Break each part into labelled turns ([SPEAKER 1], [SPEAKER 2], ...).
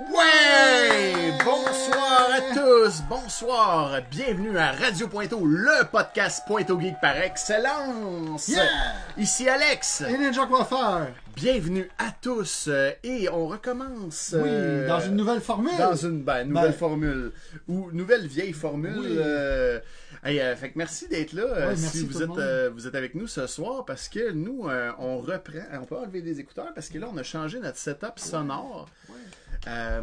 [SPEAKER 1] Ouais! Bonsoir à tous, bonsoir, bienvenue à Radio Pointo, le podcast Pointo Geek par excellence.
[SPEAKER 2] Yeah!
[SPEAKER 1] Ici Alex,
[SPEAKER 2] Et Ninja Coiffeur!
[SPEAKER 1] bienvenue à tous euh, et on recommence euh,
[SPEAKER 2] Oui, dans une nouvelle formule!
[SPEAKER 1] dans une, ben, nouvelle
[SPEAKER 2] Ben.
[SPEAKER 1] formule ou nouvelle vieille formule.
[SPEAKER 2] Oui.
[SPEAKER 1] euh, hey, euh, fait que merci d'être là. euh,
[SPEAKER 2] Ouais,
[SPEAKER 1] si
[SPEAKER 2] merci tout
[SPEAKER 1] vous
[SPEAKER 2] le
[SPEAKER 1] êtes
[SPEAKER 2] monde.
[SPEAKER 1] euh, vous êtes avec nous ce soir parce que nous euh, on reprend, on peut enlever des écouteurs parce que là on a changé notre setup sonore. Euh,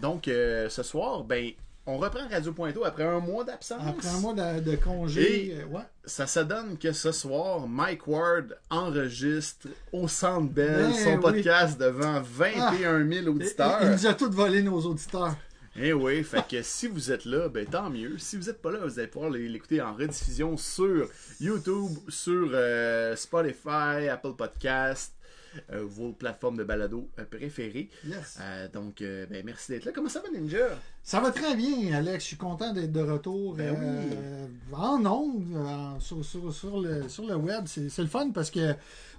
[SPEAKER 1] donc, euh, ce soir, ben, on reprend Radio Pointo après un mois d'absence.
[SPEAKER 2] Après un mois de, de congé,
[SPEAKER 1] Et-
[SPEAKER 2] euh, ouais.
[SPEAKER 1] Ça se donne que ce soir, Mike Ward enregistre au Centre Bell
[SPEAKER 2] Ben
[SPEAKER 1] son
[SPEAKER 2] oui.
[SPEAKER 1] podcast devant 21 000
[SPEAKER 2] Il,
[SPEAKER 1] auditeurs.
[SPEAKER 2] il nous a tous volé nos auditeurs.
[SPEAKER 1] Eh oui, fait que si vous êtes là, ben tant mieux. Si vous êtes pas là, vous allez pouvoir l'écouter en rediffusion sur YouTube, sur euh, Spotify, Apple Podcast, euh, vos plateformes de balado euh, préférées.
[SPEAKER 2] Yes.
[SPEAKER 1] Euh, donc, euh, ben merci d'être là. Comment ça va, Ninja?
[SPEAKER 2] Ça va très bien, Alex. Je suis content d'être de retour
[SPEAKER 1] Ben
[SPEAKER 2] euh, en ondes, euh, en- sur, sur- sur le, sur le web. C'est c'est le fun parce que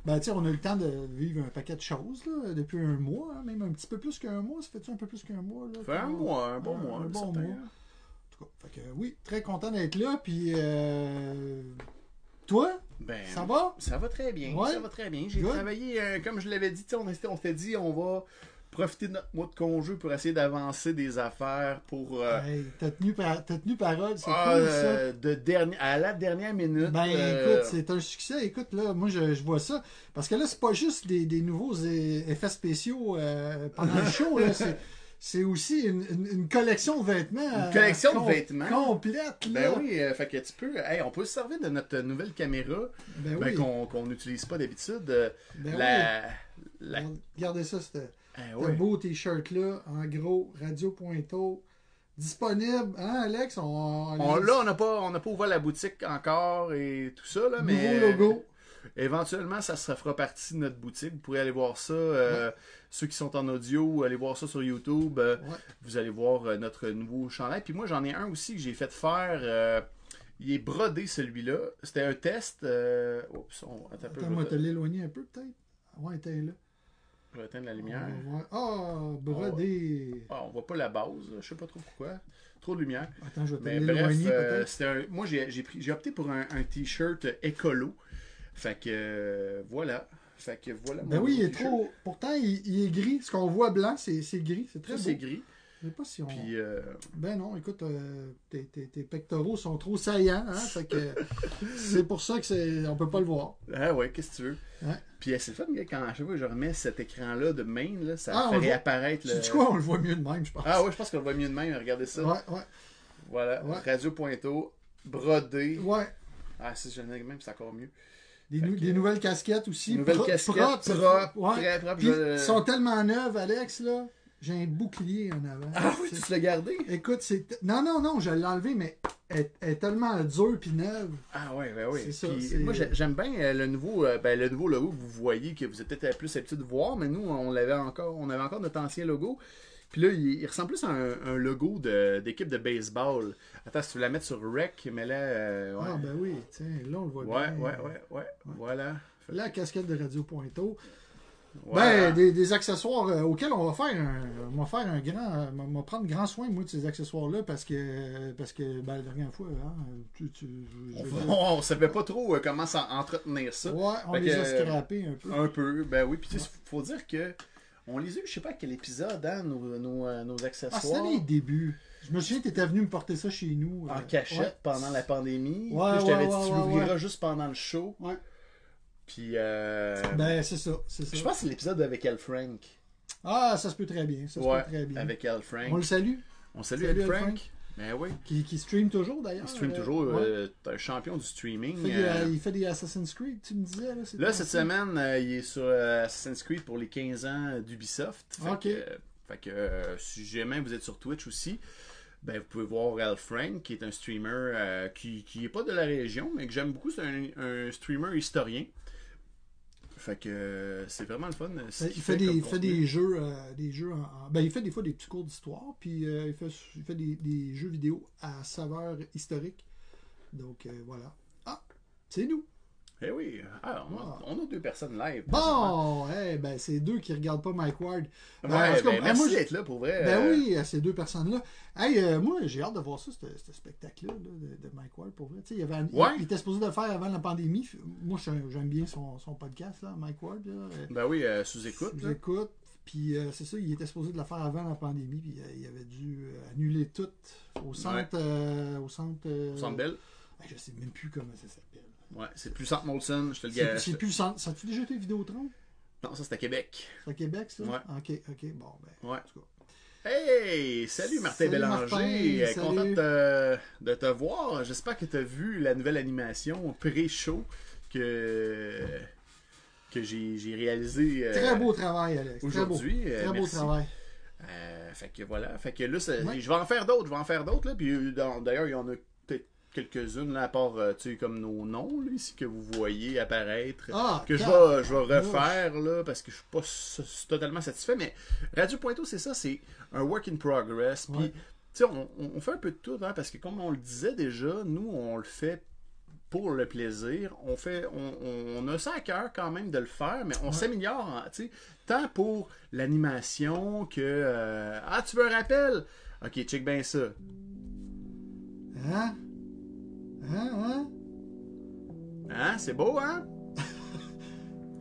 [SPEAKER 2] ben, tu sais, on a eu le temps de vivre un paquet de choses là, depuis un mois, hein, même un petit peu plus qu'un mois. Ça fait-tu un peu plus qu'un mois? Là,
[SPEAKER 1] Fait un
[SPEAKER 2] qu'on-
[SPEAKER 1] mois, un bon mois,
[SPEAKER 2] Un
[SPEAKER 1] un
[SPEAKER 2] bon
[SPEAKER 1] certain.
[SPEAKER 2] mois. En tout cas, fait que, oui, très content d'être là. Puis, euh, toi,
[SPEAKER 1] Ben,
[SPEAKER 2] ça va?
[SPEAKER 1] ça va très bien.
[SPEAKER 2] Ouais.
[SPEAKER 1] Ça va très bien. J'ai
[SPEAKER 2] Good.
[SPEAKER 1] travaillé, euh, comme je l'avais dit, tu sais, on, était- on s'était dit, on va profiter de notre mois de congé pour essayer d'avancer des affaires pour. euh,
[SPEAKER 2] Hey, t'as tenu, par- t'as tenu parole, c'est
[SPEAKER 1] ah,
[SPEAKER 2] cool ça.
[SPEAKER 1] euh, de dernier, à la dernière minute.
[SPEAKER 2] Ben
[SPEAKER 1] euh,
[SPEAKER 2] écoute, c'est un succès. Écoute, là, moi je, je vois ça. Parce que là, c'est pas juste des, des nouveaux é- effets spéciaux euh, pendant le show. là, c'est, c'est aussi une, une- une collection de vêtements. Une
[SPEAKER 1] collection de vêtements.
[SPEAKER 2] Complète, là.
[SPEAKER 1] Ben oui, euh, fait que tu peux. hey, on peut se servir de notre nouvelle caméra
[SPEAKER 2] Ben
[SPEAKER 1] ben,
[SPEAKER 2] oui.
[SPEAKER 1] qu'on qu'on n'utilise pas d'habitude. euh,
[SPEAKER 2] Ben
[SPEAKER 1] la. la-
[SPEAKER 2] Regarde- Regardez ça, c'était
[SPEAKER 1] eh
[SPEAKER 2] un
[SPEAKER 1] ouais.
[SPEAKER 2] beau t-shirt là, en gros, Radio Pointo. Disponible, hein Alex? On,
[SPEAKER 1] On, là, on n'a pas, on n'a pas ouvert la boutique encore et tout ça, là,
[SPEAKER 2] nouveau
[SPEAKER 1] mais.
[SPEAKER 2] logo.
[SPEAKER 1] Éventuellement, ça se fera partie de notre boutique. Vous pourrez aller voir ça. euh, Ceux qui sont en audio, allez voir ça sur YouTube. Euh,
[SPEAKER 2] Ouais.
[SPEAKER 1] Vous allez voir euh, notre nouveau chandail. Puis moi, j'en ai un aussi que j'ai fait faire. euh, il est brodé, celui-là. C'était un test. euh, Oups, on... attends un peu,
[SPEAKER 2] Attends,
[SPEAKER 1] je,
[SPEAKER 2] moi,
[SPEAKER 1] vais...
[SPEAKER 2] t'as l'éloigné un peu peut-être? Ah, Ouais, t'es là.
[SPEAKER 1] je vais éteindre la lumière.
[SPEAKER 2] On va voir. Ah, brodé.
[SPEAKER 1] Ah, on voit pas la base. là. Je sais pas trop pourquoi. Trop de lumière.
[SPEAKER 2] Attends, je vais
[SPEAKER 1] Mais
[SPEAKER 2] te
[SPEAKER 1] bref,
[SPEAKER 2] l'éloigner
[SPEAKER 1] euh,
[SPEAKER 2] peut-être.
[SPEAKER 1] c'était un- moi, j'ai, j'ai pris- j'ai opté pour un, un T-shirt écolo. Fait que euh, voilà. Fait que voilà.
[SPEAKER 2] Ben
[SPEAKER 1] mon
[SPEAKER 2] oui, il est
[SPEAKER 1] t-shirt.
[SPEAKER 2] trop. Pourtant, il, il est gris. Ce qu'on voit blanc, c'est c'est gris. C'est très
[SPEAKER 1] Ça,
[SPEAKER 2] beau.
[SPEAKER 1] c'est gris.
[SPEAKER 2] Je sais pas si on.
[SPEAKER 1] Puis. euh,
[SPEAKER 2] Ben non, écoute, euh, tes, tes- tes pectoraux sont trop saillants. Hein, fait que c'est pour ça que c'est- on peut pas le voir.
[SPEAKER 1] Ah ouais, qu'est-ce que tu veux?
[SPEAKER 2] Ouais.
[SPEAKER 1] Puis euh, c'est le fun, gars, quand à chaque fois que je remets cet écran-là de main, là, ça
[SPEAKER 2] Ah, on
[SPEAKER 1] fait
[SPEAKER 2] le voit.
[SPEAKER 1] réapparaître le.
[SPEAKER 2] Tu dis quoi, on le voit mieux de même, je pense.
[SPEAKER 1] Ah ouais, je pense qu'on le voit mieux de même, regardez ça.
[SPEAKER 2] Ouais, ouais.
[SPEAKER 1] Voilà,
[SPEAKER 2] Ouais.
[SPEAKER 1] Radio Pointo, brodé.
[SPEAKER 2] ouais.
[SPEAKER 1] Ah, si j'en ai même, c'est encore mieux.
[SPEAKER 2] Des, nou-
[SPEAKER 1] que-
[SPEAKER 2] des nouvelles casquettes aussi.
[SPEAKER 1] Une nouvelle
[SPEAKER 2] Pro-
[SPEAKER 1] casquette,
[SPEAKER 2] propre,
[SPEAKER 1] propre,
[SPEAKER 2] ouais.
[SPEAKER 1] très propre.
[SPEAKER 2] Puis,
[SPEAKER 1] je vais-
[SPEAKER 2] ils sont tellement neuves, Alex, là. J'ai un bouclier en avant.
[SPEAKER 1] Ah oui,
[SPEAKER 2] C'est-
[SPEAKER 1] tu te l'as gardé?
[SPEAKER 2] Écoute, c'est. Non, non, non, je l'ai enlevé, mais elle, elle est tellement dure puis neuve.
[SPEAKER 1] Ah ouais, ben oui.
[SPEAKER 2] C'est ça,
[SPEAKER 1] Puis,
[SPEAKER 2] c'est-
[SPEAKER 1] moi, j'ai- j'aime bien euh, le nouveau, euh, ben, le nouveau logo que vous voyez, que vous êtes peut-être plus habitué de voir, mais nous, on l'avait encore, on avait encore notre ancien logo. Puis là, il, il ressemble plus à un, un logo de- d'équipe de, baseball. Attends, si tu veux la mettre sur Rec, mais là, euh, ouais.
[SPEAKER 2] Ah, ben oui, tiens, là, on le voit
[SPEAKER 1] Ouais,
[SPEAKER 2] bien.
[SPEAKER 1] ouais, ouais, ouais, voilà.
[SPEAKER 2] La casquette de Radio Pointo.
[SPEAKER 1] Voilà.
[SPEAKER 2] Ben, des, des accessoires euh, auxquels on va faire un, on va faire un grand, euh, on va prendre grand soin, moi, de ces accessoires-là, parce que, parce que, ben, la dernière fois, hein, tu, tu, je
[SPEAKER 1] on,
[SPEAKER 2] veux dire,
[SPEAKER 1] on savait pas trop euh, comment s'en- entretenir ça.
[SPEAKER 2] ouais, on
[SPEAKER 1] Fait
[SPEAKER 2] les a
[SPEAKER 1] que-
[SPEAKER 2] scrappés un peu. Ah,
[SPEAKER 1] Un peu, ben oui. Puis tu sais, faut dire que on les a eu, je sais pas à quel épisode, hein, nos, nos, euh, nos
[SPEAKER 2] Ah, c'était
[SPEAKER 1] accessoires.
[SPEAKER 2] les débuts. Je me souviens, t'étais venu me porter ça chez nous. euh,
[SPEAKER 1] en cachette
[SPEAKER 2] ouais.
[SPEAKER 1] pendant la pandémie.
[SPEAKER 2] Ouais,
[SPEAKER 1] Puis je t'avais
[SPEAKER 2] ouais,
[SPEAKER 1] dit,
[SPEAKER 2] ouais,
[SPEAKER 1] tu
[SPEAKER 2] ouais,
[SPEAKER 1] l'ouvriras juste pendant le show.
[SPEAKER 2] Ouais.
[SPEAKER 1] Puis, euh,
[SPEAKER 2] Ben, c'est ça, c'est ça.
[SPEAKER 1] je pense que c'est l'épisode avec Al Frank.
[SPEAKER 2] Ah, ça se peut très bien, ça
[SPEAKER 1] ouais,
[SPEAKER 2] se peut très bien.
[SPEAKER 1] avec Al
[SPEAKER 2] On
[SPEAKER 1] Frank.
[SPEAKER 2] le salue,
[SPEAKER 1] On, salue Al
[SPEAKER 2] Salut Al
[SPEAKER 1] Frank.
[SPEAKER 2] Frank.
[SPEAKER 1] Ben oui,
[SPEAKER 2] qui, qui stream toujours, d'ailleurs.
[SPEAKER 1] il stream
[SPEAKER 2] euh,
[SPEAKER 1] toujours.
[SPEAKER 2] ouais.
[SPEAKER 1] euh, T'es un champion du streaming.
[SPEAKER 2] Il fait,
[SPEAKER 1] euh,
[SPEAKER 2] des, il fait des Assassin's Creed, tu me disais. Là, c'est
[SPEAKER 1] Là,
[SPEAKER 2] pas
[SPEAKER 1] cette
[SPEAKER 2] ça.
[SPEAKER 1] semaine, euh, il est sur euh, Assassin's Creed pour les 15 ans d'Ubisoft. Fait
[SPEAKER 2] Ok.
[SPEAKER 1] que, euh, fait que euh, si jamais vous êtes sur Twitch aussi, ben, vous pouvez voir Al Frank, qui est un streamer euh, qui n'est pas de la région, mais que j'aime beaucoup. C'est un, un streamer historien. Fait que euh, c'est vraiment le fun. euh, ce
[SPEAKER 2] Ben, Il fait,
[SPEAKER 1] qu'il
[SPEAKER 2] des,
[SPEAKER 1] comme
[SPEAKER 2] il fait
[SPEAKER 1] contenu.
[SPEAKER 2] des jeux, euh, des jeux en, en- ben, il fait des fois des petits cours d'histoire, puis euh, il fait, il fait des, des jeux vidéo à saveur historique. Donc euh, voilà. Ah, c'est nous.
[SPEAKER 1] Eh oui, ah, on, a,
[SPEAKER 2] Ah.
[SPEAKER 1] on a deux personnes live. présentement.
[SPEAKER 2] Bon, eh, ben, c'est deux qui regardent pas Mike Ward.
[SPEAKER 1] Ouais,
[SPEAKER 2] Ben, en tout cas,
[SPEAKER 1] ben,
[SPEAKER 2] eh,
[SPEAKER 1] merci
[SPEAKER 2] moi, je-
[SPEAKER 1] d'être là pour vrai.
[SPEAKER 2] Ben
[SPEAKER 1] euh,
[SPEAKER 2] oui, à ces deux personnes-là. Hey, euh, moi, j'ai hâte de voir ça, ce ce spectacle-là là, de, de Mike Ward, pour vrai. Tu sais, Il, y avait un-
[SPEAKER 1] Ouais.
[SPEAKER 2] il, il était supposé de le faire avant la pandémie. F- Moi, je- j'aime bien son, son podcast, là, Mike Ward. Là. Euh,
[SPEAKER 1] Ben oui, euh, sous-écoute.
[SPEAKER 2] je
[SPEAKER 1] là.
[SPEAKER 2] l'écoute. Puis euh, c'est ça, il était supposé de le faire avant la pandémie, puis euh, il avait dû euh, annuler tout au centre. euh, au centre, euh,
[SPEAKER 1] Au Centre Bell.
[SPEAKER 2] hey, je sais même plus comment ça s'appelle.
[SPEAKER 1] Ouais, c'est plus Centre Molson, je te le
[SPEAKER 2] C'est
[SPEAKER 1] gars.
[SPEAKER 2] c'est plus le centre. Ça a-tu déjà été Vidéotron?
[SPEAKER 1] Non, ça c'est à Québec.
[SPEAKER 2] C'est à Québec, ça?
[SPEAKER 1] Ouais.
[SPEAKER 2] Ok, ok, bon, ben.
[SPEAKER 1] Ouais.
[SPEAKER 2] En tout cas.
[SPEAKER 1] Hey, salut Martin
[SPEAKER 2] Salut,
[SPEAKER 1] Bélanger,
[SPEAKER 2] Martin,
[SPEAKER 1] Euh,
[SPEAKER 2] salut.
[SPEAKER 1] content de te, de te voir. J'espère que tu as vu la nouvelle animation pré-show que, que j'ai j'ai réalisée euh,
[SPEAKER 2] Très beau travail, Alex. Très beau.
[SPEAKER 1] aujourd'hui. Euh,
[SPEAKER 2] Très beau
[SPEAKER 1] merci.
[SPEAKER 2] travail.
[SPEAKER 1] Euh, fait que voilà, fait que là, ça-
[SPEAKER 2] Ouais.
[SPEAKER 1] je vais en faire d'autres, je vais en faire d'autres là. Puis euh, dans- d'ailleurs, il y en a peut-être quelques-unes là, à part euh, tu sais comme nos noms là, ici que vous voyez apparaître.
[SPEAKER 2] Ah,
[SPEAKER 1] que je
[SPEAKER 2] car-
[SPEAKER 1] vais, je vais refaire là, parce que je suis pas s- totalement satisfait. Mais Radio Pointo, c'est ça, c'est un work in progress. Puis,
[SPEAKER 2] Ouais.
[SPEAKER 1] tu sais, on, on fait un peu de tout, hein, parce que comme on le disait déjà, nous, on le fait pour le plaisir. On fait, on, on- on a ça à cœur quand même de le faire, mais on s'améliore, hein, tu sais, tant pour l'animation que euh, ah, tu veux un rappel. Ok, check bien ça.
[SPEAKER 2] Hein? Hein? Hein?
[SPEAKER 1] Hein, c'est beau, hein?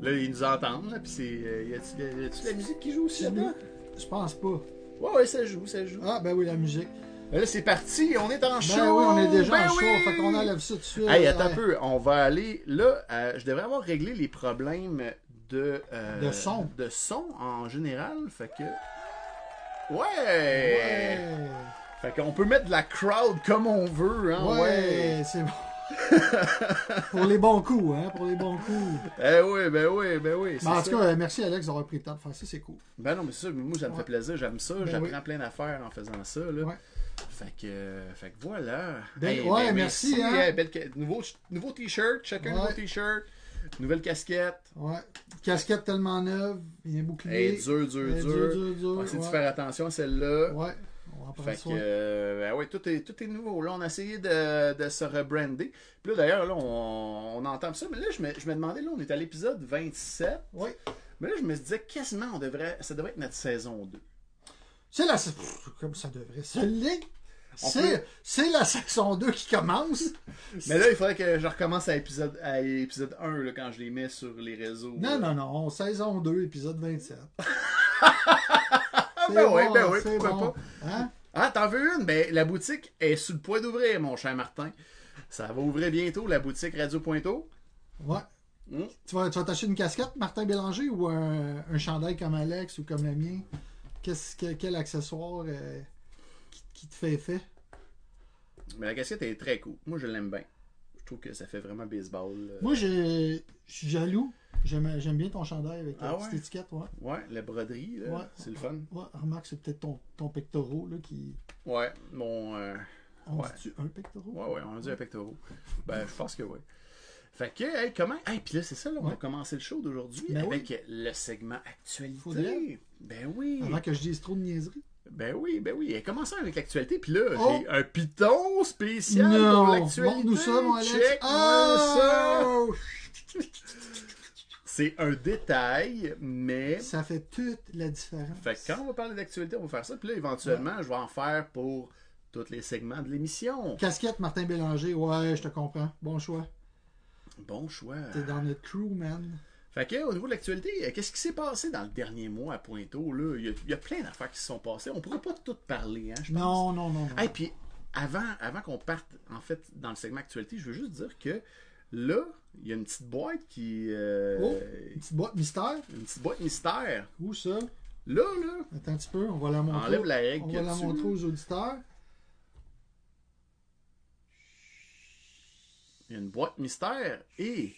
[SPEAKER 1] Là, ils nous entendent, là, puis c'est. euh, y a-tu de- y a-tu de la musique qui joue aussi là-dedans?
[SPEAKER 2] Je pense pas.
[SPEAKER 1] Ouais, ouais, ça joue, ça joue.
[SPEAKER 2] Ah, ben oui, la musique.
[SPEAKER 1] Ben Là, c'est parti, on est en show.
[SPEAKER 2] Ben oui, on est déjà
[SPEAKER 1] Ben
[SPEAKER 2] en show,
[SPEAKER 1] oui!
[SPEAKER 2] fait qu'on enlève ça tout de suite.
[SPEAKER 1] Hey, attends
[SPEAKER 2] Ouais.
[SPEAKER 1] un peu, on va aller. Là, euh, je devrais avoir réglé les problèmes de. euh,
[SPEAKER 2] De son.
[SPEAKER 1] De son en général, fait que. Ouais!
[SPEAKER 2] Ouais,
[SPEAKER 1] Fait qu'on peut mettre de la crowd comme on veut, hein?
[SPEAKER 2] ouais, c'est bon. pour les bons coups, hein, pour les bons coups.
[SPEAKER 1] Eh oui, ben oui, ben oui. c'est
[SPEAKER 2] Ben, en
[SPEAKER 1] ça.
[SPEAKER 2] tout cas, euh, merci Alex d'avoir pris le temps de faire ça, c'est cool.
[SPEAKER 1] Ben non, mais c'est ça, moi, ça me fait
[SPEAKER 2] Ouais.
[SPEAKER 1] plaisir, j'aime ça,
[SPEAKER 2] Ben
[SPEAKER 1] j'apprends plein d'affaires en faisant ça, là.
[SPEAKER 2] Ouais.
[SPEAKER 1] Fait que, euh, fait que voilà.
[SPEAKER 2] Ben, ouais, merci, hein.
[SPEAKER 1] hey, belle ca- nouveau, nouveau t-shirt, chacun
[SPEAKER 2] Ouais.
[SPEAKER 1] nouveau t-shirt, nouvelle casquette.
[SPEAKER 2] Ouais. Casquette tellement neuve, bien
[SPEAKER 1] Hey,
[SPEAKER 2] bouclier.
[SPEAKER 1] dur, dur,
[SPEAKER 2] Eh,
[SPEAKER 1] dur.
[SPEAKER 2] dur, dur, dur,
[SPEAKER 1] On essaie de
[SPEAKER 2] ouais.
[SPEAKER 1] faire attention à celle-là.
[SPEAKER 2] Ouais, on va prendre
[SPEAKER 1] Fait que,
[SPEAKER 2] soin.
[SPEAKER 1] euh, ben ouais, tout est, tout est nouveau. Là, on a essayé de, de se rebrander. Puis là, d'ailleurs, là, on, on entend ça. Mais là, je me, je me demandais, là, on est à l'épisode 27.
[SPEAKER 2] Ouais.
[SPEAKER 1] Mais là, je me disais, quasiment, on devrait, ça devrait être notre saison 2.
[SPEAKER 2] C'est la pff, comme ça devrait se l'être.
[SPEAKER 1] On
[SPEAKER 2] C'est c'est la saison 2 qui commence.
[SPEAKER 1] Mais là, il faudrait que je recommence à épisode, à épisode 1, là, quand je les mets sur les réseaux.
[SPEAKER 2] Non, non, non, saison 2, épisode 27.
[SPEAKER 1] Ah,
[SPEAKER 2] C'est
[SPEAKER 1] ben oui,
[SPEAKER 2] bon,
[SPEAKER 1] ben oui,
[SPEAKER 2] c'est
[SPEAKER 1] pourquoi
[SPEAKER 2] bon.
[SPEAKER 1] pas.
[SPEAKER 2] Hein?
[SPEAKER 1] Ah, t'en veux une? Ben, la boutique est sur le point d'ouvrir, mon cher Martin. Ça va ouvrir bientôt, la boutique Radio Pointo.
[SPEAKER 2] Ouais.
[SPEAKER 1] Hmm.
[SPEAKER 2] Tu vas tu vas t'acheter une casquette, Martin Bélanger, ou un, un chandail comme Alex ou comme le mien? Qu'est-ce que, quel accessoire euh, qui, qui te fait effet?
[SPEAKER 1] Euh. Mais la casquette est très cool. Moi, je l'aime bien. Je trouve que ça fait vraiment baseball. euh. là.
[SPEAKER 2] Moi, je je suis jaloux. J'aime j'aime bien ton chandail avec la
[SPEAKER 1] Ah
[SPEAKER 2] petite
[SPEAKER 1] ouais?
[SPEAKER 2] étiquette. Ouais.
[SPEAKER 1] Ouais, la broderie, là,
[SPEAKER 2] Ouais.
[SPEAKER 1] c'est le fun.
[SPEAKER 2] Ouais, remarque, c'est peut-être ton, ton pectoral là, qui.
[SPEAKER 1] Ouais, mon. euh,
[SPEAKER 2] On
[SPEAKER 1] Ouais.
[SPEAKER 2] dit-tu un pectoral?
[SPEAKER 1] Ouais, ouais, on a dit un pectoraux. Ben, je pense que oui. Fait que, hey, comment. Hey, puis là, c'est ça, là, on a
[SPEAKER 2] Ouais.
[SPEAKER 1] commencé le show d'aujourd'hui
[SPEAKER 2] Ben
[SPEAKER 1] avec le segment actualité.
[SPEAKER 2] Faudrait. Ah,
[SPEAKER 1] Ben oui.
[SPEAKER 2] Avant que je dise trop de niaiseries.
[SPEAKER 1] Ben oui, ben oui. Et Commençons avec l'actualité. Puis là,
[SPEAKER 2] Oh.
[SPEAKER 1] j'ai un piton spécial
[SPEAKER 2] non!
[SPEAKER 1] pour l'actualité.
[SPEAKER 2] Montre-nous ça, mon Alex.
[SPEAKER 1] Check-moi ça.
[SPEAKER 2] Ah!
[SPEAKER 1] C'est un détail, mais.
[SPEAKER 2] Ça fait toute la différence.
[SPEAKER 1] Fait que quand on va parler d'actualité, on va faire ça. Puis là, éventuellement, je vais en faire pour tous les segments de l'émission.
[SPEAKER 2] Casquette, Martin Bélanger, ouais, je te comprends. Bon choix.
[SPEAKER 1] Bon choix.
[SPEAKER 2] T'es dans notre crew, man.
[SPEAKER 1] Fait que, au niveau de l'actualité, euh, qu'est-ce qui s'est passé dans le dernier mois à Pointeau? Là? Il, y a, il y a plein d'affaires qui se sont passées. On pourra pas toutes parler, hein, je pense.
[SPEAKER 2] Non, non, non. non.
[SPEAKER 1] Et puis, avant, avant qu'on parte, en fait, dans le segment actualité, je veux juste dire que là, il y a une petite boîte qui... euh,
[SPEAKER 2] Oh, une petite boîte mystère.
[SPEAKER 1] Une petite boîte mystère.
[SPEAKER 2] Où ça?
[SPEAKER 1] Là, là,
[SPEAKER 2] Attends un petit peu, on va la montrer.
[SPEAKER 1] enlève la règle
[SPEAKER 2] on
[SPEAKER 1] que
[SPEAKER 2] va la
[SPEAKER 1] tu-
[SPEAKER 2] montrer aux auditeurs.
[SPEAKER 1] Il y a une boîte mystère et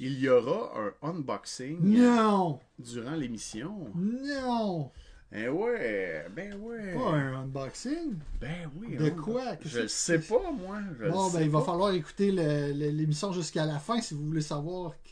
[SPEAKER 1] il y aura un unboxing euh,
[SPEAKER 2] Non!
[SPEAKER 1] durant l'émission.
[SPEAKER 2] Non!
[SPEAKER 1] Eh ouais, ben ouais.
[SPEAKER 2] Pas un unboxing.
[SPEAKER 1] Ben oui.
[SPEAKER 2] De
[SPEAKER 1] on-
[SPEAKER 2] quoi? Qu'est-ce
[SPEAKER 1] Je le
[SPEAKER 2] que-
[SPEAKER 1] sais pas, moi. Je le
[SPEAKER 2] Bon, ben,
[SPEAKER 1] sais
[SPEAKER 2] il va
[SPEAKER 1] pas.
[SPEAKER 2] falloir écouter le- le- l'émission jusqu'à la fin si vous voulez savoir qu-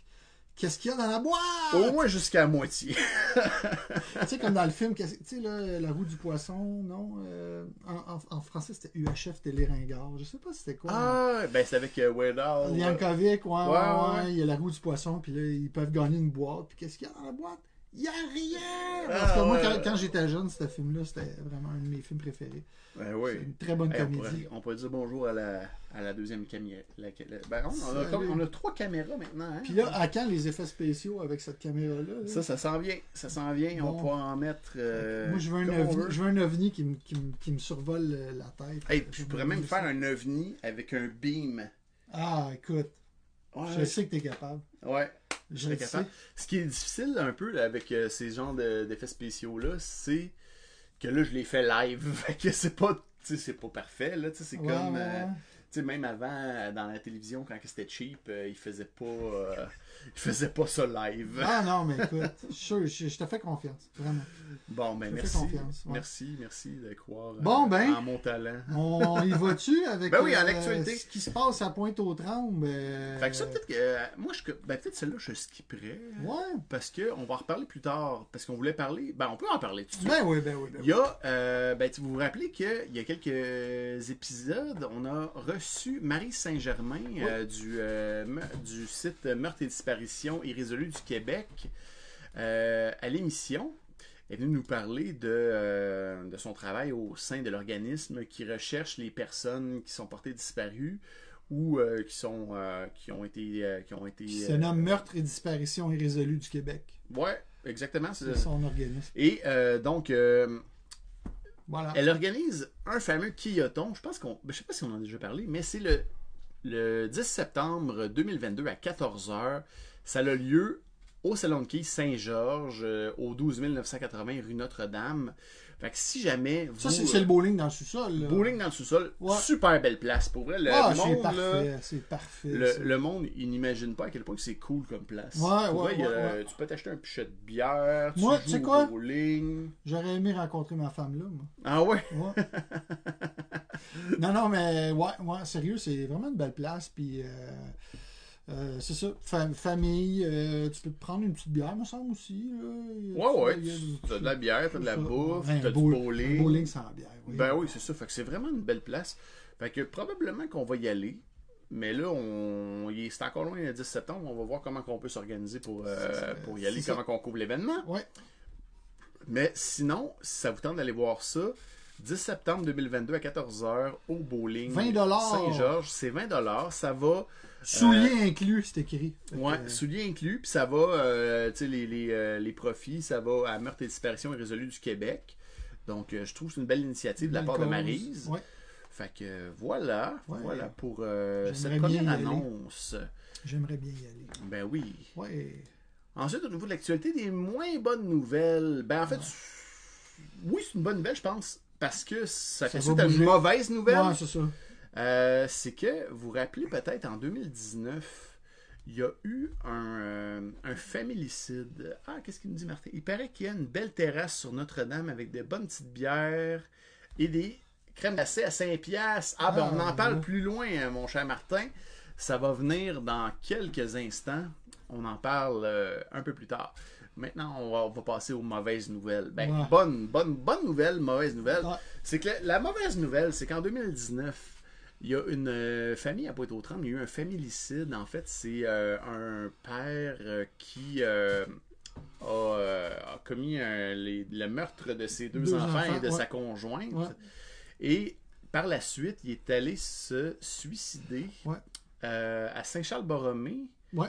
[SPEAKER 2] qu'est-ce qu'il y a dans la boîte?
[SPEAKER 1] Au moins jusqu'à la moitié.
[SPEAKER 2] tu sais, comme dans le film, qu'est-ce- tu sais, là, euh, La roue du poisson, non? euh, en, en- en français, c'était UHF Téléringard. Je sais pas c'était quoi.
[SPEAKER 1] ah, ben c'est avec euh, Weird Al.
[SPEAKER 2] Yankovic, ouais, ouais,
[SPEAKER 1] ouais.
[SPEAKER 2] ouais, il y a la roue du poisson, puis là, ils peuvent gagner une boîte. Puis qu'est-ce qu'il y a dans la boîte? Il n'y a rien! Parce que
[SPEAKER 1] Ah,
[SPEAKER 2] moi,
[SPEAKER 1] ouais.
[SPEAKER 2] quand, quand j'étais jeune, ce film-là, c'était vraiment un de mes films préférés.
[SPEAKER 1] Ben
[SPEAKER 2] C'est
[SPEAKER 1] oui.
[SPEAKER 2] une très bonne
[SPEAKER 1] Hey, on, pourrait,
[SPEAKER 2] comédie.
[SPEAKER 1] on pourrait dire bonjour à la, à la deuxième caméra. La, la- ben, on, on a
[SPEAKER 2] Salut.
[SPEAKER 1] comme- on a trois caméras maintenant. Hein?
[SPEAKER 2] Puis là, à quand les effets spéciaux avec cette caméra-là? là?
[SPEAKER 1] ça, ça s'en vient. Ça s'en vient. On
[SPEAKER 2] Bon.
[SPEAKER 1] pourra en mettre. euh,
[SPEAKER 2] Moi, je veux, un
[SPEAKER 1] comme on
[SPEAKER 2] ovni,
[SPEAKER 1] veut.
[SPEAKER 2] je veux un ovni qui me, qui me- qui me survole euh, la tête.
[SPEAKER 1] Hey, puis je pourrais même faire un ovni avec un beam.
[SPEAKER 2] Ah, écoute,
[SPEAKER 1] Ouais,
[SPEAKER 2] je sais que t'es capable.
[SPEAKER 1] ouais, je
[SPEAKER 2] Je
[SPEAKER 1] serais
[SPEAKER 2] le
[SPEAKER 1] capable.
[SPEAKER 2] sais.
[SPEAKER 1] Ce qui est difficile un peu là, avec euh, ces genres de- d'effets spéciaux-là, c'est que là, je les fais live. Fait que c'est pas, tu sais, c'est pas parfait. Là, tu sais, c'est
[SPEAKER 2] Ouais,
[SPEAKER 1] comme.
[SPEAKER 2] ouais,
[SPEAKER 1] euh,
[SPEAKER 2] ouais.
[SPEAKER 1] Tu sais, même avant, euh, dans la télévision, quand que c'était cheap, euh, ils faisaient pas, euh, ils faisaient pas ça live.
[SPEAKER 2] Ah non, mais écoute, je, suis sûr, je- je te fais confiance, vraiment.
[SPEAKER 1] Bon, ben
[SPEAKER 2] Je te fais
[SPEAKER 1] merci,
[SPEAKER 2] confiance, ouais.
[SPEAKER 1] merci, merci de croire euh,
[SPEAKER 2] Bon, ben.
[SPEAKER 1] en mon talent.
[SPEAKER 2] On y va-tu avec euh,
[SPEAKER 1] Ben oui, en actualité.
[SPEAKER 2] ce qui se passe à Pointe-aux-Trembles?
[SPEAKER 1] Fait que ça, peut-être que, euh, moi, je, ben, peut-être celle-là, je skipperais.
[SPEAKER 2] Ouais,
[SPEAKER 1] Parce que on va en reparler plus tard. Parce qu'on voulait parler. Ben, on peut en parler tout de suite.
[SPEAKER 2] ben oui, ben oui. Ben
[SPEAKER 1] Il y
[SPEAKER 2] oui.
[SPEAKER 1] a, euh, ben, tu- vous vous rappelez qu'il y a quelques épisodes, on a reçu Marie Saint-Germain euh, du, euh, me- du site Meurtre et Disparition irrésolue du Québec euh, à l'émission. Elle est venue nous parler de, euh, de son travail au sein de l'organisme qui recherche les personnes qui sont portées disparues ou euh, qui sont euh, qui ont été euh, qui ont été
[SPEAKER 2] Qui se
[SPEAKER 1] euh,
[SPEAKER 2] nomme Meurtre et disparition irrésolue du Québec.
[SPEAKER 1] ouais exactement c'est-
[SPEAKER 2] C'est son organisme.
[SPEAKER 1] et euh, donc euh,
[SPEAKER 2] Voilà.
[SPEAKER 1] elle organise un fameux quilloton. Je pense qu'on. ben, Je sais pas si on en a déjà parlé, mais c'est le, le 10 septembre 2022 à 14h. Ça a lieu au Salon de Quilles Saint-Georges, euh, au 12 980 rue Notre-Dame. Fait que si jamais vous.
[SPEAKER 2] Ça, c'est c'est le bowling dans le sous-sol. là.
[SPEAKER 1] Bowling dans euh, le sous-sol,
[SPEAKER 2] Ouais.
[SPEAKER 1] super belle place. Pour vrai, le
[SPEAKER 2] Ah, c'est
[SPEAKER 1] monde, là,
[SPEAKER 2] parfait, c'est parfait. ça.
[SPEAKER 1] le, le monde, il n'imagine pas à quel point c'est cool comme place.
[SPEAKER 2] Ouais,
[SPEAKER 1] Pour
[SPEAKER 2] ouais,
[SPEAKER 1] vrai, il y a-
[SPEAKER 2] ouais, ouais.
[SPEAKER 1] Tu peux t'acheter un pichet de bière, tu
[SPEAKER 2] Moi, tu sais
[SPEAKER 1] joues
[SPEAKER 2] quoi?
[SPEAKER 1] au bowling.
[SPEAKER 2] J'aurais aimé rencontrer ma femme là, moi.
[SPEAKER 1] Ah ouais?
[SPEAKER 2] Ouais. non, non, mais ouais, ouais, sérieux, c'est vraiment une belle place. Puis euh, euh, c'est ça, fam- famille, euh, tu peux te prendre une petite bière, me semble aussi. Là. Il y a-
[SPEAKER 1] Ouais, ouais.
[SPEAKER 2] il y a-
[SPEAKER 1] tu- T'as de la bière, t'as de la
[SPEAKER 2] ça.
[SPEAKER 1] bouffe,
[SPEAKER 2] Ouais,
[SPEAKER 1] t'as
[SPEAKER 2] un
[SPEAKER 1] du
[SPEAKER 2] bowl-
[SPEAKER 1] bowling.
[SPEAKER 2] un bowling sans bière. oui.
[SPEAKER 1] Ben oui, c'est ça. Fait que c'est vraiment une belle place. Fait que probablement qu'on va y aller. Mais là, on... il est- c'est encore loin le 10 septembre. On va voir comment on peut s'organiser pour, euh,
[SPEAKER 2] C'est ça.
[SPEAKER 1] pour y aller,
[SPEAKER 2] C'est ça.
[SPEAKER 1] comment on couvre l'événement.
[SPEAKER 2] Ouais.
[SPEAKER 1] Mais sinon, si ça vous tente d'aller voir ça, 10 septembre 2022 à 14h au bowling
[SPEAKER 2] 20
[SPEAKER 1] Saint-Georges, c'est 20 Ça va,
[SPEAKER 2] Souliers inclus, c'est écrit. Fait que,
[SPEAKER 1] Euh, ouais,
[SPEAKER 2] euh,
[SPEAKER 1] souliers inclus, puis ça va, euh, tu sais, les, les, euh, les profits, ça va à Meurtre et Disparition irrésolue du Québec. Donc, euh, je trouve que c'est une belle initiative de la
[SPEAKER 2] belle
[SPEAKER 1] part de
[SPEAKER 2] cause.
[SPEAKER 1] Maryse.
[SPEAKER 2] euh, Ouais,
[SPEAKER 1] Fait que euh, voilà,
[SPEAKER 2] Ouais.
[SPEAKER 1] voilà pour euh, cette
[SPEAKER 2] J'aimerais bien
[SPEAKER 1] première
[SPEAKER 2] y aller.
[SPEAKER 1] annonce.
[SPEAKER 2] j'aimerais bien y aller.
[SPEAKER 1] Ben oui.
[SPEAKER 2] Ouais.
[SPEAKER 1] Ensuite, au niveau de l'actualité, des moins bonnes nouvelles. Ben en fait, oui, c'est une bonne nouvelle, je pense, parce que ça,
[SPEAKER 2] Ça
[SPEAKER 1] fait
[SPEAKER 2] va
[SPEAKER 1] suite à une
[SPEAKER 2] bouger.
[SPEAKER 1] mauvaise nouvelle.
[SPEAKER 2] Ouais, c'est ça.
[SPEAKER 1] Euh, c'est que, vous vous rappelez peut-être, en 2019, il y a eu un, euh, un familicide. Ah, qu'est-ce qu'il nous dit, Martin? Il paraît qu'il y a une belle terrasse sur Notre-Dame avec de bonnes petites bières et des crèmes glacées à 5 piastres. Ah, ben
[SPEAKER 2] Ah,
[SPEAKER 1] on en parle
[SPEAKER 2] ouais.
[SPEAKER 1] plus loin, hein, mon cher Martin. Ça va venir dans quelques instants. On en parle euh, un peu plus tard. Maintenant, on va, on va passer aux mauvaises nouvelles. Ben,
[SPEAKER 2] Ouais.
[SPEAKER 1] bonne, bonne, bonne nouvelle, mauvaise nouvelle.
[SPEAKER 2] Ouais.
[SPEAKER 1] C'est que la, la mauvaise nouvelle, c'est qu'en 2019, il y a une euh, famille à Pointe-aux-Trembles, il y a eu un familicide. En fait, c'est euh, un père euh, qui euh, a, euh, a commis un- les- le meurtre de ses deux,
[SPEAKER 2] Deux
[SPEAKER 1] enfants, et
[SPEAKER 2] enfants,
[SPEAKER 1] de
[SPEAKER 2] ouais.
[SPEAKER 1] sa conjointe.
[SPEAKER 2] Ouais.
[SPEAKER 1] Et par la suite, il est allé se suicider
[SPEAKER 2] Ouais.
[SPEAKER 1] euh, à Saint-Charles-Borromée.
[SPEAKER 2] Ouais.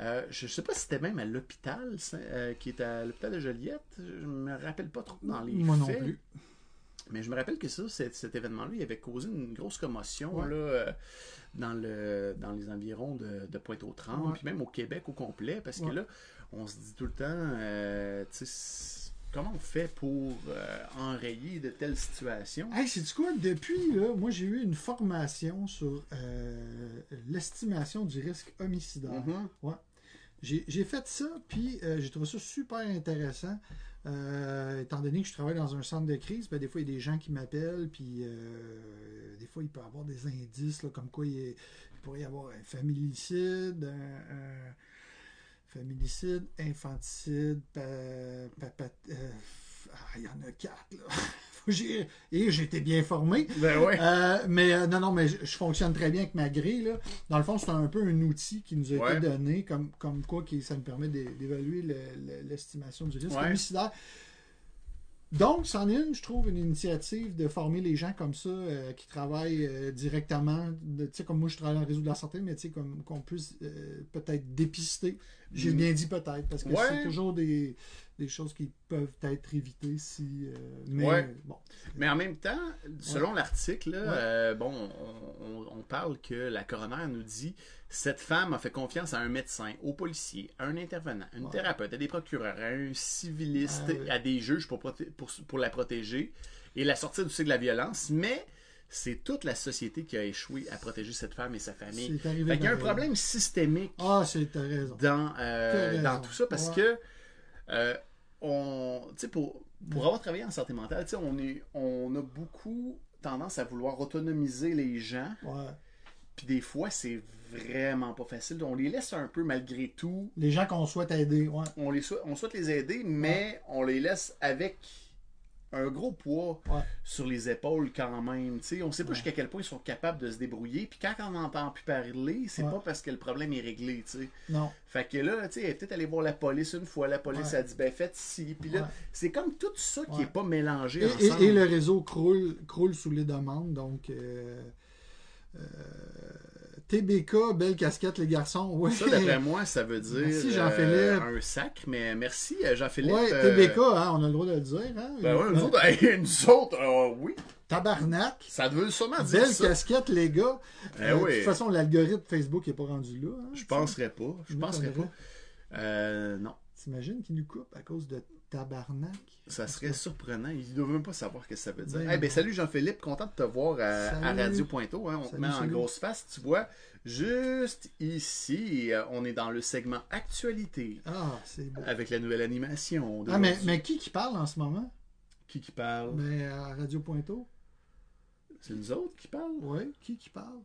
[SPEAKER 1] Euh, je sais pas si c'était même à l'hôpital, Saint- euh, qui est à l'hôpital de Joliette. Je me rappelle pas trop dans les
[SPEAKER 2] Moi non
[SPEAKER 1] faits.
[SPEAKER 2] plus.
[SPEAKER 1] Mais je me rappelle que ça, cet, cet événement-là, il avait causé une grosse commotion
[SPEAKER 2] Ouais.
[SPEAKER 1] là, euh, dans, le, dans les environs de, de Pointe-aux-Trembles,
[SPEAKER 2] Ouais.
[SPEAKER 1] puis même au Québec au complet, parce que
[SPEAKER 2] Ouais.
[SPEAKER 1] là, on se dit tout le temps, euh, tu sais, c- comment on fait pour euh, enrayer de telles situations?
[SPEAKER 2] Hey, c'est quoi? Depuis, là, moi, j'ai eu une formation sur euh, l'estimation du risque homicidaire.
[SPEAKER 1] Mhm.
[SPEAKER 2] J'ai j'ai fait ça, puis euh, j'ai trouvé ça super intéressant. Euh, étant donné que je travaille dans un centre de crise, ben, des fois, il y a des gens qui m'appellent, puis euh, des fois, il peut y avoir des indices, là, comme quoi il, est- il pourrait y avoir un familicide, un- un- Féminicide, infanticide, pa- pa- pa- euh, ah, il y en a quatre, là. Faut que j'y- Et j'étais bien formé.
[SPEAKER 1] Ben ouais.
[SPEAKER 2] Euh, mais euh, non, non, mais je, je fonctionne très bien avec ma grille. Là. Dans le fond, c'est un peu un outil qui nous a
[SPEAKER 1] Ouais.
[SPEAKER 2] été donné, comme, comme quoi qui, ça nous permet d'é- d'évaluer le- le- l'estimation du risque
[SPEAKER 1] Ouais.
[SPEAKER 2] homicidaire. Donc, c'en est une, je trouve, une initiative de former les gens comme ça euh, qui travaillent euh, directement. de- Tu sais, comme moi, je travaille dans le réseau de la santé, mais tu sais, comme qu'on puisse euh, peut-être dépister. J'ai
[SPEAKER 1] Mm.
[SPEAKER 2] bien dit peut-être, parce que
[SPEAKER 1] Ouais.
[SPEAKER 2] c'est toujours des, des choses qui peuvent être évitées si. euh, mais
[SPEAKER 1] Ouais.
[SPEAKER 2] bon.
[SPEAKER 1] Mais en même temps, selon l'article, là,
[SPEAKER 2] Ouais.
[SPEAKER 1] euh, bon, on, on- on parle que la coroner nous dit cette femme a fait confiance à un médecin, au policier, à un intervenant, à une
[SPEAKER 2] Ouais.
[SPEAKER 1] thérapeute, à des procureurs, à un civiliste,
[SPEAKER 2] Ah oui.
[SPEAKER 1] à des juges pour, proté- pour, pour la protéger et la sortir du cycle de la violence. Mais c'est toute la société qui a échoué à protéger cette femme et sa famille.
[SPEAKER 2] C'est arrivé.
[SPEAKER 1] Fait qu'il y a un
[SPEAKER 2] dans-
[SPEAKER 1] problème systémique
[SPEAKER 2] Ah, c'est t'as raison.
[SPEAKER 1] dans, euh,
[SPEAKER 2] T'as raison.
[SPEAKER 1] dans tout ça parce
[SPEAKER 2] Ouais.
[SPEAKER 1] que euh, on, tu sais, pour, pour avoir travaillé en santé mentale, tu sais, on, est, on a beaucoup tendance à vouloir autonomiser les gens.
[SPEAKER 2] Ouais.
[SPEAKER 1] Puis des fois, c'est vraiment pas facile. On les laisse un peu malgré tout.
[SPEAKER 2] Les gens qu'on souhaite aider, ouais.
[SPEAKER 1] On, les souhaite, on souhaite les aider, mais on les laisse avec un gros poids
[SPEAKER 2] Ouais.
[SPEAKER 1] sur les épaules quand même. tu sais on sait pas
[SPEAKER 2] Ouais.
[SPEAKER 1] jusqu'à quel point ils sont capables de se débrouiller. Puis quand on n'entend plus parler, c'est
[SPEAKER 2] Ouais.
[SPEAKER 1] pas parce que le problème est réglé. tu sais
[SPEAKER 2] Non.
[SPEAKER 1] fait que là, tu sais, elle est peut-être allée voir la police une fois, la police
[SPEAKER 2] Ouais.
[SPEAKER 1] a dit, ben faites ci, puis là,
[SPEAKER 2] Ouais.
[SPEAKER 1] c'est comme tout ça qui
[SPEAKER 2] Ouais.
[SPEAKER 1] est pas mélangé
[SPEAKER 2] Et, et-
[SPEAKER 1] ensemble.
[SPEAKER 2] et le réseau croule, croule sous les demandes, donc. euh, euh, TBK, belle casquette, les garçons. Ouais.
[SPEAKER 1] Ça, d'après moi, ça veut dire
[SPEAKER 2] Merci,
[SPEAKER 1] euh,
[SPEAKER 2] Jean-Philippe.
[SPEAKER 1] un sac, mais merci euh, Jean-Philippe.
[SPEAKER 2] Ouais,
[SPEAKER 1] euh,
[SPEAKER 2] TBK, hein, on a le droit de le dire. Hein?
[SPEAKER 1] Ben ouais, nous autres, hey, nous autres, euh, oui,
[SPEAKER 2] Tabarnak.
[SPEAKER 1] ça veut sûrement dire
[SPEAKER 2] Belle
[SPEAKER 1] ça.
[SPEAKER 2] casquette, les gars.
[SPEAKER 1] Ben
[SPEAKER 2] Euh, De
[SPEAKER 1] oui.
[SPEAKER 2] toute façon, l'algorithme Facebook n'est pas rendu là. hein,
[SPEAKER 1] Je
[SPEAKER 2] tu
[SPEAKER 1] penserais pas, je
[SPEAKER 2] Nous,
[SPEAKER 1] penserais
[SPEAKER 2] on
[SPEAKER 1] pas. Euh, non,
[SPEAKER 2] sais. T'imagines qu'ils nous coupent à cause de tabarnak?
[SPEAKER 1] ça serait surprenant. Ils doivent même pas savoir ce que ça veut dire. Eh
[SPEAKER 2] Ben
[SPEAKER 1] ben,
[SPEAKER 2] non.
[SPEAKER 1] salut Jean-Philippe, content de te voir euh, à, à
[SPEAKER 2] Salut.
[SPEAKER 1] Radio Pointeau. hein. On te
[SPEAKER 2] Salut,
[SPEAKER 1] met en
[SPEAKER 2] salut.
[SPEAKER 1] grosse face, tu vois. Juste ici, euh, on est dans le segment actualité.
[SPEAKER 2] Ah, c'est beau.
[SPEAKER 1] Avec la nouvelle animation.
[SPEAKER 2] Ah, mais,
[SPEAKER 1] d'aujourd'hui.
[SPEAKER 2] mais qui qui parle en ce moment?
[SPEAKER 1] Qui qui parle
[SPEAKER 2] Ben, à Radio Pointeau.
[SPEAKER 1] C'est nous autres qui parlent
[SPEAKER 2] Ouais, qui qui parle?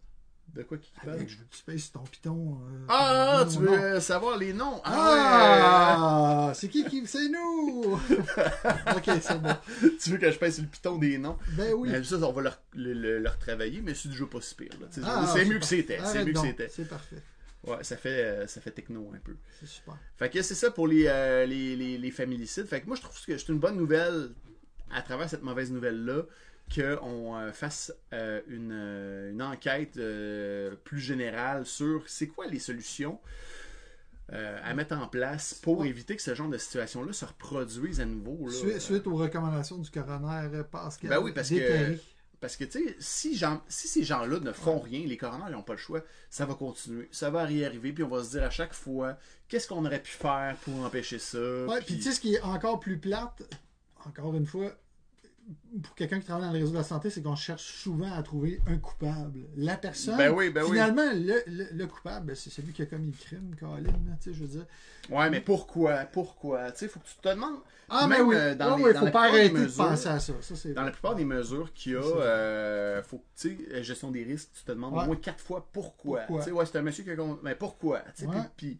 [SPEAKER 1] De quoi qui, qui parle
[SPEAKER 2] Ah, Avec, je veux que tu pèses ton piton. euh,
[SPEAKER 1] Bah, Ah,
[SPEAKER 2] non,
[SPEAKER 1] tu
[SPEAKER 2] non.
[SPEAKER 1] veux euh, savoir les noms Ah,
[SPEAKER 2] Ah! C'est qui qui. C'est nous! ok, c'est bon.
[SPEAKER 1] ouais! Tu veux que je passe le piton des noms
[SPEAKER 2] Ben oui.
[SPEAKER 1] Mais ça, on va leur, le, le- leur travailler, mais c'est déjà pas si pire. là. Tu sais,
[SPEAKER 2] Ah,
[SPEAKER 1] c'est
[SPEAKER 2] ah,
[SPEAKER 1] mieux que
[SPEAKER 2] par-
[SPEAKER 1] c'était. C'est
[SPEAKER 2] Arrête
[SPEAKER 1] mieux que
[SPEAKER 2] donc,
[SPEAKER 1] c'était.
[SPEAKER 2] C'est parfait.
[SPEAKER 1] Ouais, ça fait, euh, ça fait techno un peu.
[SPEAKER 2] C'est super.
[SPEAKER 1] Fait que c'est ça pour les, euh, les, les, les familicides. Fait que moi, je trouve que c'est une bonne nouvelle à travers cette mauvaise nouvelle-là qu'on euh, fasse euh, une, euh, une enquête euh, plus générale sur c'est quoi les solutions euh, à mettre en place pour
[SPEAKER 2] Ouais.
[SPEAKER 1] éviter que ce genre de situation-là se reproduise à nouveau. là.
[SPEAKER 2] Suite, suite aux recommandations du coroner euh, Pascal.
[SPEAKER 1] Ben oui, parce que-
[SPEAKER 2] Descaries.
[SPEAKER 1] Parce que, tu sais, si, gens- si ces gens-là ne font rien, les coroners n'ont pas le choix, ça va continuer, ça va y arriver, puis on va se dire à chaque fois, qu'est-ce qu'on aurait pu faire pour empêcher ça?
[SPEAKER 2] Ouais, puis tu sais, ce qui est encore plus plate, encore une fois, pour quelqu'un qui travaille dans le réseau de la santé, c'est qu'on cherche souvent à trouver un coupable. La personne.
[SPEAKER 1] Ben oui, ben oui.
[SPEAKER 2] Finalement, le, le- le coupable, ben, c'est celui qui a commis le crime, Colin, là, tu sais, je veux dire.
[SPEAKER 1] Ouais, mais pourquoi? Pourquoi? Tu sais, faut que tu te demandes.
[SPEAKER 2] Ah,
[SPEAKER 1] Même,
[SPEAKER 2] mais oui,
[SPEAKER 1] euh, dans
[SPEAKER 2] Ouais,
[SPEAKER 1] les-
[SPEAKER 2] ouais,
[SPEAKER 1] dans
[SPEAKER 2] faut
[SPEAKER 1] la
[SPEAKER 2] pas
[SPEAKER 1] plupart des
[SPEAKER 2] arrêter
[SPEAKER 1] mesures-
[SPEAKER 2] de penser à ça. ça c'est
[SPEAKER 1] Dans la plupart des mesures qu'il y a,
[SPEAKER 2] C'est ça.
[SPEAKER 1] euh, faut que, tu sais, gestion des risques, tu te demandes au
[SPEAKER 2] Ouais.
[SPEAKER 1] moins quatre fois pourquoi.
[SPEAKER 2] Pourquoi?
[SPEAKER 1] Tu sais, ouais, c'est un monsieur qui a. con- Mais pourquoi? Tu sais,
[SPEAKER 2] Ouais.
[SPEAKER 1] puis, puis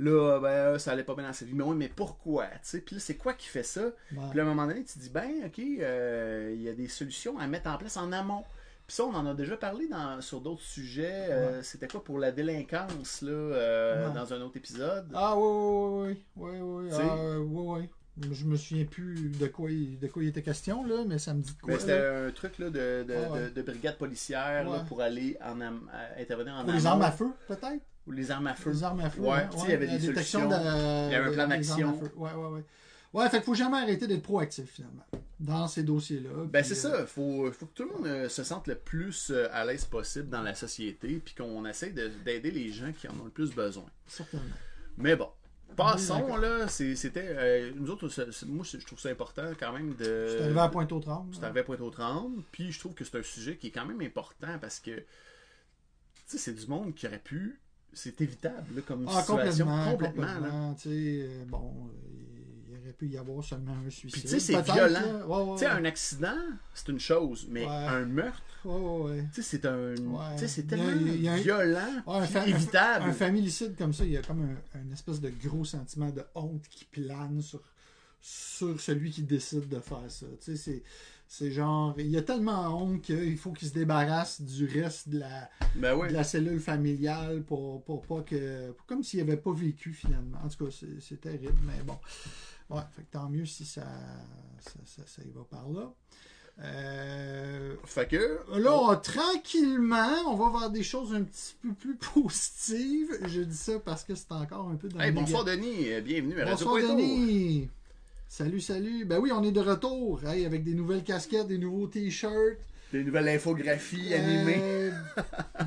[SPEAKER 1] là, ben, euh, ça allait pas bien dans sa vie. Mais oui, mais pourquoi? Tu sais, puis là, c'est quoi qui fait ça?
[SPEAKER 2] Ouais.
[SPEAKER 1] Puis là, à un moment donné, tu dis, ben, OK, euh, il y a des solutions à mettre en place en amont. Puis ça, on en a déjà parlé dans, sur d'autres sujets. euh, C'était quoi pour la délinquance, là, euh,
[SPEAKER 2] Ouais.
[SPEAKER 1] dans un autre épisode?
[SPEAKER 2] Ah oui, oui, oui, oui, oui,
[SPEAKER 1] Tu sais.
[SPEAKER 2] oui, oui. Je me souviens plus de quoi, il, de quoi il était question, là, mais ça me dit de quoi.
[SPEAKER 1] Mais c'était
[SPEAKER 2] là.
[SPEAKER 1] un truc là, de, de,
[SPEAKER 2] Ah ouais.
[SPEAKER 1] de- de brigade policière là,
[SPEAKER 2] Ouais.
[SPEAKER 1] pour aller en am- à- intervenir en
[SPEAKER 2] Ou les
[SPEAKER 1] amont.
[SPEAKER 2] armes à feu, peut-être?
[SPEAKER 1] Ou les armes à feu.
[SPEAKER 2] Les armes à feu.
[SPEAKER 1] Ouais,
[SPEAKER 2] hein,
[SPEAKER 1] tu sais, il y avait
[SPEAKER 2] la
[SPEAKER 1] des
[SPEAKER 2] détection
[SPEAKER 1] solutions.
[SPEAKER 2] de-
[SPEAKER 1] Il y avait un
[SPEAKER 2] de-
[SPEAKER 1] plan
[SPEAKER 2] des
[SPEAKER 1] d'action.
[SPEAKER 2] armes à feu. Ouais, ouais, ouais. Ouais, fait qu'il faut jamais arrêter d'être proactif, finalement, dans ces dossiers-là.
[SPEAKER 1] Ben
[SPEAKER 2] puis,
[SPEAKER 1] c'est
[SPEAKER 2] euh,
[SPEAKER 1] ça, faut, faut que tout le monde euh, se sente le plus euh, à l'aise possible dans la société, puis qu'on essaie de- d'aider les gens qui en ont le plus besoin.
[SPEAKER 2] Certainement.
[SPEAKER 1] Mais bon, passons
[SPEAKER 2] d'accord.
[SPEAKER 1] là, c'est- c'était, euh, nous autres, c'est- c'est- moi je trouve ça important quand même de...
[SPEAKER 2] Je suis arrivé à Pointe-aux-Trembles.
[SPEAKER 1] C'est arrivé à Pointe-aux-Trembles. Puis je trouve que c'est un sujet qui est quand même important parce que, tu sais, c'est du monde qui aurait pu. C'est évitable là, comme
[SPEAKER 2] Ah,
[SPEAKER 1] situation.
[SPEAKER 2] complètement.
[SPEAKER 1] Complètement, là.
[SPEAKER 2] Complètement. Tu sais, euh, bon, euh, il aurait aurait pu y avoir seulement un
[SPEAKER 1] Puis
[SPEAKER 2] suicide.
[SPEAKER 1] tu sais, c'est
[SPEAKER 2] Peut-être,
[SPEAKER 1] violent.
[SPEAKER 2] là. Ouais, ouais,
[SPEAKER 1] Tu sais,
[SPEAKER 2] ouais.
[SPEAKER 1] un accident, c'est une chose, mais
[SPEAKER 2] euh, Ouais.
[SPEAKER 1] un meurtre,
[SPEAKER 2] Ouais, ouais, ouais.
[SPEAKER 1] tu sais, c'est un.
[SPEAKER 2] Ouais.
[SPEAKER 1] Tu sais, c'est
[SPEAKER 2] Il y a-
[SPEAKER 1] tellement
[SPEAKER 2] il y a un-
[SPEAKER 1] violent,
[SPEAKER 2] Ouais, un,
[SPEAKER 1] puis
[SPEAKER 2] fa- un-
[SPEAKER 1] évitable.
[SPEAKER 2] un familicide comme ça, il y a comme un, un espèce de gros sentiment de honte qui plane sur, sur celui qui décide de faire ça. Tu sais, c'est- c'est genre, il y a tellement honte qu'il faut qu'il se débarrasse du reste de la,
[SPEAKER 1] Ben oui.
[SPEAKER 2] de la cellule familiale pour, pour pas que. pour- comme s'il n'avait pas vécu finalement. En tout cas, c'est c'est terrible, mais bon. Ouais, fait que tant mieux si ça, ça, ça- ça y va par là. Euh,
[SPEAKER 1] Fait que.
[SPEAKER 2] Là, on- tranquillement, on va voir des choses un petit peu plus positives. Je dis ça parce que c'est encore un peu dans
[SPEAKER 1] Hey,
[SPEAKER 2] le
[SPEAKER 1] bonsoir Denis, Euh, bienvenue à Radio
[SPEAKER 2] Bonsoir,
[SPEAKER 1] Poitou.
[SPEAKER 2] Denis. Salut, salut. Ben oui, on est de retour hey, avec des nouvelles casquettes, des nouveaux t-shirts,
[SPEAKER 1] Des nouvelles infographies animées.
[SPEAKER 2] euh,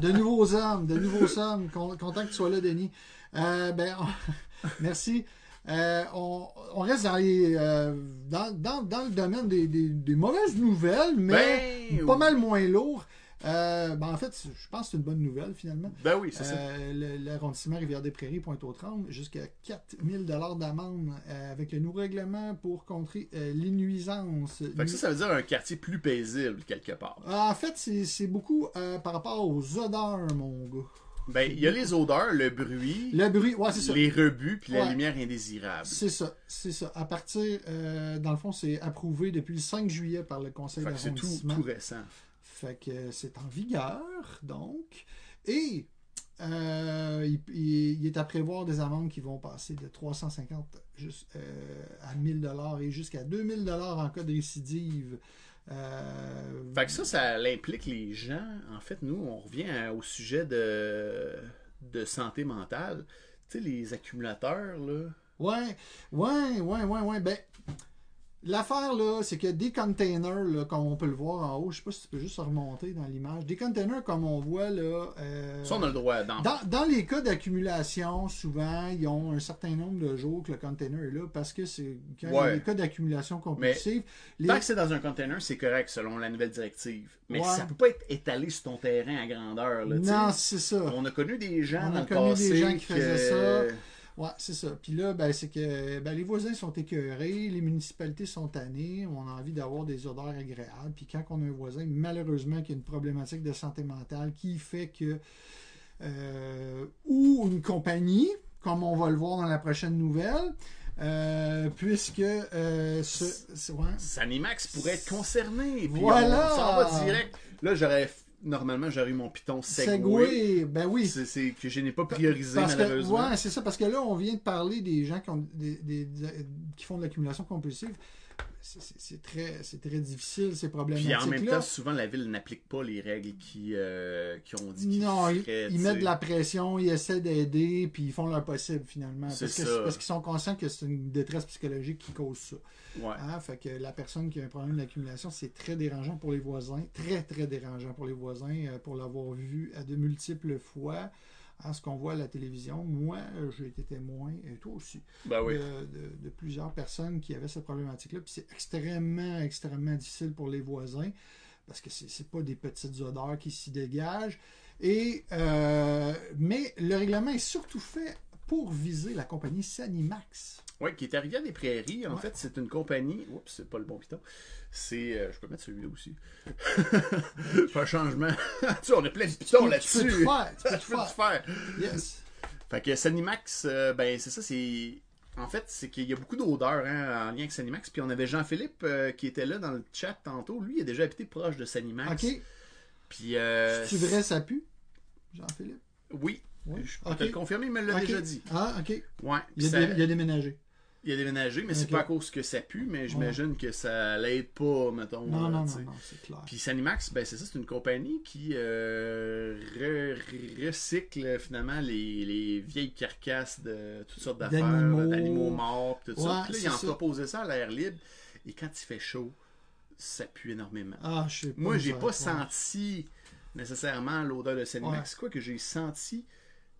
[SPEAKER 2] de nouveaux hommes, de nouveaux hommes. Con- Content que tu sois là, Denis. Euh, ben, on- merci. Euh, on, on reste dans, les, euh, dans, dans- dans le domaine des, des- des mauvaises nouvelles, mais
[SPEAKER 1] Ben,
[SPEAKER 2] pas
[SPEAKER 1] oui.
[SPEAKER 2] mal moins lourd. Euh, ben, en fait, c'est- je pense que c'est une bonne nouvelle finalement.
[SPEAKER 1] Ben oui, c'est ça.
[SPEAKER 2] Euh, le- L'arrondissement Rivière-des-Prairies pointe aux trembles jusqu'à 4000 dollars d'amende euh, avec le nouveau règlement pour contrer euh, les nuisances.
[SPEAKER 1] Fait que ça, ça veut dire un quartier plus paisible, quelque part.
[SPEAKER 2] Ah, En fait, c'est c'est beaucoup euh, par rapport aux odeurs, mon gars.
[SPEAKER 1] Ben, il y a les odeurs, le bruit,
[SPEAKER 2] Le bruit, ouais, c'est ça.
[SPEAKER 1] les rebuts, puis la
[SPEAKER 2] Ouais.
[SPEAKER 1] lumière indésirable.
[SPEAKER 2] C'est ça, c'est ça. À partir, euh, dans le fond, c'est approuvé depuis le 5 juillet par le conseil
[SPEAKER 1] Fait que c'est tout,
[SPEAKER 2] d'arrondissement.
[SPEAKER 1] tout récent.
[SPEAKER 2] Fait que euh, c'est en vigueur, donc. Et euh, il, il- il est à prévoir des amendes qui vont passer de 350 jus- euh, à 1000 dollars et jusqu'à 2000 dollars en cas de récidive. Euh,
[SPEAKER 1] Fait que ça, ça l'implique les gens. En fait, nous, on revient à- au sujet de, de santé mentale. Tu sais, les accumulateurs, là.
[SPEAKER 2] Ouais, ouais, ouais, ouais, ouais. Ben, l'affaire, là, c'est que des containers, là, comme on peut le voir en haut, je sais pas si tu peux juste remonter dans l'image, des containers comme on voit, là. euh,
[SPEAKER 1] Ça, on a le droit d'en
[SPEAKER 2] dans, dans les cas d'accumulation, souvent, ils ont un certain nombre de jours que le container est là parce que c'est quand il y a
[SPEAKER 1] Ouais.
[SPEAKER 2] des cas d'accumulation compulsive. les-
[SPEAKER 1] Tant que c'est dans un container, c'est correct selon la nouvelle directive. Mais
[SPEAKER 2] Ouais.
[SPEAKER 1] ça peut pas être étalé sur ton terrain à grandeur. Là, tu sais.
[SPEAKER 2] Non, c'est ça.
[SPEAKER 1] On a connu des gens
[SPEAKER 2] On a
[SPEAKER 1] dans le
[SPEAKER 2] connu des
[SPEAKER 1] passé
[SPEAKER 2] gens qui
[SPEAKER 1] que-
[SPEAKER 2] faisaient ça. Ouais, c'est ça. Puis là, ben, c'est que ben, les voisins sont écœurés, les municipalités sont tannées, on a envie d'avoir des odeurs agréables. Puis quand on a un voisin, malheureusement, qui a une problématique de santé mentale qui fait que. euh, ou une compagnie, comme on va le voir dans la prochaine nouvelle, euh, puisque. euh, ce, ce- ouais.
[SPEAKER 1] Sanimax pourrait être concerné. Puis
[SPEAKER 2] Voilà.
[SPEAKER 1] on s'en va direct. Là, j'aurais normalement j'aurais eu mon piton Segway.
[SPEAKER 2] Segway, ben oui.
[SPEAKER 1] C'est c'est que je n'ai pas priorisé
[SPEAKER 2] Parce que-
[SPEAKER 1] malheureusement.
[SPEAKER 2] ouais, c'est ça, parce que là, on vient de parler des gens qui, ont des- des- des- qui font de l'accumulation compulsive. C'est- C'est c'est très, c'est très difficile, ces
[SPEAKER 1] Puis en même
[SPEAKER 2] problématiques-là.
[SPEAKER 1] temps, souvent la ville n'applique pas les règles qui, euh, qui ont dit qu'ils
[SPEAKER 2] Non, ils,
[SPEAKER 1] feraient,
[SPEAKER 2] ils
[SPEAKER 1] tu
[SPEAKER 2] mettent
[SPEAKER 1] sais.
[SPEAKER 2] de la pression, ils essaient d'aider, puis ils font leur possible, finalement.
[SPEAKER 1] C'est
[SPEAKER 2] Parce que-
[SPEAKER 1] ça.
[SPEAKER 2] parce qu'ils sont conscients que c'est une détresse psychologique qui cause ça.
[SPEAKER 1] Ouais.
[SPEAKER 2] Hein, fait que la personne qui a un problème d'accumulation, c'est très dérangeant pour les voisins, très très dérangeant pour les voisins, euh, pour l'avoir vu à de multiples fois, à ce qu'on voit à la télévision. Moi, euh, j'ai été témoin, et toi aussi,
[SPEAKER 1] Ben oui.
[SPEAKER 2] de, de- de plusieurs personnes qui avaient cette problématique-là. Puis c'est extrêmement, extrêmement difficile pour les voisins parce que c'est c'est pas des petites odeurs qui s'y dégagent. Et, euh, mais le règlement est surtout fait pour viser la compagnie Sanimax.
[SPEAKER 1] Ouais, qui est arrivé à des prairies. En
[SPEAKER 2] Ouais.
[SPEAKER 1] fait, c'est une compagnie. Oups, c'est pas le bon piton. C'est. euh, je peux mettre celui-là aussi. Pas un changement. tu sais, on a plein de pitons là-dessus.
[SPEAKER 2] Tu peux tout faire, tu peux tout
[SPEAKER 1] Tu peux tout
[SPEAKER 2] faire.
[SPEAKER 1] faire.
[SPEAKER 2] Yes.
[SPEAKER 1] Fait que Sanimax, euh, ben c'est ça, c'est. En fait, c'est qu'il y a beaucoup d'odeurs hein, en lien avec Sanimax. Puis on avait Jean-Philippe euh, qui était là dans le chat tantôt. Lui, il a déjà habité proche de Sanimax.
[SPEAKER 2] OK.
[SPEAKER 1] Puis. euh,
[SPEAKER 2] tu vrai, ça pue, Jean-Philippe?
[SPEAKER 1] Oui.
[SPEAKER 2] Oui.
[SPEAKER 1] Je peux
[SPEAKER 2] Ok.
[SPEAKER 1] te le confirmer, il me l'a
[SPEAKER 2] Ok.
[SPEAKER 1] déjà dit.
[SPEAKER 2] Ah, OK.
[SPEAKER 1] Ouais.
[SPEAKER 2] Il a,
[SPEAKER 1] Ça-
[SPEAKER 2] dé- il a déménagé.
[SPEAKER 1] déménagé, mais c'est
[SPEAKER 2] Ok.
[SPEAKER 1] pas à cause que ça pue, mais j'imagine que ça l'aide pas, mettons.
[SPEAKER 2] Non,
[SPEAKER 1] euh,
[SPEAKER 2] non,
[SPEAKER 1] tu
[SPEAKER 2] non,
[SPEAKER 1] sais.
[SPEAKER 2] non, c'est clair.
[SPEAKER 1] Puis Sanimax, ben c'est ça, c'est une compagnie qui euh, re- recycle finalement les, les vieilles carcasses de toutes sortes d'affaires,
[SPEAKER 2] D'animaux.
[SPEAKER 1] d'animaux morts, pis tout
[SPEAKER 2] Ouais,
[SPEAKER 1] ça. Puis là,
[SPEAKER 2] c'est
[SPEAKER 1] ils en
[SPEAKER 2] ça.
[SPEAKER 1] proposaient ça à l'air libre. Et quand il fait chaud, ça pue énormément.
[SPEAKER 2] Ah, je sais pas.
[SPEAKER 1] Moi, j'ai
[SPEAKER 2] ça-
[SPEAKER 1] pas
[SPEAKER 2] ouais.
[SPEAKER 1] senti nécessairement l'odeur de Sanimax. Quoi que j'ai senti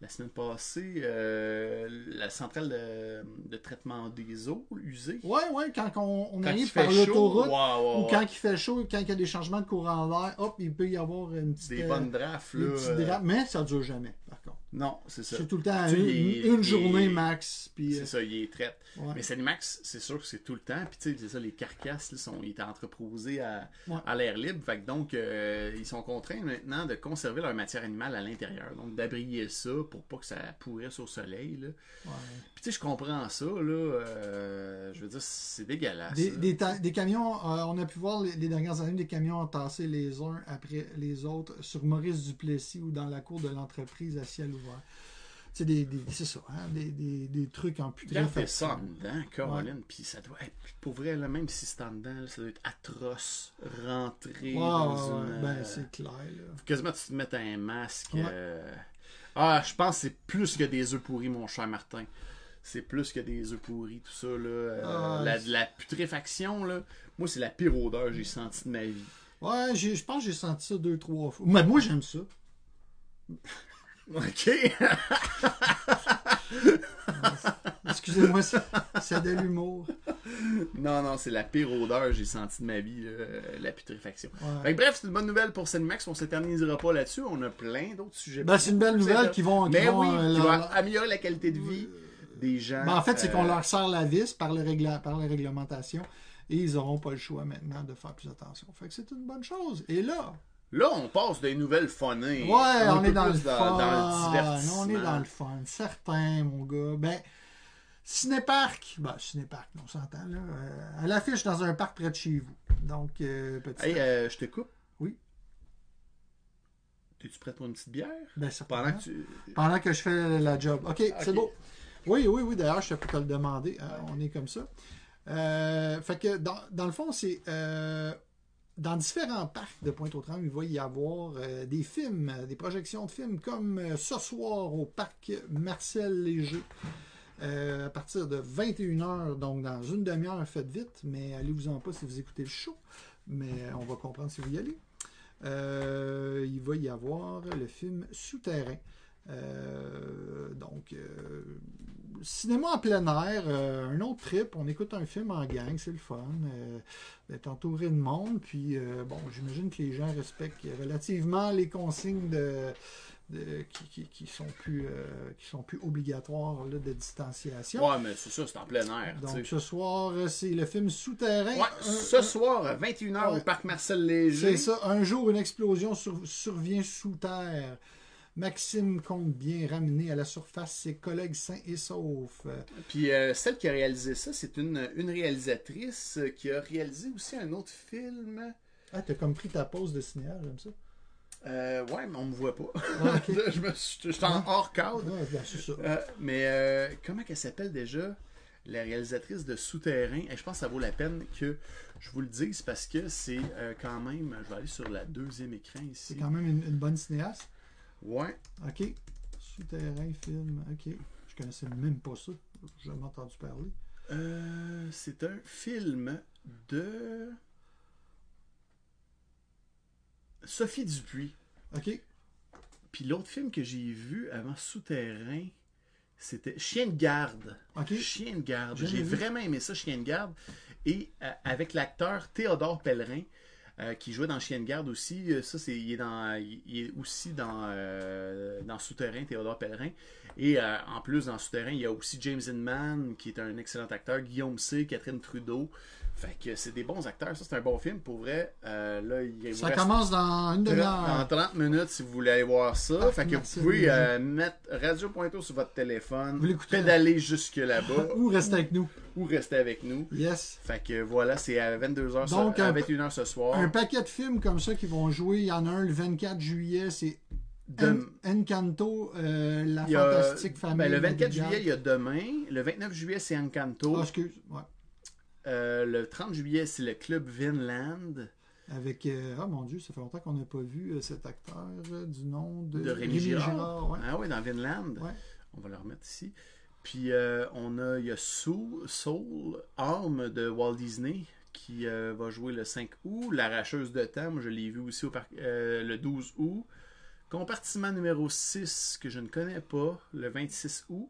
[SPEAKER 1] la semaine passée, euh, la centrale de, de traitement des eaux usée.
[SPEAKER 2] Ouais, ouais, quand on, on
[SPEAKER 1] Quand il
[SPEAKER 2] arrive
[SPEAKER 1] fait
[SPEAKER 2] par
[SPEAKER 1] chaud,
[SPEAKER 2] l'autoroute,
[SPEAKER 1] wow, wow,
[SPEAKER 2] ou
[SPEAKER 1] wow.
[SPEAKER 2] quand il fait chaud, quand il y a des changements de courant d'air, hop, il peut y avoir une petite...
[SPEAKER 1] des
[SPEAKER 2] euh,
[SPEAKER 1] bonnes drafts,
[SPEAKER 2] des
[SPEAKER 1] là.
[SPEAKER 2] petites
[SPEAKER 1] euh,
[SPEAKER 2] dérapes. Mais ça dure jamais, par contre.
[SPEAKER 1] Non, c'est ça.
[SPEAKER 2] C'est tout le temps
[SPEAKER 1] Tu sais,
[SPEAKER 2] une,
[SPEAKER 1] il est-
[SPEAKER 2] une
[SPEAKER 1] il
[SPEAKER 2] journée
[SPEAKER 1] est-
[SPEAKER 2] max. Puis,
[SPEAKER 1] C'est ça, il est traite.
[SPEAKER 2] euh, Ouais.
[SPEAKER 1] Mais Cinemax, c'est sûr que c'est tout le temps. Puis tu sais, c'est ça, les carcasses là, sont, ils étaient entreposés à,
[SPEAKER 2] Ouais.
[SPEAKER 1] à l'air libre. Fait que donc, euh, ils sont contraints maintenant de conserver leur matière animale à l'intérieur. Donc, d'abrier ça pour pas que ça pourrisse au soleil. là.
[SPEAKER 2] euh, ouais.
[SPEAKER 1] Puis tu sais, je comprends ça. là. euh, je veux dire, c'est dégueulasse.
[SPEAKER 2] Des,
[SPEAKER 1] là.
[SPEAKER 2] des ta- des camions, euh, on a pu voir les, les dernières années des camions entassés les uns après les autres sur Maurice Duplessis ou dans la cour de l'entreprise à ciel ouvert. C'est des, des- c'est ça, hein, des, des- des trucs en
[SPEAKER 1] Gardez
[SPEAKER 2] putréfaction.
[SPEAKER 1] ça en dedans, Caroline, puis ça doit être, pour vrai, là, même si c'est en dedans, là, ça doit être atroce, rentrer
[SPEAKER 2] Ouais,
[SPEAKER 1] dans
[SPEAKER 2] ouais,
[SPEAKER 1] une...
[SPEAKER 2] ouais, ben,
[SPEAKER 1] euh,
[SPEAKER 2] c'est clair. là.
[SPEAKER 1] quasiment tu te mets un masque.
[SPEAKER 2] Ouais.
[SPEAKER 1] euh, Ah, je pense que c'est plus que des œufs pourris, mon cher Martin. C'est plus que des œufs pourris, tout ça. Là. Euh,
[SPEAKER 2] Ah,
[SPEAKER 1] la,
[SPEAKER 2] c'est-
[SPEAKER 1] la putréfaction, là. moi, c'est la pire odeur que j'ai sentie de ma vie.
[SPEAKER 2] Ouais, j'ai- je pense que j'ai senti ça deux, trois fois. Mais moi, j'aime ça.
[SPEAKER 1] OK.
[SPEAKER 2] Excusez-moi, c'est c'est de l'humour.
[SPEAKER 1] non, non, c'est la pire odeur que j'ai sentie de ma vie, là, euh, la putréfaction.
[SPEAKER 2] Ouais.
[SPEAKER 1] Fait que bref, c'est une bonne nouvelle pour Cinemax. On s'éternisera pas là-dessus. On a plein d'autres sujets.
[SPEAKER 2] Ben, c'est une belle nouvelle qui vont. qui
[SPEAKER 1] Mais
[SPEAKER 2] vont,
[SPEAKER 1] ben oui,
[SPEAKER 2] euh,
[SPEAKER 1] qui
[SPEAKER 2] leur-
[SPEAKER 1] va améliorer la qualité de vie des gens.
[SPEAKER 2] Ben, en fait, c'est qu'on
[SPEAKER 1] euh,
[SPEAKER 2] leur serre la vis par, le régla- par la réglementation et ils n'auront pas le choix maintenant de faire plus attention. Fait que c'est une bonne chose. Et là,
[SPEAKER 1] Là, on passe des nouvelles funnées.
[SPEAKER 2] ouais, on, est
[SPEAKER 1] peu
[SPEAKER 2] dans le
[SPEAKER 1] plus dans
[SPEAKER 2] fun.
[SPEAKER 1] le divertissement.
[SPEAKER 2] on est dans le fun, certain, mon gars. Ben, Cinéparc, ben, Cinéparc, on s'entend, là. euh, elle affiche dans un parc près de chez vous. Donc, euh, petit.
[SPEAKER 1] Hey, euh, je te coupe.
[SPEAKER 2] Oui.
[SPEAKER 1] T'es-tu prêt pour une petite bière?
[SPEAKER 2] ben, ça
[SPEAKER 1] Pendant
[SPEAKER 2] prend-
[SPEAKER 1] que tu...
[SPEAKER 2] pendant que je fais la job. OK, c'est
[SPEAKER 1] Ok.
[SPEAKER 2] beau. Oui, oui, oui. D'ailleurs, je peux te le demander. hein, on est comme ça. Euh, fait que dans, dans le fond, c'est euh, dans différents parcs de Pointe-aux-Trembles, il va y avoir euh, des films, euh, des projections de films, comme euh, ce soir au parc Marcel Léger. Euh, à partir de 21h, donc dans une demi-heure, faites vite, mais allez-vous-en pas si vous écoutez le show, mais euh, on va comprendre si vous y allez. Euh, il va y avoir le film Souterrain. Euh, donc, euh, cinéma en plein air, euh, un autre trip, on écoute un film en gang, c'est le fun, euh, d'être entouré de monde, puis euh, bon, j'imagine que les gens respectent relativement les consignes de, de- qui, qui- qui sont plus, euh, qui sont plus obligatoires là, de distanciation.
[SPEAKER 1] Ouais, mais c'est ça, c'est en plein air. tu sais.
[SPEAKER 2] Donc ce soir, euh, c'est le film Souterrain.
[SPEAKER 1] Ouais,
[SPEAKER 2] Un-
[SPEAKER 1] ce soir, à 21h,
[SPEAKER 2] Ouais.
[SPEAKER 1] au Parc Marcel
[SPEAKER 2] c'est
[SPEAKER 1] Léger.
[SPEAKER 2] ça. Un jour, une explosion sur- survient sous terre. Maxime compte bien ramener à la surface ses collègues sains et saufs. Euh,
[SPEAKER 1] Puis euh, celle qui a réalisé ça, c'est une, une réalisatrice euh, qui a réalisé aussi un autre film.
[SPEAKER 2] Ah, t'as comme pris ta pause de cinéaste, j'aime ça.
[SPEAKER 1] Euh, ouais, mais on me voit pas.
[SPEAKER 2] Ah, ok. Ah.
[SPEAKER 1] Là, je me suis, j'étais en hors cadre.
[SPEAKER 2] Ouais, ben, c'est ça.
[SPEAKER 1] Euh, mais euh, comment qu'elle s'appelle déjà la réalisatrice de Souterrain Et je pense que ça vaut la peine que je vous le dise parce que c'est euh, quand même. Je vais aller sur la deuxième écran
[SPEAKER 2] C'est
[SPEAKER 1] ici.
[SPEAKER 2] quand même une, une bonne cinéaste.
[SPEAKER 1] Ouais.
[SPEAKER 2] OK. Souterrain, film. OK. Je connaissais même pas ça. J'ai jamais entendu parler.
[SPEAKER 1] Euh, c'est un film de Sophie Dupuis.
[SPEAKER 2] OK.
[SPEAKER 1] Puis l'autre film que j'ai vu avant Souterrain, c'était Chien de garde.
[SPEAKER 2] OK.
[SPEAKER 1] Chien de garde.
[SPEAKER 2] Jamais
[SPEAKER 1] J'ai
[SPEAKER 2] vu.
[SPEAKER 1] vraiment aimé ça, Chien de garde. Et euh, avec l'acteur Théodore Pellerin, euh, qui jouait dans Chien de garde aussi. Euh, ça, c'est, il, est dans, il est aussi dans, euh, dans Souterrain, Théodore Pellerin. Et euh, en plus, dans Souterrain, il y a aussi James Inman, qui est un excellent acteur, Guillaume C, Catherine Trudeau. Fait que c'est des bons acteurs. Ça, c'est un bon film. Pour vrai, Euh, là, il vous
[SPEAKER 2] Ça
[SPEAKER 1] reste
[SPEAKER 2] commence dans une
[SPEAKER 1] dans
[SPEAKER 2] demi-heure.
[SPEAKER 1] 30 minutes si vous voulez aller voir ça.
[SPEAKER 2] Ah,
[SPEAKER 1] fait que
[SPEAKER 2] merci,
[SPEAKER 1] vous pouvez
[SPEAKER 2] Olivier.
[SPEAKER 1] euh, mettre Radio Pointo sur votre téléphone,
[SPEAKER 2] Vous l'écouterez.
[SPEAKER 1] pédaler jusque là-bas
[SPEAKER 2] Ou reste avec nous.
[SPEAKER 1] ou rester avec nous.
[SPEAKER 2] Yes.
[SPEAKER 1] Fait que voilà, c'est à 22h
[SPEAKER 2] Donc,
[SPEAKER 1] ce, à
[SPEAKER 2] un-
[SPEAKER 1] 21h ce soir.
[SPEAKER 2] Un paquet de films comme ça qui vont jouer. Il y en a un le 24 juillet, c'est
[SPEAKER 1] Dem-
[SPEAKER 2] En- Encanto, euh, la
[SPEAKER 1] il y a-
[SPEAKER 2] fantastique famille.
[SPEAKER 1] ben, le 24
[SPEAKER 2] Madrigal.
[SPEAKER 1] juillet, il y a demain. Le 29 juillet, c'est Encanto.
[SPEAKER 2] Ah, excuse, ouais.
[SPEAKER 1] Euh, le 30 juillet, c'est le Club Vinland
[SPEAKER 2] Avec, euh, ah mon Dieu, ça fait longtemps qu'on n'a pas vu euh, cet acteur euh, du nom de,
[SPEAKER 1] de Rémi Girard.
[SPEAKER 2] ouais. Eh,
[SPEAKER 1] Ah oui, dans Vinland.
[SPEAKER 2] Ouais.
[SPEAKER 1] On va le remettre ici. Puis euh, on a, il y a Soul, Soul, Arm de Walt Disney qui euh, va jouer le 5 août. L'arracheuse de temps, moi, je l'ai vu aussi au parc- euh, le 12 août. Compartiment numéro 6 que je ne connais pas, le 26 août.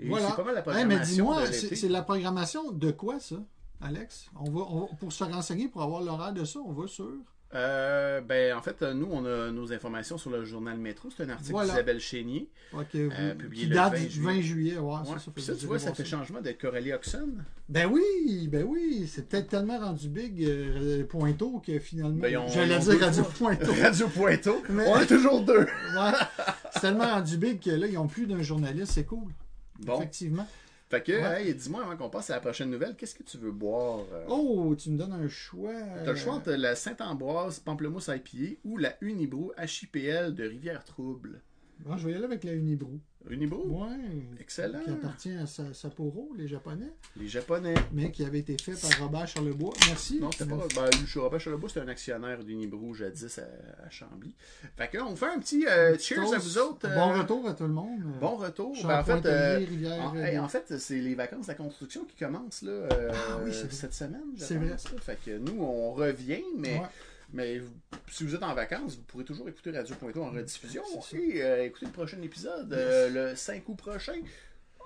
[SPEAKER 1] Et
[SPEAKER 2] Voilà.
[SPEAKER 1] c'est pas mal la
[SPEAKER 2] Eh, mais
[SPEAKER 1] programmation
[SPEAKER 2] dis-moi,
[SPEAKER 1] de
[SPEAKER 2] c'est
[SPEAKER 1] l'été.
[SPEAKER 2] c'est la programmation de quoi ça, Alex on va, on va- Pour se renseigner, pour avoir l'horaire de ça, on va sur.
[SPEAKER 1] Euh, ben, en fait, nous, on a nos informations sur le journal Métro. C'est un article
[SPEAKER 2] Voilà.
[SPEAKER 1] d'Isabelle Chénier.
[SPEAKER 2] Ok,
[SPEAKER 1] Euh,
[SPEAKER 2] vous-
[SPEAKER 1] publié
[SPEAKER 2] qui
[SPEAKER 1] le
[SPEAKER 2] date
[SPEAKER 1] 20
[SPEAKER 2] du 20 juillet. Ouais,
[SPEAKER 1] Ouais.
[SPEAKER 2] Ça, Ah, ça, fait
[SPEAKER 1] Puis ça, tu
[SPEAKER 2] plaisir
[SPEAKER 1] vois,
[SPEAKER 2] de
[SPEAKER 1] ça
[SPEAKER 2] voir
[SPEAKER 1] fait changement de Coralie Oxon.
[SPEAKER 2] Ben oui, ben oui, c'est peut-être tellement rendu big euh, Pointeau que finalement,
[SPEAKER 1] Ben, ils ont- ils
[SPEAKER 2] j'allais
[SPEAKER 1] ont
[SPEAKER 2] dire
[SPEAKER 1] deux
[SPEAKER 2] Radio
[SPEAKER 1] fois.
[SPEAKER 2] Pointeau.
[SPEAKER 1] Radio Pointeau.
[SPEAKER 2] Mais-
[SPEAKER 1] On est toujours deux.
[SPEAKER 2] Ouais. c'est tellement rendu big que là, ils ont plus d'un journaliste, c'est cool.
[SPEAKER 1] Bon.
[SPEAKER 2] Effectivement.
[SPEAKER 1] Fait que,
[SPEAKER 2] Ouais.
[SPEAKER 1] hey, dis-moi avant qu'on passe à la prochaine nouvelle, qu'est-ce que tu veux boire? euh?
[SPEAKER 2] Oh, euh, tu me donnes un choix.
[SPEAKER 1] T'as le choix entre la Saint-Ambroise Pamplemousse IPA ou la Unibrou HIPL de Rivière-Trouble.
[SPEAKER 2] Bon, Ah, je vais y aller avec la Unibro.
[SPEAKER 1] Unibrou?
[SPEAKER 2] Ouais.
[SPEAKER 1] Excellent.
[SPEAKER 2] Qui appartient à Sa- Sapporo, les Japonais,
[SPEAKER 1] Les Japonais.
[SPEAKER 2] mais qui avait été fait par Robert Charlebois. Merci.
[SPEAKER 1] Non, c'était pas. Ben, je Robert Charlebois, c'était un actionnaire d'Unibrou jadis à, à Chambly. Fait que, on fait un petit euh, cheers à vous autres. euh,
[SPEAKER 2] Bon retour à tout le monde.
[SPEAKER 1] Bon retour. Ben, en
[SPEAKER 2] Shampoing,
[SPEAKER 1] fait, euh,
[SPEAKER 2] Olivier, Rivière,
[SPEAKER 1] en,
[SPEAKER 2] euh,
[SPEAKER 1] hey, en fait, c'est les vacances de la construction qui commencent là, euh,
[SPEAKER 2] Ah oui, c'est vrai.
[SPEAKER 1] cette semaine. je
[SPEAKER 2] C'est
[SPEAKER 1] pense,
[SPEAKER 2] vrai.
[SPEAKER 1] là. Fait que nous, on revient, mais,
[SPEAKER 2] Ouais.
[SPEAKER 1] mais vous- si vous êtes en vacances, vous pourrez toujours écouter Radio Pointo en rediffusion
[SPEAKER 2] Mm, C'est ça.
[SPEAKER 1] et euh, écouter le prochain épisode euh, le 5 août prochain.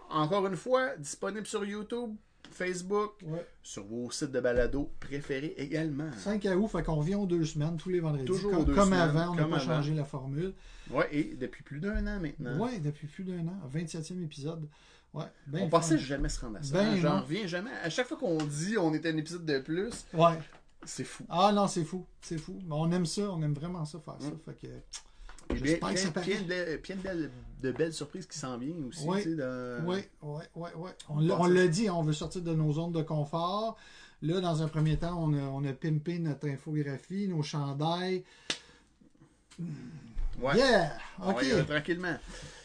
[SPEAKER 1] Encore une fois, disponible sur YouTube, Facebook,
[SPEAKER 2] Ouais.
[SPEAKER 1] sur vos sites de balado préférés également.
[SPEAKER 2] 5 à août, fait qu'on revient aux deux semaines, tous les vendredis.
[SPEAKER 1] Toujours
[SPEAKER 2] comme
[SPEAKER 1] aux deux
[SPEAKER 2] comme
[SPEAKER 1] semaines,
[SPEAKER 2] avant, on n'a
[SPEAKER 1] comme
[SPEAKER 2] pas
[SPEAKER 1] avant.
[SPEAKER 2] changé la formule.
[SPEAKER 1] Ouais, et depuis plus d'un an maintenant.
[SPEAKER 2] Ouais, depuis plus d'un an, 27e épisode. Ouais, ben
[SPEAKER 1] On
[SPEAKER 2] le
[SPEAKER 1] pensait
[SPEAKER 2] fun.
[SPEAKER 1] jamais se rendre à ça.
[SPEAKER 2] Ben
[SPEAKER 1] hein, J'en
[SPEAKER 2] non.
[SPEAKER 1] reviens jamais. À chaque fois qu'on dit on est un épisode de plus,
[SPEAKER 2] Ouais.
[SPEAKER 1] C'est fou.
[SPEAKER 2] Ah non, c'est fou, c'est fou. Mais on aime ça, on aime vraiment ça faire ça.
[SPEAKER 1] Mm.
[SPEAKER 2] Fait que euh,
[SPEAKER 1] Et bien,
[SPEAKER 2] J'espère
[SPEAKER 1] bien,
[SPEAKER 2] que c'est pareil.
[SPEAKER 1] bien de, bien de belles, de belles surprises qui s'en viennent aussi.
[SPEAKER 2] Oui.
[SPEAKER 1] tu sais, dans-
[SPEAKER 2] Ouais, ouais, ouais, ouais.
[SPEAKER 1] Euh,
[SPEAKER 2] On
[SPEAKER 1] On
[SPEAKER 2] l'a-
[SPEAKER 1] pense
[SPEAKER 2] on
[SPEAKER 1] à
[SPEAKER 2] l'a dit, hein, on veut sortir de nos zones de confort. Là, dans un premier temps, on a, on a pimpé notre infographie, nos chandails.
[SPEAKER 1] Ouais.
[SPEAKER 2] Yeah!
[SPEAKER 1] On
[SPEAKER 2] OK.
[SPEAKER 1] va y aller tranquillement.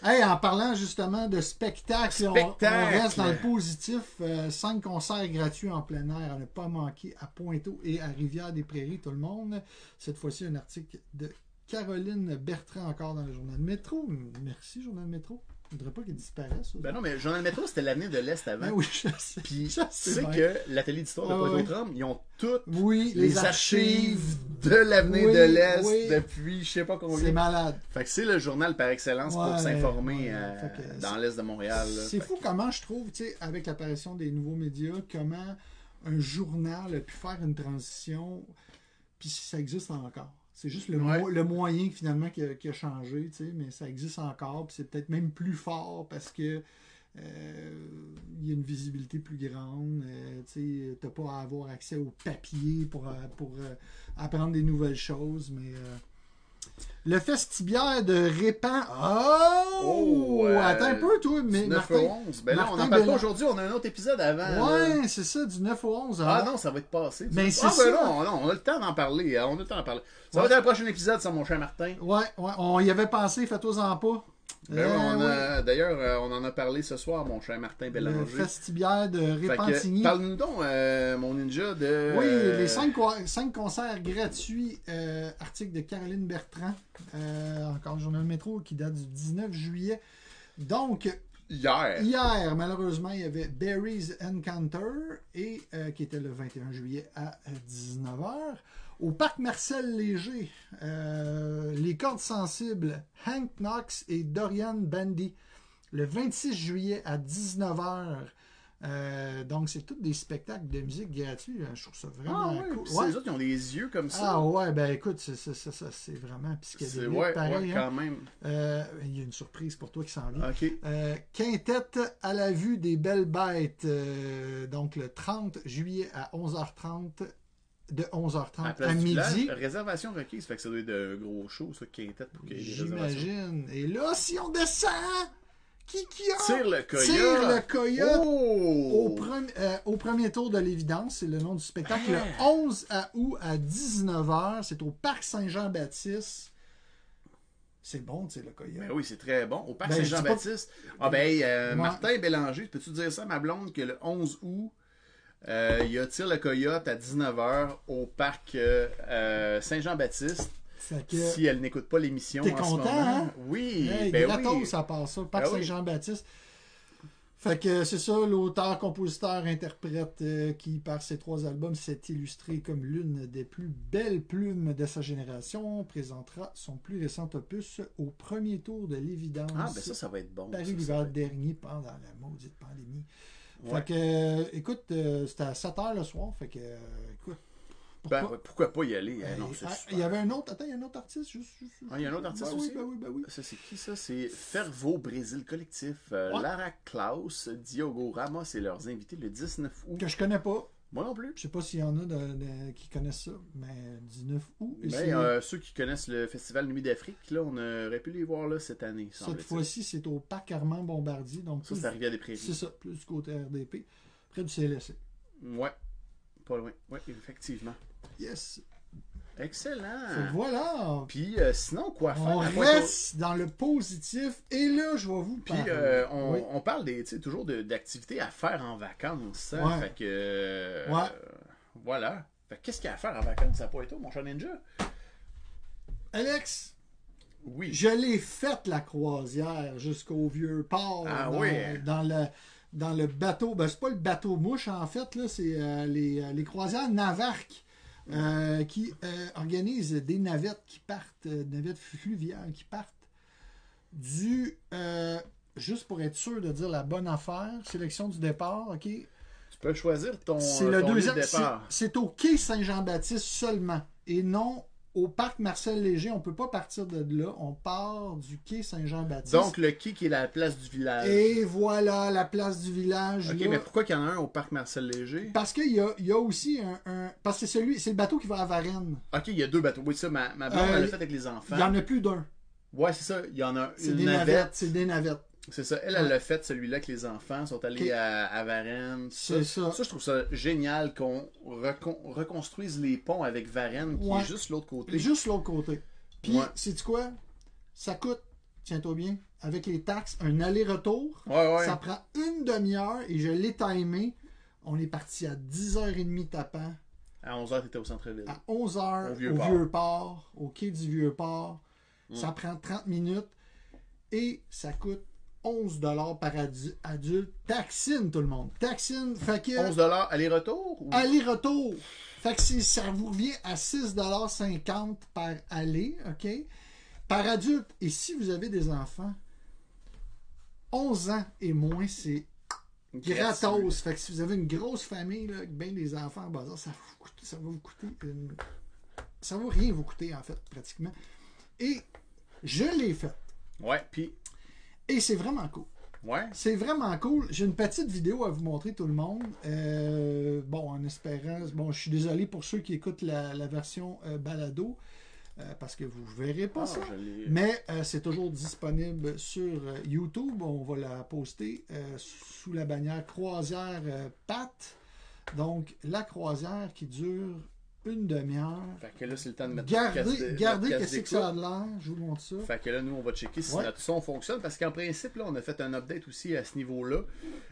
[SPEAKER 2] Hey, en parlant justement de spectacle, on- On,
[SPEAKER 1] Spectacle.
[SPEAKER 2] reste dans le positif. Euh, cinq concerts gratuits en plein air à ne pas manquer à Pointeau et à Rivière-des-Prairies, tout le monde. Cette fois-ci, un article de Caroline Bertrand encore dans le journal Métro. Merci, journal Métro. Je voudrais pas qu'il disparaisse.
[SPEAKER 1] Ben non, mais Journal Métro, c'était l'avenir de l'Est avant.
[SPEAKER 2] Ben oui, je sais.
[SPEAKER 1] Puis,
[SPEAKER 2] je
[SPEAKER 1] tu sais
[SPEAKER 2] bien.
[SPEAKER 1] que l'atelier d'histoire de
[SPEAKER 2] Ouais,
[SPEAKER 1] Pointe
[SPEAKER 2] Ah, ouais.
[SPEAKER 1] aux Trembles, ils ont toutes
[SPEAKER 2] Oui,
[SPEAKER 1] les, archives de l'avenir
[SPEAKER 2] Oui,
[SPEAKER 1] de l'Est
[SPEAKER 2] oui.
[SPEAKER 1] depuis je sais pas
[SPEAKER 2] C'est
[SPEAKER 1] combien.
[SPEAKER 2] malade.
[SPEAKER 1] Fait que c'est le journal par excellence
[SPEAKER 2] Ouais,
[SPEAKER 1] pour s'informer
[SPEAKER 2] ouais,
[SPEAKER 1] euh,
[SPEAKER 2] fait que
[SPEAKER 1] dans
[SPEAKER 2] c'est-
[SPEAKER 1] l'Est de Montréal. là.
[SPEAKER 2] C'est
[SPEAKER 1] Fait
[SPEAKER 2] fou comment je trouve, tu sais, avec l'apparition des nouveaux médias, comment un journal a pu faire une transition, puis ça existe encore. C'est juste le,
[SPEAKER 1] Ouais.
[SPEAKER 2] mo- le moyen finalement qui a, qui a changé, tu sais, mais ça existe encore, puis c'est peut-être même plus fort parce que euh, il y a une visibilité plus grande, euh, tu sais, t'as pas à avoir accès au papier pour, euh, pour euh, apprendre des nouvelles choses, mais... euh, le festibiaire de Répan. Oh!
[SPEAKER 1] Oh, euh,
[SPEAKER 2] Attends un peu, toi, mais
[SPEAKER 1] 19
[SPEAKER 2] Martin,
[SPEAKER 1] au 11. Ben là, on
[SPEAKER 2] Martin
[SPEAKER 1] en parle pas
[SPEAKER 2] Bellin.
[SPEAKER 1] aujourd'hui, on a un autre épisode avant. là.
[SPEAKER 2] Ouais, c'est ça, du 9 au 11.
[SPEAKER 1] Ah
[SPEAKER 2] hein.
[SPEAKER 1] non, ça va être passé.
[SPEAKER 2] Mais c'est
[SPEAKER 1] ah,
[SPEAKER 2] ça.
[SPEAKER 1] ben non, non, on a le temps d'en parler. hein, On a le temps d'en parler. Ça
[SPEAKER 2] Ouais.
[SPEAKER 1] va être un prochain épisode, ça, mon cher Martin.
[SPEAKER 2] Ouais, ouais, on y avait pensé, fais-toi-en pas.
[SPEAKER 1] Ben
[SPEAKER 2] Euh,
[SPEAKER 1] ouais, on
[SPEAKER 2] ouais.
[SPEAKER 1] a- D'ailleurs, euh, on en a parlé ce soir, mon cher Martin
[SPEAKER 2] Le
[SPEAKER 1] Bélanger.
[SPEAKER 2] festibiaire de
[SPEAKER 1] Fait que,
[SPEAKER 2] Répentigny.
[SPEAKER 1] Parle-nous donc, euh, mon ninja, de... euh,
[SPEAKER 2] Oui, les cinq, co- cinq concerts gratuits, euh, article de Caroline Bertrand, euh, encore le journal Métro, qui date du 19 juillet. Donc,
[SPEAKER 1] Hier.
[SPEAKER 2] Hier, malheureusement, il y avait Barry's Encounter, et, euh, qui était le 21 juillet à 19h. Au parc Marcel Léger, euh, les cordes sensibles, Hank Knox et Dorian Bandy, le 26 juillet à 19h. Euh, donc, c'est tous des spectacles de musique gratuits. hein. Je trouve ça
[SPEAKER 1] Ah
[SPEAKER 2] vraiment
[SPEAKER 1] ouais,
[SPEAKER 2] cool.
[SPEAKER 1] puis
[SPEAKER 2] Ouais.
[SPEAKER 1] les autres, ils ont des yeux comme ça.
[SPEAKER 2] Ah ouais, ben écoute, c'est- c'est c'est- c'est- c'est vraiment
[SPEAKER 1] C'est-
[SPEAKER 2] psychédélique.
[SPEAKER 1] ouais, ouais,
[SPEAKER 2] pareil, hein.
[SPEAKER 1] quand même.
[SPEAKER 2] Euh, il y a une surprise pour toi qui s'en vient.
[SPEAKER 1] OK.
[SPEAKER 2] Euh, quintette à la vue des belles bêtes. euh, donc le 30 juillet à 11h30. De 11h30
[SPEAKER 1] À,
[SPEAKER 2] à,
[SPEAKER 1] Place du
[SPEAKER 2] midi.
[SPEAKER 1] Village, réservation requise. Fait que ça doit être un gros show, ça, qui est tête pour qu'il y ait des réservations.
[SPEAKER 2] J'imagine. Et là, si on descend, qui qui a
[SPEAKER 1] Tire le coyote.
[SPEAKER 2] Tire le coyote
[SPEAKER 1] Oh!
[SPEAKER 2] au, premi- euh, au premier tour de l'évidence, c'est le nom du spectacle,
[SPEAKER 1] Ah!
[SPEAKER 2] le 11 à août à 19h. C'est au parc Saint-Jean-Baptiste. C'est bon, tu sais, le coyote.
[SPEAKER 1] Ben oui, c'est très bon. Au parc
[SPEAKER 2] Ben, je dis pas-
[SPEAKER 1] Saint-Jean-Baptiste. Ah ben, hey, euh,
[SPEAKER 2] Ouais.
[SPEAKER 1] Martin Bélanger, peux-tu dire ça à ma blonde que le 11 août, euh, il y a Tire le Coyote à 19h au parc euh, euh, Saint-Jean-Baptiste.
[SPEAKER 2] Fait que-
[SPEAKER 1] Si elle n'écoute pas l'émission en
[SPEAKER 2] T'es
[SPEAKER 1] ce
[SPEAKER 2] content,
[SPEAKER 1] moment.
[SPEAKER 2] hein?
[SPEAKER 1] Oui,
[SPEAKER 2] Hey,
[SPEAKER 1] ben
[SPEAKER 2] gratos,
[SPEAKER 1] oui.
[SPEAKER 2] ça part ça. Parc
[SPEAKER 1] Ben oui.
[SPEAKER 2] Saint-Jean-Baptiste. Fait que c'est ça, l'auteur, compositeur, interprète euh, qui, par ses trois albums, s'est illustré comme l'une des plus belles plumes de sa génération, présentera son plus récent opus au premier tour de l'évidence.
[SPEAKER 1] Ah ben ça, ça va être bon.
[SPEAKER 2] paru
[SPEAKER 1] ça, ça.
[SPEAKER 2] l'hiver dernier pendant la maudite pandémie.
[SPEAKER 1] Ouais.
[SPEAKER 2] Fait que, euh, écoute, euh, c'était à 7 h le soir. Fait que, euh, écoute,
[SPEAKER 1] Ben, ouais, pourquoi pas y aller? Eh, non,
[SPEAKER 2] Ah,
[SPEAKER 1] c'est super.
[SPEAKER 2] il y avait un autre. Attends, il y a un autre artiste. Juste, juste-
[SPEAKER 1] Ah, il y a un autre artiste
[SPEAKER 2] Ben
[SPEAKER 1] aussi?
[SPEAKER 2] Oui, ben oui, ben oui.
[SPEAKER 1] Ça, c'est qui ça? C'est Fervo Brésil Collectif, euh,
[SPEAKER 2] Ouais.
[SPEAKER 1] Lara Klaus, Diogo Ramos et leurs invités le 19 août.
[SPEAKER 2] Que je connais pas.
[SPEAKER 1] Moi non plus.
[SPEAKER 2] Je sais pas s'il y en a de- de- qui connaissent ça. Mais 19 août. et
[SPEAKER 1] Mais
[SPEAKER 2] c'est-
[SPEAKER 1] euh, ceux qui connaissent le festival Nuit d'Afrique, là, on aurait pu les voir là cette année,
[SPEAKER 2] cette
[SPEAKER 1] semble-t-il.
[SPEAKER 2] fois-ci, c'est au parc Armand Bombardier. Donc,
[SPEAKER 1] Ça,
[SPEAKER 2] plus-
[SPEAKER 1] c'est arrivé à des
[SPEAKER 2] c'est
[SPEAKER 1] prairies.
[SPEAKER 2] ça, plus du côté RDP. Près du CLSC.
[SPEAKER 1] Ouais. Pas loin. Ouais, effectivement.
[SPEAKER 2] Yes. Fait que
[SPEAKER 1] Excellent.
[SPEAKER 2] voilà.
[SPEAKER 1] Puis euh, sinon, quoi faire?
[SPEAKER 2] On
[SPEAKER 1] à part ça?
[SPEAKER 2] reste dans le positif. Et là, je vais vous
[SPEAKER 1] Puis
[SPEAKER 2] parler.
[SPEAKER 1] euh, on,
[SPEAKER 2] Ah, Oui.
[SPEAKER 1] on parle des, tu sais, toujours de- d'activités à faire en vacances. hein.
[SPEAKER 2] Ouais.
[SPEAKER 1] Fait que. euh,
[SPEAKER 2] Ouais.
[SPEAKER 1] voilà. Fait que qu'est-ce qu'il y a à faire en vacances à Poitou, mon cher ninja?
[SPEAKER 2] Alex,
[SPEAKER 1] Oui.
[SPEAKER 2] je l'ai faite la croisière jusqu'au vieux port.
[SPEAKER 1] Ah
[SPEAKER 2] dans,
[SPEAKER 1] oui.
[SPEAKER 2] dans le dans le bateau. Ben, c'est pas le bateau mouche, en fait, là, c'est euh, les, euh, les croisières Navarque. euh, qui euh, organisent des navettes qui partent, euh, navettes fluviales qui partent du, euh, juste pour être sûr de dire la bonne affaire, sélection du départ, ok,
[SPEAKER 1] Tu peux choisir ton,
[SPEAKER 2] C'est le
[SPEAKER 1] ton lieu
[SPEAKER 2] deuxième.
[SPEAKER 1] de
[SPEAKER 2] c'est-
[SPEAKER 1] euh, départ.
[SPEAKER 2] C'est au quai Saint-Jean-Baptiste seulement. Et non au parc Marcel Léger. On ne peut pas partir de là. On part du quai Saint-Jean-Baptiste.
[SPEAKER 1] Donc, le qui qui est la place du village.
[SPEAKER 2] Et voilà la place du village.
[SPEAKER 1] ok,
[SPEAKER 2] là.
[SPEAKER 1] mais pourquoi qu'il y en a un au parc Marcel Léger
[SPEAKER 2] Parce qu'il y a, il y a aussi un, un- Parce que c'est celui, c'est le bateau qui va à Varennes.
[SPEAKER 1] Ok, il y a deux bateaux. Oui, ça, ma, ma blonde,
[SPEAKER 2] Euh,
[SPEAKER 1] elle l'a fait avec les enfants.
[SPEAKER 2] Il n'y en a plus d'un.
[SPEAKER 1] Ouais, c'est ça. Il y en a
[SPEAKER 2] C'est des
[SPEAKER 1] Hein? une
[SPEAKER 2] navettes.
[SPEAKER 1] navette.
[SPEAKER 2] C'est des navettes.
[SPEAKER 1] C'est ça. Elle, elle l'a fait, celui-là, que les enfants sont allés
[SPEAKER 2] Ok.
[SPEAKER 1] à, à Varennes. tout
[SPEAKER 2] C'est ça.
[SPEAKER 1] Ça, je trouve ça génial qu'on recon- reconstruise les ponts avec Varennes, qui
[SPEAKER 2] Ouais.
[SPEAKER 1] est juste l'autre côté.
[SPEAKER 2] Juste l'autre côté. Puis,
[SPEAKER 1] Ouais.
[SPEAKER 2] c'est tu quoi? Ça coûte, tiens-toi bien, avec les taxes, un aller-retour.
[SPEAKER 1] Ouais, ouais.
[SPEAKER 2] Ça prend une demi-heure et je l'ai timé. On est parti à 10h30 tapant,
[SPEAKER 1] À 11h, t'étais au centre-ville.
[SPEAKER 2] à 11h
[SPEAKER 1] Au
[SPEAKER 2] au,
[SPEAKER 1] Vieux
[SPEAKER 2] vieux,
[SPEAKER 1] Port.
[SPEAKER 2] port. Mm. au quai du vieux port. Ça prend 30 minutes et ça coûte 11 dollars par adu- adulte. Taxine tout le monde. Taxine, fait que
[SPEAKER 1] 11 aller-retour ou-
[SPEAKER 2] aller-retour. Fait que c'est- ça vous revient à 6,50$ par aller, OK? Par adulte. Et si vous avez des enfants, 11 ans et moins, c'est gratos. Fait que si vous avez une grosse famille, là, avec bien des enfants en bas âge, ça, vous coûte- ça va vous coûter une- Ça va rien vous coûter, en fait, pratiquement. Et je l'ai fait.
[SPEAKER 1] Ouais, puis.
[SPEAKER 2] Et c'est vraiment cool.
[SPEAKER 1] Ouais.
[SPEAKER 2] C'est vraiment cool. J'ai une petite vidéo à vous montrer, tout le monde. Euh, bon, en espérant. Bon, je suis désolé pour ceux qui écoutent la, la version euh, balado, euh, parce que vous verrez pas
[SPEAKER 1] Ah,
[SPEAKER 2] ça.
[SPEAKER 1] je l'ai-
[SPEAKER 2] Mais euh, c'est toujours disponible sur euh, YouTube. On va la poster euh, sous la bannière Croisière euh, Pat. Donc, la croisière qui dure une demi-heure.
[SPEAKER 1] Fait que là, c'est le temps de mettre notre casse de-
[SPEAKER 2] Gardez,
[SPEAKER 1] notre
[SPEAKER 2] gardez
[SPEAKER 1] casse
[SPEAKER 2] qu'est-ce que
[SPEAKER 1] d'écoute.
[SPEAKER 2] ça a de l'air. Je vous montre ça.
[SPEAKER 1] Fait que là, nous, on va checker si
[SPEAKER 2] Ouais.
[SPEAKER 1] notre son fonctionne. Parce qu'en principe, là, on a fait un update aussi à ce niveau-là.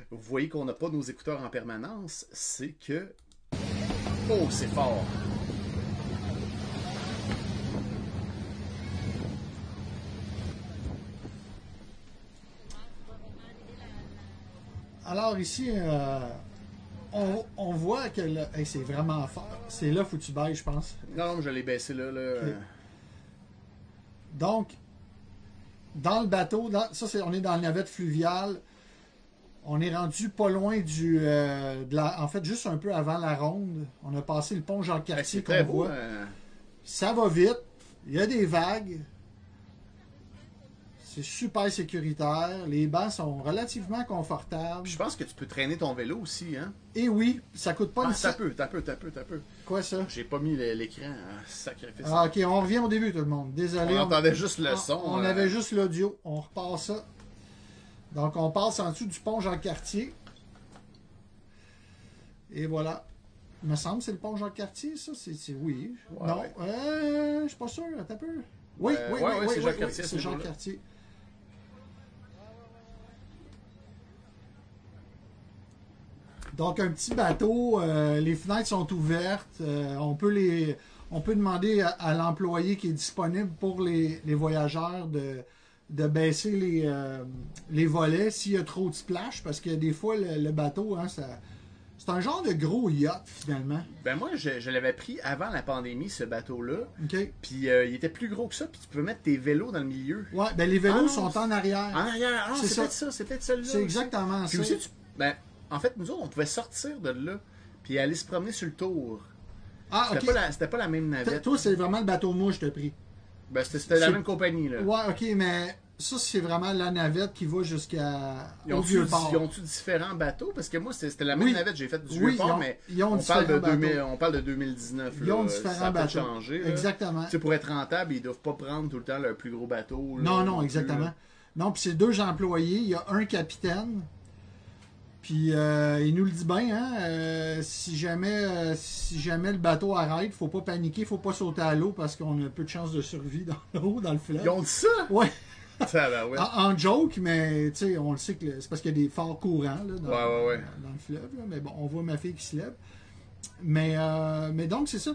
[SPEAKER 1] Vous voyez qu'on n'a pas nos écouteurs en permanence. C'est que. Oh, c'est fort!
[SPEAKER 2] Alors ici, euh, on, on voit que le- hey, c'est vraiment fort. C'est là foutu bail, je pense.
[SPEAKER 1] Non, non, mais je l'ai baissé là. là. Euh,
[SPEAKER 2] Donc, dans le bateau, dans- ça c'est, on est dans la navette fluviale. On est rendu pas loin du, euh, de la- en fait, juste un peu avant la ronde. On a passé le pont Jean
[SPEAKER 1] Hey,
[SPEAKER 2] Cartier
[SPEAKER 1] c'est
[SPEAKER 2] qu'on
[SPEAKER 1] très beau.
[SPEAKER 2] voit.
[SPEAKER 1] hein.
[SPEAKER 2] Ça va vite. Il y a des vagues. C'est super sécuritaire. Les bancs sont relativement confortables.
[SPEAKER 1] Puis je pense que tu peux traîner ton vélo aussi. hein.
[SPEAKER 2] Et oui, ça coûte pas
[SPEAKER 1] Ah,
[SPEAKER 2] une
[SPEAKER 1] t'as
[SPEAKER 2] cent-
[SPEAKER 1] peu, t'as peu, t'as peu, t'as peu.
[SPEAKER 2] Quoi ça?
[SPEAKER 1] J'ai pas mis le- l'écran. hein. Sacrifice.
[SPEAKER 2] Ah, ok, on revient au début, tout le monde. Désolé.
[SPEAKER 1] on entendait juste le
[SPEAKER 2] on-
[SPEAKER 1] son.
[SPEAKER 2] Ah, On
[SPEAKER 1] euh,
[SPEAKER 2] avait juste l'audio. On repart ça. Donc, on passe en dessous du pont Jean-Cartier. Et voilà. Il me semble que c'est le pont Jean-Cartier, ça. C'est, c'est- oui.
[SPEAKER 1] Ouais,
[SPEAKER 2] non.
[SPEAKER 1] ouais.
[SPEAKER 2] Euh, je suis pas sûr. Attends un peu. Oui,
[SPEAKER 1] Euh, ouais,
[SPEAKER 2] oui, oui,
[SPEAKER 1] ouais,
[SPEAKER 2] oui,
[SPEAKER 1] c'est
[SPEAKER 2] oui,
[SPEAKER 1] Jean-Cartier,
[SPEAKER 2] oui,
[SPEAKER 1] à ce
[SPEAKER 2] c'est
[SPEAKER 1] niveau-là.
[SPEAKER 2] Jean-Cartier. Donc un petit bateau, euh, les fenêtres sont ouvertes, euh, on peut les, on peut demander à, à l'employé qui est disponible pour les, les voyageurs de, de baisser les, euh, les volets s'il y a trop de splash parce que des fois le, le bateau, hein, ça, c'est un genre de gros yacht finalement.
[SPEAKER 1] Ben moi, je, je l'avais pris avant la pandémie, ce bateau-là.
[SPEAKER 2] Ok.
[SPEAKER 1] Puis euh, il était plus gros que ça. Puis tu peux mettre tes vélos dans le milieu.
[SPEAKER 2] Ouais, ben les vélos
[SPEAKER 1] Ah non,
[SPEAKER 2] sont en arrière.
[SPEAKER 1] En arrière. Ah,
[SPEAKER 2] C'est
[SPEAKER 1] c'est
[SPEAKER 2] ça.
[SPEAKER 1] peut-être ça. C'est peut-être celui-là.
[SPEAKER 2] C'est
[SPEAKER 1] aussi.
[SPEAKER 2] exactement
[SPEAKER 1] Puis
[SPEAKER 2] ça.
[SPEAKER 1] aussi, tu- ben, en fait, nous autres, on pouvait sortir de là. Puis aller se promener sur le tour.
[SPEAKER 2] Ah,
[SPEAKER 1] C'était
[SPEAKER 2] ok.
[SPEAKER 1] pas, la- c'était pas la même
[SPEAKER 2] T-
[SPEAKER 1] navette.
[SPEAKER 2] Toi, c'est vraiment le bateau mouche, t'as pris.
[SPEAKER 1] Ben, c'était c'était la
[SPEAKER 2] c'est-
[SPEAKER 1] même compagnie, là.
[SPEAKER 2] Ouais, ok, mais ça, c'est vraiment la navette qui va jusqu'à.
[SPEAKER 1] Ils
[SPEAKER 2] au
[SPEAKER 1] ont-tu
[SPEAKER 2] vieux port.
[SPEAKER 1] ils ont-tu différents bateaux? Parce que moi, c'est- c'était la même
[SPEAKER 2] Oui.
[SPEAKER 1] navette. J'ai fait du
[SPEAKER 2] Oui,
[SPEAKER 1] vieux port,
[SPEAKER 2] ils ont-
[SPEAKER 1] mais
[SPEAKER 2] ils ont
[SPEAKER 1] on, parle de
[SPEAKER 2] différents
[SPEAKER 1] 2000
[SPEAKER 2] bateaux.
[SPEAKER 1] on parle de 2019.
[SPEAKER 2] Ils
[SPEAKER 1] là.
[SPEAKER 2] ont différents
[SPEAKER 1] ça a peut
[SPEAKER 2] bateaux.
[SPEAKER 1] changé. là.
[SPEAKER 2] Exactement.
[SPEAKER 1] Tu sais, pour être rentable, ils doivent pas prendre tout le temps leur plus gros bateau. là,
[SPEAKER 2] Non,
[SPEAKER 1] non
[SPEAKER 2] non,
[SPEAKER 1] plus,
[SPEAKER 2] exactement.
[SPEAKER 1] là.
[SPEAKER 2] Non, puis c'est deux employés, il y a un capitaine. Puis euh, il nous le dit bien, hein, euh, si jamais euh, si jamais le bateau arrête, faut pas paniquer, faut pas sauter à l'eau parce qu'on a peu de chances de survie dans l'eau, dans le fleuve.
[SPEAKER 1] Ils ont dit ça?
[SPEAKER 2] Ouais,
[SPEAKER 1] Ça va, ouais.
[SPEAKER 2] en, en joke, mais tu sais, on le sait que le- c'est parce qu'il y a des forts courants là, dans,
[SPEAKER 1] Ouais, ouais, ouais.
[SPEAKER 2] dans le fleuve. là. mais bon, on voit ma fille qui se lève. Mais, euh, mais donc, c'est ça.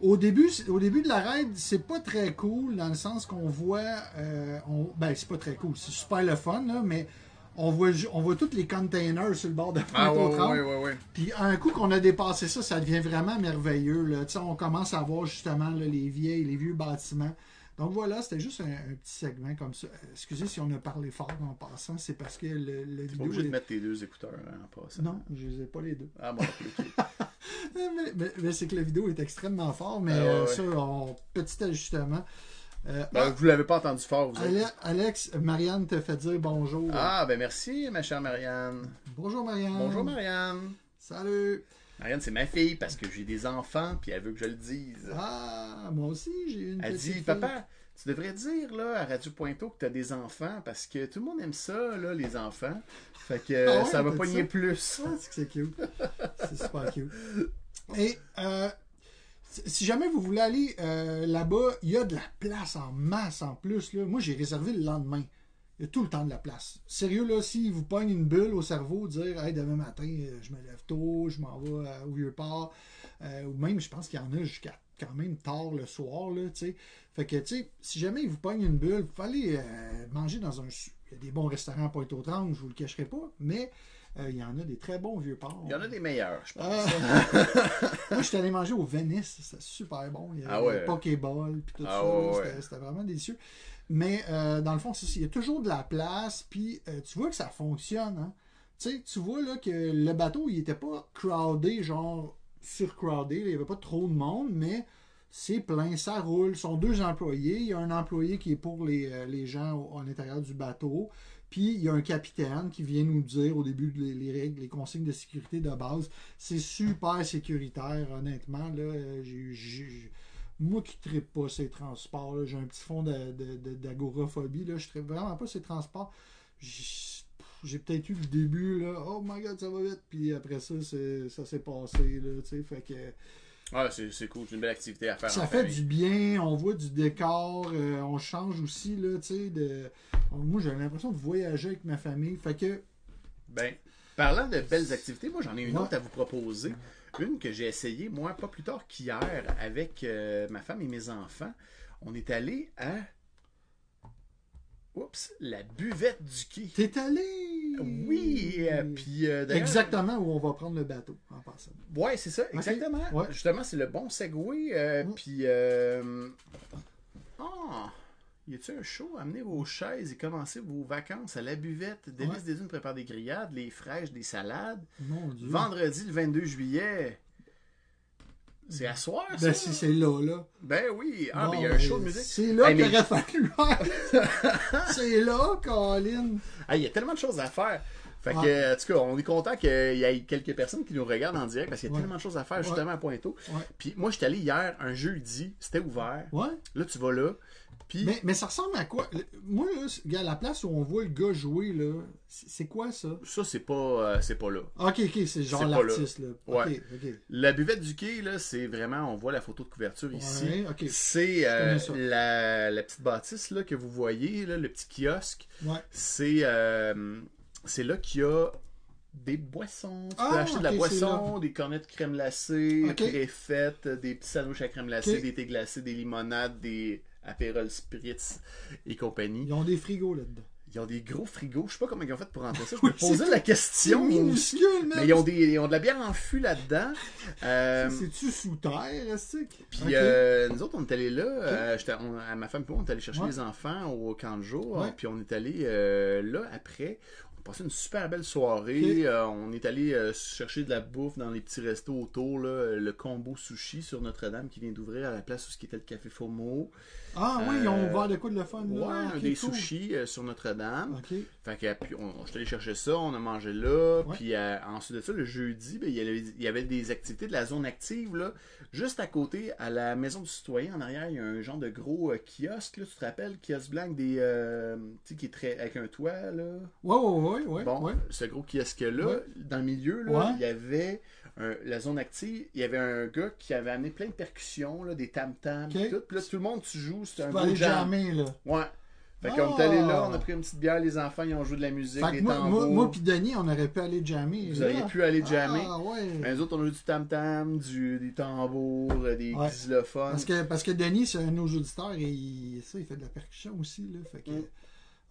[SPEAKER 2] Au début, c'est- au début de la raid, c'est pas très cool dans le sens qu'on voit. euh, on, ben, c'est pas très cool. C'est super le fun, là, mais on voit, ju- on voit tous les containers sur le bord de
[SPEAKER 1] Ah, ouais,
[SPEAKER 2] Pointe-aux
[SPEAKER 1] ouais,
[SPEAKER 2] Trembles.
[SPEAKER 1] ouais, ouais, ouais.
[SPEAKER 2] Puis un coup qu'on a dépassé ça, ça devient vraiment merveilleux. Là. Tu sais, On commence à voir justement là, les vieilles, les vieux bâtiments. Donc voilà, c'était juste un, un petit segment comme ça. Euh, Excusez si on a parlé fort en passant, c'est parce que le, le
[SPEAKER 1] T'es pas
[SPEAKER 2] vidéo.
[SPEAKER 1] obligé de
[SPEAKER 2] est-
[SPEAKER 1] mettre tes deux écouteurs hein, en passant.
[SPEAKER 2] Non, je les ai pas les deux.
[SPEAKER 1] Ah, bon, ok, ok.
[SPEAKER 2] Mais, mais- mais c'est que la vidéo est extrêmement fort, mais
[SPEAKER 1] Ah ouais,
[SPEAKER 2] euh,
[SPEAKER 1] ouais.
[SPEAKER 2] ça, on- petit ajustement. Euh,
[SPEAKER 1] Ben, vous l'avez pas entendu fort, vous
[SPEAKER 2] ah,
[SPEAKER 1] autres.
[SPEAKER 2] Ale- Alex, Marianne te fait dire bonjour.
[SPEAKER 1] Ah, ben merci, ma chère Marianne.
[SPEAKER 2] Bonjour Marianne.
[SPEAKER 1] Bonjour, Marianne.
[SPEAKER 2] Salut.
[SPEAKER 1] Marianne, c'est ma fille parce que j'ai des enfants puis elle veut que je le dise.
[SPEAKER 2] Ah, moi aussi, j'ai une
[SPEAKER 1] Elle
[SPEAKER 2] petite
[SPEAKER 1] dit
[SPEAKER 2] fille.
[SPEAKER 1] Papa, tu devrais dire là, à Radio Pointeau que tu as des enfants parce que tout le monde aime ça, là, les enfants. Fait que euh,
[SPEAKER 2] Ah ouais,
[SPEAKER 1] ça va
[SPEAKER 2] t'as
[SPEAKER 1] pogner
[SPEAKER 2] dit ça?
[SPEAKER 1] plus.
[SPEAKER 2] Ah, c'est que c'est cute. C'est super cute. Et euh, si si jamais vous voulez aller euh, là-bas, il y a de la place en masse en plus. Là. Moi, j'ai réservé le lendemain. Il y a tout le temps de la place. Sérieux, là, si vous pogne une bulle au cerveau, dire hey, demain matin, euh, je me lève tôt, je m'en vais euh, au vieux port, Euh, ou même, je pense qu'il y en a jusqu'à quand même tard le soir, là, tu sais. Fait que, tu sais, si jamais il vous pogne une bulle, vous pouvez aller euh, manger dans un. Il y a des bons restaurants à Pointe-aux-Trembles, je vous le cacherai pas, mais euh, il y en a des très bons vieux porcs.
[SPEAKER 1] Il y en a des meilleurs, je pense.
[SPEAKER 2] Ah. Moi, je suis allé manger au Venice, c'était super bon. Il y avait
[SPEAKER 1] Ah ouais.
[SPEAKER 2] le Pokéball, puis tout
[SPEAKER 1] Ah
[SPEAKER 2] ça. là,
[SPEAKER 1] ouais,
[SPEAKER 2] c'était-
[SPEAKER 1] ouais.
[SPEAKER 2] C'était vraiment délicieux. Mais euh, dans le fond, c'est ça, il y a toujours de la place, puis euh, tu vois que ça fonctionne. hein. Tu sais, tu vois là, que le bateau, il était pas crowdé, genre surcrowdé. là, Il n'y avait pas trop de monde, mais c'est plein, ça roule. Ce sont deux employés. Il y a un employé qui est pour les, euh, les gens au- à l'intérieur du bateau. Puis il y a un capitaine qui vient nous dire au début de les, les règles, les consignes de sécurité de base. C'est super sécuritaire, honnêtement. Là, Euh, j'ai- j'ai- moi qui ne pas ces transports, là, j'ai un petit fond de- de- de- d'agoraphobie. là, Je ne vraiment pas ces transports. J'ai j'ai peut-être eu le début, là, oh my god, ça va vite. Puis après ça, c'est- ça s'est passé. Là, tu sais, fait que,
[SPEAKER 1] Ah, c'est c'est cool, c'est une belle activité à faire. en
[SPEAKER 2] ça fait
[SPEAKER 1] famille.
[SPEAKER 2] du bien, on voit du décor, euh, on change aussi, là, tu sais, de... Moi, j'ai l'impression de voyager avec ma famille, fait que...
[SPEAKER 1] Ben, parlant de belles activités, moi j'en ai une
[SPEAKER 2] Ouais.
[SPEAKER 1] autre à vous proposer. Une que j'ai essayée, moi, pas plus tard qu'hier, avec euh, ma femme et mes enfants. On est allé à. Oups, la buvette du quai.
[SPEAKER 2] T'es allé!
[SPEAKER 1] Oui, euh, puis euh, d'ailleurs-
[SPEAKER 2] Exactement où on va prendre le bateau, en passant.
[SPEAKER 1] Ouais, c'est ça, exactement.
[SPEAKER 2] ouais.
[SPEAKER 1] Justement, c'est le bon segway. euh,
[SPEAKER 2] Mm.
[SPEAKER 1] Puis. euh, Ah! Y a-tu un show? Amenez vos chaises et commencez vos vacances à la buvette. Délice
[SPEAKER 2] Ouais.
[SPEAKER 1] des unes prépare des grillades, les fraîches, des salades.
[SPEAKER 2] Mon Dieu.
[SPEAKER 1] Vendredi le 22 juillet. C'est à soir, ça?
[SPEAKER 2] Ben, si c'est là, là.
[SPEAKER 1] Ben oui. Ah,
[SPEAKER 2] Bon,
[SPEAKER 1] mais il y a un
[SPEAKER 2] ben,
[SPEAKER 1] show de musique.
[SPEAKER 2] C'est là
[SPEAKER 1] Hey,
[SPEAKER 2] qu'il
[SPEAKER 1] mais-
[SPEAKER 2] aurait fallu faire. C'est là, Colin.
[SPEAKER 1] Ah, il y a tellement de choses à faire. Fait que,
[SPEAKER 2] Ouais.
[SPEAKER 1] euh, en tout cas, on est content qu'il y ait quelques personnes qui nous regardent en direct parce qu'il y a
[SPEAKER 2] Ouais.
[SPEAKER 1] tellement de choses à faire justement à Pointeau.
[SPEAKER 2] Ouais.
[SPEAKER 1] Puis moi, j'étais allé hier, un jeudi, c'était ouvert.
[SPEAKER 2] Ouais.
[SPEAKER 1] Là, tu vas là. Puis,
[SPEAKER 2] Mais, mais ça ressemble à quoi? Le- Moi, là, c'est- regarde, la place où on voit le gars jouer, là, c'est c'est quoi, ça? Ah,
[SPEAKER 1] ça, c'est pas, euh, c'est pas là.
[SPEAKER 2] Ok, ok, c'est genre
[SPEAKER 1] C'est pas là.
[SPEAKER 2] l'artiste, là.
[SPEAKER 1] Ouais.
[SPEAKER 2] Ok, ok.
[SPEAKER 1] La buvette du quai, là, c'est vraiment, on voit la photo de couverture ici.
[SPEAKER 2] Ouais, ok.
[SPEAKER 1] C'est euh,
[SPEAKER 2] connais ça.
[SPEAKER 1] la, la petite bâtisse là, que vous voyez, là, le petit kiosque.
[SPEAKER 2] Ouais.
[SPEAKER 1] C'est euh, c'est là qu'il y a des boissons. Tu peux
[SPEAKER 2] Ah,
[SPEAKER 1] acheter de la
[SPEAKER 2] ok, c'est
[SPEAKER 1] boisson, des cornets de crème glacée,
[SPEAKER 2] Ok.
[SPEAKER 1] préfètes, des petits sandwichs à crème glacée,
[SPEAKER 2] Ok.
[SPEAKER 1] des thés glacés, des limonades, des apérols spritz et compagnie.
[SPEAKER 2] Ils ont des frigos là-dedans.
[SPEAKER 1] Ils ont des gros frigos. Je sais pas comment ils ont fait pour rentrer ça. Je
[SPEAKER 2] Oui,
[SPEAKER 1] me posais
[SPEAKER 2] c'est
[SPEAKER 1] la
[SPEAKER 2] tout- C'est
[SPEAKER 1] question. moi aussi.
[SPEAKER 2] minuscule,
[SPEAKER 1] Mais ils ont, des, ils ont de la bière en fût là-dedans. Euh,
[SPEAKER 2] C'est-tu sous terre, Astic?
[SPEAKER 1] puis
[SPEAKER 2] Ok.
[SPEAKER 1] euh, nous autres, on est allés là. euh, j'étais- on- à ma femme et moi, on est allés chercher
[SPEAKER 2] Ouais.
[SPEAKER 1] les enfants au camp de jour.
[SPEAKER 2] Ouais.
[SPEAKER 1] Puis on est allés euh, là après. On a passé une super belle soirée.
[SPEAKER 2] Ok.
[SPEAKER 1] Euh, on est allé euh, chercher de la bouffe dans les petits restos autour. Là, euh, le combo sushi sur Notre-Dame qui vient d'ouvrir à la place où ce qui était le café Fomo.
[SPEAKER 2] Ah oui, ils ont
[SPEAKER 1] euh,
[SPEAKER 2] ouvert de quoi de le fun.
[SPEAKER 1] Ouais,
[SPEAKER 2] là.
[SPEAKER 1] un
[SPEAKER 2] Ok,
[SPEAKER 1] des
[SPEAKER 2] cool.
[SPEAKER 1] sushis euh, sur Notre-Dame.
[SPEAKER 2] Ok.
[SPEAKER 1] Fait que, puis on, on est allé chercher ça, on a mangé là,
[SPEAKER 2] Ouais.
[SPEAKER 1] puis euh, ensuite de ça, le jeudi, ben, il, y avait, il y avait des activités de la zone active, là. Juste à côté, à la maison du citoyen, en arrière, il y a un genre de gros euh, kiosque, là, tu te rappelles, kiosque blanc avec des, euh, tu sais, qui est très, avec un toit, là.
[SPEAKER 2] Ouais, ouais, ouais, ouais.
[SPEAKER 1] bon,
[SPEAKER 2] ouais.
[SPEAKER 1] ce gros kiosque-là,
[SPEAKER 2] Ouais.
[SPEAKER 1] dans le milieu, là,
[SPEAKER 2] Ouais.
[SPEAKER 1] il y avait un- la zone active, il y avait un gars qui avait amené plein de percussions, là, des tam-tams,
[SPEAKER 2] Ok.
[SPEAKER 1] pis tout. Puis là, tout le monde, tu joues, c'est un
[SPEAKER 2] Tu
[SPEAKER 1] beau
[SPEAKER 2] vas aller
[SPEAKER 1] jam.
[SPEAKER 2] jamais, là.
[SPEAKER 1] Ouais. Fait
[SPEAKER 2] Ah.
[SPEAKER 1] qu'on est allé là, on a pris une petite bière, les enfants, ils ont joué de la musique,
[SPEAKER 2] Fait
[SPEAKER 1] des
[SPEAKER 2] que moi,
[SPEAKER 1] tambours.
[SPEAKER 2] moi, moi pis Denis, on aurait pu aller jammer.
[SPEAKER 1] Vous
[SPEAKER 2] là.
[SPEAKER 1] auriez pu aller jammer.
[SPEAKER 2] Ah ouais.
[SPEAKER 1] Mais nous autres, on a eu du tam-tam, du, des tambours, euh, des
[SPEAKER 2] Ouais.
[SPEAKER 1] xylophones.
[SPEAKER 2] Parce que, parce que Denis, c'est un de nos auditeurs et il, ça, il fait de la percussion aussi, là. Fait que...
[SPEAKER 1] Mm.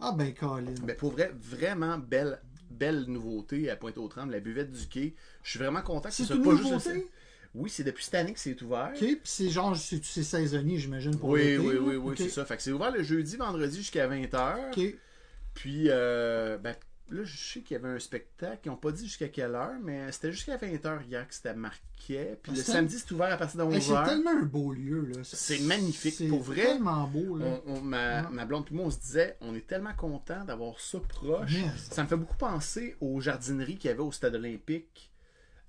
[SPEAKER 2] Ah ben, Colin.
[SPEAKER 1] Mais pour vrai, vraiment belle, belle nouveauté à Pointe-aux-Trembles, la buvette du quai. Je suis vraiment content que ce
[SPEAKER 2] c'est
[SPEAKER 1] soit
[SPEAKER 2] tout
[SPEAKER 1] pas juste...
[SPEAKER 2] nouveau,
[SPEAKER 1] Oui, c'est depuis cette année que c'est ouvert.
[SPEAKER 2] Ok, puis c'est genre, c'est c'est saisonnier, j'imagine, pour
[SPEAKER 1] Oui,
[SPEAKER 2] l'été,
[SPEAKER 1] oui,
[SPEAKER 2] là.
[SPEAKER 1] oui, oui,
[SPEAKER 2] Ok.
[SPEAKER 1] c'est ça. Fait que c'est ouvert le jeudi, vendredi jusqu'à 20h.
[SPEAKER 2] Ok.
[SPEAKER 1] Puis, euh, ben, là, je sais qu'il y avait un spectacle. Ils n'ont pas dit jusqu'à quelle heure, mais c'était jusqu'à 20h hier que c'était marqué. Puis
[SPEAKER 2] Ah,
[SPEAKER 1] le
[SPEAKER 2] c'est-
[SPEAKER 1] samedi, c'est ouvert à partir de 11h.
[SPEAKER 2] Hey, c'est tellement un beau lieu, là. Ça-
[SPEAKER 1] C'est magnifique,
[SPEAKER 2] c'est
[SPEAKER 1] pour vrai.
[SPEAKER 2] tellement beau, là.
[SPEAKER 1] On- on- ma,
[SPEAKER 2] Ouais.
[SPEAKER 1] ma blonde et moi, on se disait, on est tellement content d'avoir ça proche.
[SPEAKER 2] Yes.
[SPEAKER 1] Ça me fait beaucoup penser aux jardineries qu'il y avait au stade olympique.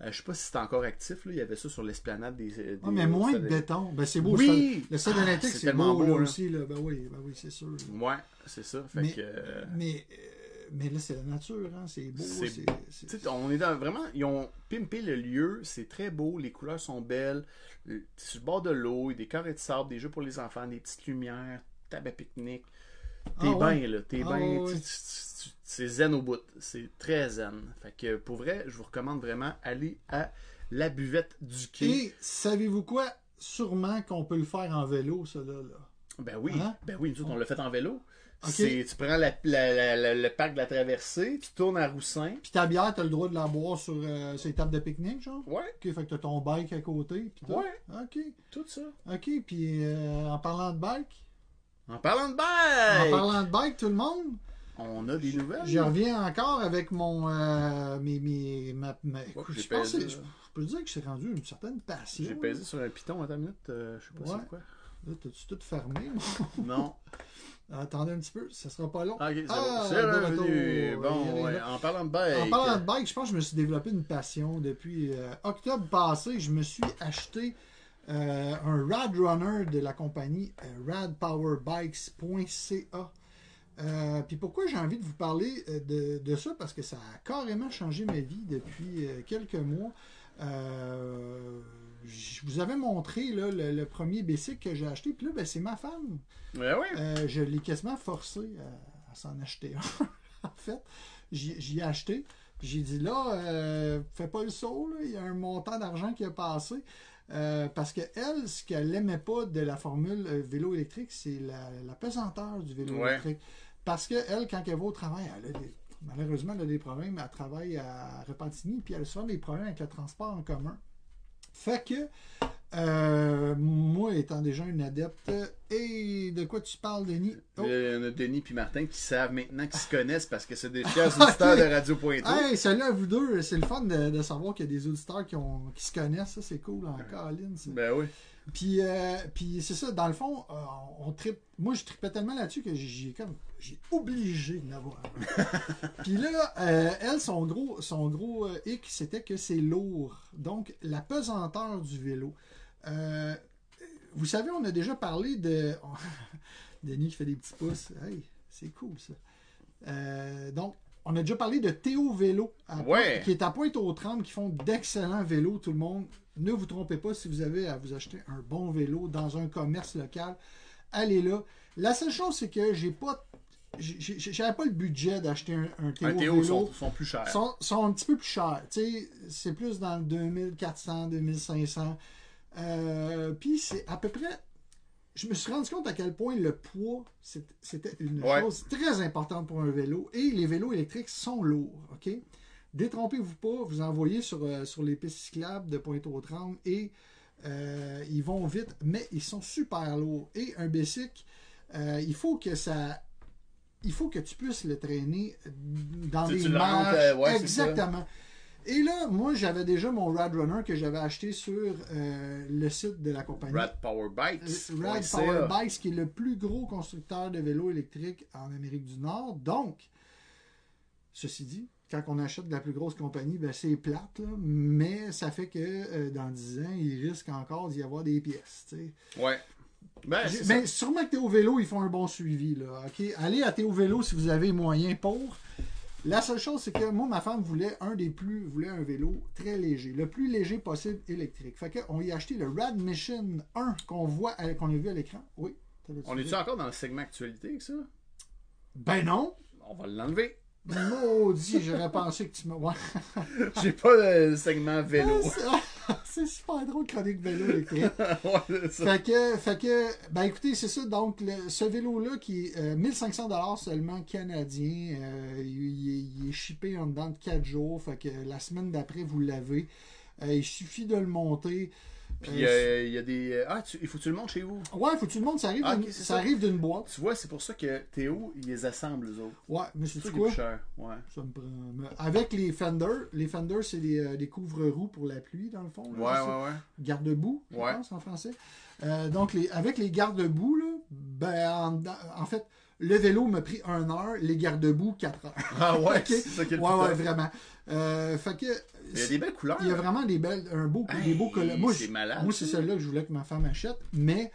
[SPEAKER 1] Euh, je sais pas si c'était encore actif, là. il y avait ça sur l'esplanade des. euh, des-
[SPEAKER 2] Ah, mais moins
[SPEAKER 1] au
[SPEAKER 2] de
[SPEAKER 1] stade olympique.
[SPEAKER 2] béton. Ben, c'est beau.
[SPEAKER 1] Oui!
[SPEAKER 2] ça- Le stade
[SPEAKER 1] Ah,
[SPEAKER 2] olympique,
[SPEAKER 1] c'est
[SPEAKER 2] c'est
[SPEAKER 1] tellement
[SPEAKER 2] beau,
[SPEAKER 1] beau,
[SPEAKER 2] là,
[SPEAKER 1] là.
[SPEAKER 2] aussi. Là. Ben oui, ben oui c'est sûr.
[SPEAKER 1] Ouais, c'est ça. Fait
[SPEAKER 2] Mais-
[SPEAKER 1] que, euh,
[SPEAKER 2] Mais, euh, mais là, c'est la nature. Hein. C'est beau.
[SPEAKER 1] C'est-
[SPEAKER 2] c'est- c'est-
[SPEAKER 1] tu sais, on est dans- vraiment. Ils ont pimpé le lieu, c'est très beau, les couleurs sont belles. Le- Sur le bord de l'eau, il y a des carrés de sable, des jeux pour les enfants, des petites lumières, table à pique-nique. T'es
[SPEAKER 2] Ah ouais?
[SPEAKER 1] bien, là. T'es
[SPEAKER 2] Ah
[SPEAKER 1] bien.
[SPEAKER 2] ouais.
[SPEAKER 1] tu- tu- tu- tu- C'est zen au bout. C'est très zen. Fait que pour vrai, je vous recommande vraiment aller à la buvette du quai.
[SPEAKER 2] Et savez-vous quoi? Sûrement qu'on peut le faire en vélo, ça, là. là.
[SPEAKER 1] Ben oui,
[SPEAKER 2] Hein?
[SPEAKER 1] ben oui, nous autres, on l'a fait en vélo.
[SPEAKER 2] Ok.
[SPEAKER 1] C'est- Tu prends la- la- la- la- le parc de la traversée, tu tournes à Roussin.
[SPEAKER 2] Puis ta bière, t'as le droit de la boire sur euh, ces tables de pique-nique, genre?
[SPEAKER 1] Ouais,
[SPEAKER 2] OK, fait que t'as ton bike à côté. Pis tout.
[SPEAKER 1] Ouais.
[SPEAKER 2] OK.
[SPEAKER 1] tout ça.
[SPEAKER 2] OK, puis euh, en parlant de bike...
[SPEAKER 1] En parlant de bail!
[SPEAKER 2] En parlant de bike, tout le monde,
[SPEAKER 1] On a des nouvelles.
[SPEAKER 2] je reviens encore avec mon. euh, mes, mes, ma, ma- écoute,
[SPEAKER 1] j'ai
[SPEAKER 2] je pense que
[SPEAKER 1] pesé,
[SPEAKER 2] je,
[SPEAKER 1] là.
[SPEAKER 2] je peux dire que j'ai rendu une certaine passion.
[SPEAKER 1] J'ai pesé sur un piton à ta minute, euh, je sais pas
[SPEAKER 2] Ouais.
[SPEAKER 1] c'est quoi.
[SPEAKER 2] Là, t'as-tu tout fermé?
[SPEAKER 1] Non.
[SPEAKER 2] Attendez un petit peu, ça sera pas long.
[SPEAKER 1] Ah, ok, c'est
[SPEAKER 2] Ah,
[SPEAKER 1] bon. C'est
[SPEAKER 2] de
[SPEAKER 1] revenu.
[SPEAKER 2] retour. Il
[SPEAKER 1] Bon,
[SPEAKER 2] est
[SPEAKER 1] ouais,
[SPEAKER 2] là.
[SPEAKER 1] en parlant de bike. euh,
[SPEAKER 2] En parlant de bike, je pense que je me suis développé une passion. Depuis euh, octobre passé, je me suis acheté euh, un Rad Runner de la compagnie euh, radpowerbikes.ca. Euh, Puis pourquoi j'ai envie de vous parler euh, de, de ça? Parce que ça a carrément changé ma vie depuis euh, quelques mois. Euh, je vous avais montré là, le, le premier bicycle que j'ai acheté. Puis là, ben, c'est ma femme
[SPEAKER 1] ben Ouais, ouais.
[SPEAKER 2] euh, je l'ai quasiment forcé à, à s'en acheter un. en fait, j'y j'y ai acheté. Puis j'ai dit là, euh, fais pas le saut, là, il y a un montant d'argent qui a passé. Euh, parce que elle, ce qu'elle aimait pas de la formule euh, vélo électrique, c'est la, la pesanteur du vélo
[SPEAKER 1] Ouais.
[SPEAKER 2] électrique. Parce que elle, quand elle va au travail, elle a des- malheureusement, elle a des problèmes. Elle travaille à Repentigny, puis elle a souvent des problèmes avec le transport en commun. Fait que, euh, moi étant déjà un adepte, et de quoi tu parles, Denis? Oh.
[SPEAKER 1] Là, Il y en a Denis puis Martin qui savent maintenant qu'ils se connaissent parce que c'est des fiers auditeurs de Radio Pointeau.
[SPEAKER 2] Hey, salut à vous deux! C'est le fun de, de savoir qu'il y a des auditeurs qui, ont, qui se connaissent, ça c'est cool en Caroline. ça.
[SPEAKER 1] Ben oui.
[SPEAKER 2] Puis, euh, puis c'est ça, dans le fond, euh, on, tripe. Moi, je tripais tellement là-dessus que j'ai comme. J'ai obligé de l'avoir. puis là, euh, elle, son gros, son gros euh, hic, c'était que c'est lourd. Donc, la pesanteur du vélo. Euh, vous savez, on a déjà parlé de. Denis qui fait des petits pouces. Hey, c'est cool ça. Euh, donc, on a déjà parlé de Théo Vélo, à Pointe-
[SPEAKER 1] Ouais.
[SPEAKER 2] qui est à pointe aux trembles, qui font d'excellents vélos, tout le monde. Ne vous trompez pas si vous avez à vous acheter un bon vélo dans un commerce local. Allez là. La seule chose, c'est que j'ai pas. j'ai- j'ai- J'avais pas le budget d'acheter un, un Théo
[SPEAKER 1] Un Théo
[SPEAKER 2] vélo
[SPEAKER 1] sont, sont plus chers.
[SPEAKER 2] sont, sont un petit peu plus chers. Tu sais, c'est plus dans le 2400, 2500. Euh, Puis c'est à peu près je me suis rendu compte à quel point le poids, c'est- c'était une
[SPEAKER 1] Ouais.
[SPEAKER 2] chose très importante pour un vélo. Et les vélos électriques sont lourds, OK? Détrompez-vous pas, vous envoyez sur, euh, sur les pistes cyclables de Pointe-aux-Trembles et euh, ils vont vite, mais ils sont super lourds. Et un bicycle, euh, il faut que ça... Il faut que tu puisses le traîner dans
[SPEAKER 1] Tu-
[SPEAKER 2] les
[SPEAKER 1] tu le rentres,
[SPEAKER 2] marches.
[SPEAKER 1] euh, ouais, c'est ça.
[SPEAKER 2] Exactement. Et là, moi, j'avais déjà mon Rad Runner que j'avais acheté sur euh, le site de la compagnie.
[SPEAKER 1] Rad Power Bikes.
[SPEAKER 2] Euh, Rad
[SPEAKER 1] Ouais, c'est,
[SPEAKER 2] Power
[SPEAKER 1] euh,
[SPEAKER 2] Bikes, qui est le plus gros constructeur de vélos électriques en Amérique du Nord. Donc, ceci dit, quand on achète de la plus grosse compagnie, ben, c'est plate, là, mais ça fait que euh, dans 10 ans, il risque encore d'y avoir des pièces. tu sais.
[SPEAKER 1] Ouais. Ben, c'est ça.
[SPEAKER 2] Mais sûrement que Théo Vélo, ils font un bon suivi. Là, ok? Allez à Théo Vélo si vous avez moyen pour. La seule chose, c'est que moi, ma femme voulait un des plus, voulait un vélo très léger, le plus léger possible électrique. Fait qu'on y a acheté le Rad Mission 1 qu'on voit, à- qu'on a vu à l'écran. Oui. t'avais dit
[SPEAKER 1] On est-tu
[SPEAKER 2] ça?
[SPEAKER 1] encore dans le segment actualité avec ça?
[SPEAKER 2] Ben non.
[SPEAKER 1] On va l'enlever.
[SPEAKER 2] Maudit, j'aurais pensé que tu me. Ouais.
[SPEAKER 1] J'ai pas le segment vélo.
[SPEAKER 2] C'est- c'est super drôle chronique vélo électrique.
[SPEAKER 1] Ouais, c'est ça.
[SPEAKER 2] Fait que, fait que, ben écoutez, c'est ça. Donc, le- ce vélo-là qui est euh, 1500 seulement canadien, euh, il, il est- il est shippé en dedans de 4 jours. Fait que la semaine d'après, vous l'avez. Euh, il suffit de le monter.
[SPEAKER 1] Puis
[SPEAKER 2] Euh,
[SPEAKER 1] euh, il y a des. Ah, tu- il faut que tu le montes chez vous.
[SPEAKER 2] Ouais, faut que tu le montes, ça arrive
[SPEAKER 1] Ah,
[SPEAKER 2] d'une-
[SPEAKER 1] ok, c'est
[SPEAKER 2] ça
[SPEAKER 1] ça.
[SPEAKER 2] arrive d'une boîte.
[SPEAKER 1] Tu vois, c'est pour ça que Théo, il les assemble, eux autres.
[SPEAKER 2] Ouais, mais c'est
[SPEAKER 1] C'est ça qui est
[SPEAKER 2] quoi?
[SPEAKER 1] plus cher. Ouais.
[SPEAKER 2] Ça me prend- mais Avec les fenders, les fenders, c'est des, euh, des couvre-roues pour la pluie, dans le fond. là,
[SPEAKER 1] Ouais,
[SPEAKER 2] je sais
[SPEAKER 1] ouais, ouais.
[SPEAKER 2] garde-boue, je
[SPEAKER 1] Ouais.
[SPEAKER 2] pense en français. Euh, donc, les, avec les garde-boue, là, ben, en, en fait, le vélo m'a pris un heure, les garde-boue, quatre heures.
[SPEAKER 1] Ah ouais,
[SPEAKER 2] Ok.
[SPEAKER 1] c'est ça qui est
[SPEAKER 2] Ouais,
[SPEAKER 1] le
[SPEAKER 2] ouais,
[SPEAKER 1] plus tough.
[SPEAKER 2] vraiment. Euh, fait que,
[SPEAKER 1] Il y a des belles couleurs.
[SPEAKER 2] il y a vraiment des, belles, un beau, des
[SPEAKER 1] Hey,
[SPEAKER 2] beaux colla- Moi,
[SPEAKER 1] c'est
[SPEAKER 2] je-
[SPEAKER 1] malade,
[SPEAKER 2] moi, c'est
[SPEAKER 1] ça.
[SPEAKER 2] celle-là que je voulais que ma femme achète, mais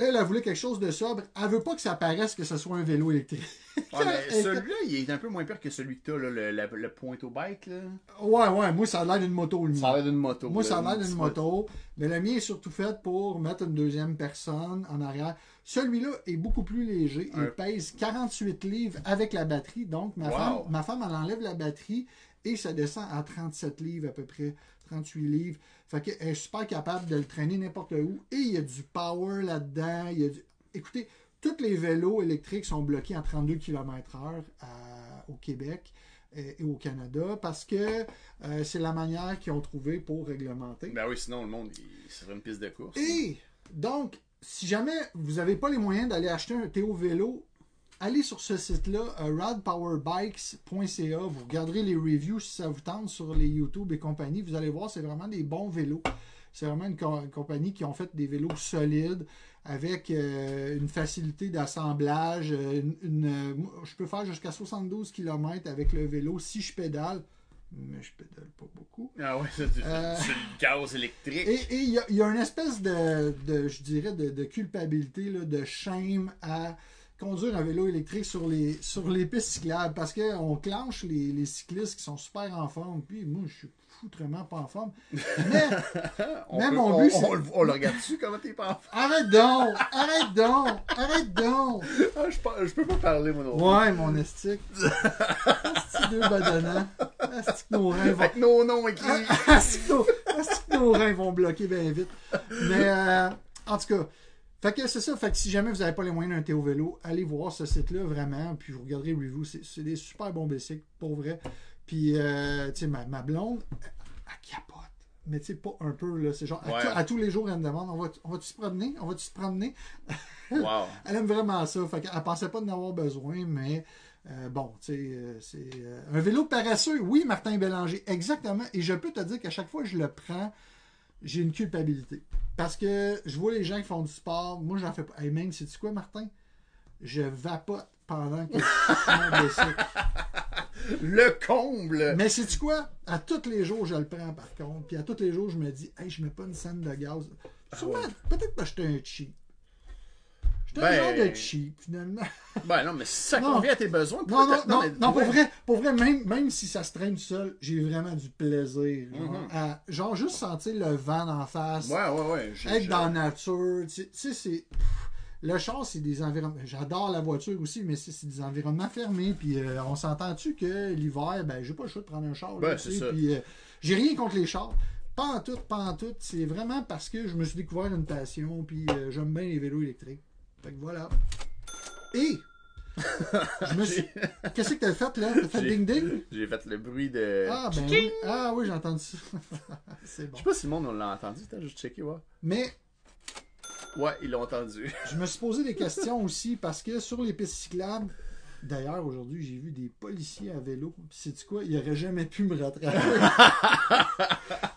[SPEAKER 2] elle, elle voulait quelque chose de sobre. Elle veut pas que ça paraisse que ce soit un vélo électrique.
[SPEAKER 1] Ouais, mais
[SPEAKER 2] Elle-
[SPEAKER 1] celui-là, il est un peu moins pire que celui que t'as, là, le, la- le pointe au bike. Là.
[SPEAKER 2] Ouais, ouais, moi, ça a l'air d'une moto. le
[SPEAKER 1] Ça a l'air d'une moto.
[SPEAKER 2] Moi,
[SPEAKER 1] là,
[SPEAKER 2] ça a l'air
[SPEAKER 1] une
[SPEAKER 2] d'une
[SPEAKER 1] petite
[SPEAKER 2] moto, mais le mien est surtout fait pour mettre une deuxième personne en arrière. Celui-là est beaucoup plus léger. Il
[SPEAKER 1] Un-
[SPEAKER 2] pèse 48 livres avec la batterie. Donc, ma,
[SPEAKER 1] Wow.
[SPEAKER 2] femme, ma femme, elle enlève la batterie et ça descend à 37 livres à peu près, 38 livres. Fait qu'elle est super capable de le traîner n'importe où. Et il y a du power là-dedans. Il y a du- Écoutez, tous les vélos électriques sont bloqués à 32 km/h à- au Québec euh, et au Canada parce que euh, c'est la manière qu'ils ont trouvé pour réglementer.
[SPEAKER 1] Ben oui, sinon, le monde, il serait une piste de course.
[SPEAKER 2] Et donc, si jamais vous n'avez pas les moyens d'aller acheter un Théo vélo, allez sur ce site-là, euh, radpowerbikes.ca. Vous regarderez les reviews si ça vous tente sur les YouTube et compagnie. Vous allez voir, c'est vraiment des bons vélos. C'est vraiment une, co- une compagnie qui ont fait des vélos solides avec euh, une facilité d'assemblage. euh, une- une, euh, moi, je peux faire jusqu'à 72 km avec le vélo si je pédale, mais je pédale pas beaucoup.
[SPEAKER 1] Ah ouais, ça, c'est c'est
[SPEAKER 2] Euh.
[SPEAKER 1] le gaz électrique.
[SPEAKER 2] Et et il y, a- il y a une espèce de, de- je dirais, de, de culpabilité, là, de shame à conduire un vélo électrique sur les, sur les pistes cyclables parce qu'on clenche les, les cyclistes qui sont super en forme. Puis moi, je suis foutrement pas en forme. Mais
[SPEAKER 1] on,
[SPEAKER 2] mais
[SPEAKER 1] peut-
[SPEAKER 2] mon
[SPEAKER 1] on-
[SPEAKER 2] but,
[SPEAKER 1] on,
[SPEAKER 2] c'est-
[SPEAKER 1] le voit- on le regarde-tu comment t'es pas en forme?
[SPEAKER 2] arrête donc! Arrête donc! Arrête donc!
[SPEAKER 1] Ah, je, par- je peux pas parler, moi, non plus.
[SPEAKER 2] Ouais, mon estique. Asti deux badonnants. Asti que nos reins vont-
[SPEAKER 1] Avec nos noms écrits.
[SPEAKER 2] Est-ce que nos- est-ce que nos reins vont bloquer bien vite? Mais euh, en tout cas, fait que c'est ça. Fait que si jamais vous n'avez pas les moyens d'un Théo Vélo, allez voir ce site-là vraiment. Puis vous regarderez les reviews. C'est c'est des super bons bicycles, pour vrai. Puis, euh, tu sais, ma, ma blonde, elle capote. Mais tu sais, pas un peu, là. C'est genre, à,
[SPEAKER 1] Ouais.
[SPEAKER 2] tout- à tous les jours, elle me demande on va- on va-tu se promener On va-tu se promener ah.
[SPEAKER 1] wow.
[SPEAKER 2] elle aime vraiment ça. Fait qu'elle pensait pas d'en avoir besoin, mais euh, bon, tu sais, euh, c'est euh, un vélo paresseux. Oui, Martin Bélanger, exactement. Et je peux te dire qu'à chaque fois que je le prends, j'ai une culpabilité. Parce que je vois les gens qui font du sport. Moi, j'en fais pas. Hey, même, sais-tu quoi, Martin? Je vapote pendant que je suis sur mon bicycle.
[SPEAKER 1] Le comble.
[SPEAKER 2] Mais sais-tu quoi? À tous les jours, je le prends, par contre. Puis à tous les jours, je me dis, hey, je mets pas une scène de gaz. Sûrement, peut-être que j'étais un cheap. J'étais
[SPEAKER 1] Ben-
[SPEAKER 2] un genre de cheap, finalement.
[SPEAKER 1] Ben non, mais si ça
[SPEAKER 2] Non.
[SPEAKER 1] convient à tes besoins.
[SPEAKER 2] Non, non,
[SPEAKER 1] pourquoi t'as-
[SPEAKER 2] non,
[SPEAKER 1] mais-
[SPEAKER 2] non, pour
[SPEAKER 1] ouais.
[SPEAKER 2] vrai, pour vrai même, même si ça se traîne tout seul, j'ai vraiment du plaisir. Genre, à- genre, juste sentir le vent en face,
[SPEAKER 1] Mm-hmm. Ouais, ouais, ouais. j'ai-
[SPEAKER 2] être
[SPEAKER 1] j'ai-
[SPEAKER 2] dans la nature. Tu sais- tu sais, c'est. pff, Le char, c'est des environnements. J'adore la voiture aussi, mais c'est c'est des environnements fermés. Puis euh, on s'entend-tu que l'hiver, ben, j'ai pas le choix de prendre un char. là,
[SPEAKER 1] Ben,
[SPEAKER 2] tu
[SPEAKER 1] c'est
[SPEAKER 2] sais,
[SPEAKER 1] ça.
[SPEAKER 2] Puis euh, j'ai rien contre les chars. Pas en tout, pas en tout. C'est vraiment parce que je me suis découvert une passion, puis euh, j'aime bien les vélos électriques. Fait que voilà. Et je me suis. Qu'est-ce que t'as fait là T'as fait
[SPEAKER 1] J'ai-
[SPEAKER 2] ding ding
[SPEAKER 1] J'ai fait le bruit de.
[SPEAKER 2] Ah ben oui. Ah oui, j'ai entendu ça. C'est
[SPEAKER 1] Je
[SPEAKER 2] bon.
[SPEAKER 1] sais pas si le monde on l'a entendu, t'as juste checké, ouais.
[SPEAKER 2] Mais
[SPEAKER 1] Ouais, ils l'ont entendu.
[SPEAKER 2] je me suis posé des questions aussi parce que sur les pistes cyclables, d'ailleurs aujourd'hui j'ai vu des policiers à vélo. C'est tu quoi Ils n'auraient jamais pu me rattraper.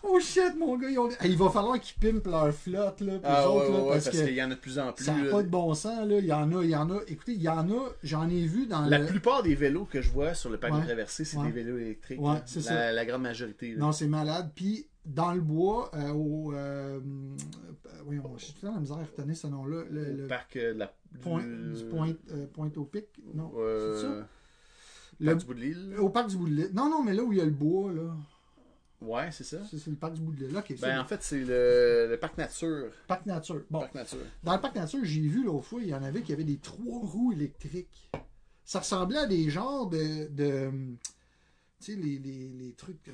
[SPEAKER 2] oh shit mon gars, ils ont- Eh, il va falloir qu'ils pimpent leur flotte là, pis
[SPEAKER 1] Ah
[SPEAKER 2] les
[SPEAKER 1] ouais,
[SPEAKER 2] autres,
[SPEAKER 1] ouais,
[SPEAKER 2] là,
[SPEAKER 1] ouais,
[SPEAKER 2] parce,
[SPEAKER 1] parce
[SPEAKER 2] que
[SPEAKER 1] qu'il y en a de plus en plus.
[SPEAKER 2] ça n'a
[SPEAKER 1] là.
[SPEAKER 2] pas de bon sens là. Il y en a, il y en a. Écoutez, il y en a. J'en ai vu dans
[SPEAKER 1] La
[SPEAKER 2] le.
[SPEAKER 1] plupart des vélos que je vois sur le panneau
[SPEAKER 2] Ouais.
[SPEAKER 1] traversé, c'est
[SPEAKER 2] Ouais.
[SPEAKER 1] des vélos électriques.
[SPEAKER 2] Ouais,
[SPEAKER 1] là.
[SPEAKER 2] c'est
[SPEAKER 1] la,
[SPEAKER 2] ça.
[SPEAKER 1] la grande majorité. là.
[SPEAKER 2] Non, c'est malade. Puis dans le bois, euh, au. euh, euh, voyons, je suis tout dans la misère à retenir ce nom-là. Le,
[SPEAKER 1] Au
[SPEAKER 2] le
[SPEAKER 1] parc euh, de la. Du,
[SPEAKER 2] point, du point, euh, pointe au pic. Non.
[SPEAKER 1] Euh,
[SPEAKER 2] c'est ça?
[SPEAKER 1] Le...
[SPEAKER 2] Le-
[SPEAKER 1] du bout de l'île. là.
[SPEAKER 2] Au parc du Boudelet. Non, non, mais là où il y a le bois, là.
[SPEAKER 1] Ouais, c'est ça.
[SPEAKER 2] C'est c'est le parc du Boudelet. Là, OK, c'est Oh.
[SPEAKER 1] Ben,
[SPEAKER 2] le
[SPEAKER 1] en fait, c'est le, le parc nature.
[SPEAKER 2] parc nature. Bon,
[SPEAKER 1] Parc nature.
[SPEAKER 2] dans le parc nature, j'ai vu l'autre fois, il y en avait qui avaient des trois roues électriques. Ça ressemblait à des genres de. de tu sais, les, les, les trucs. euh,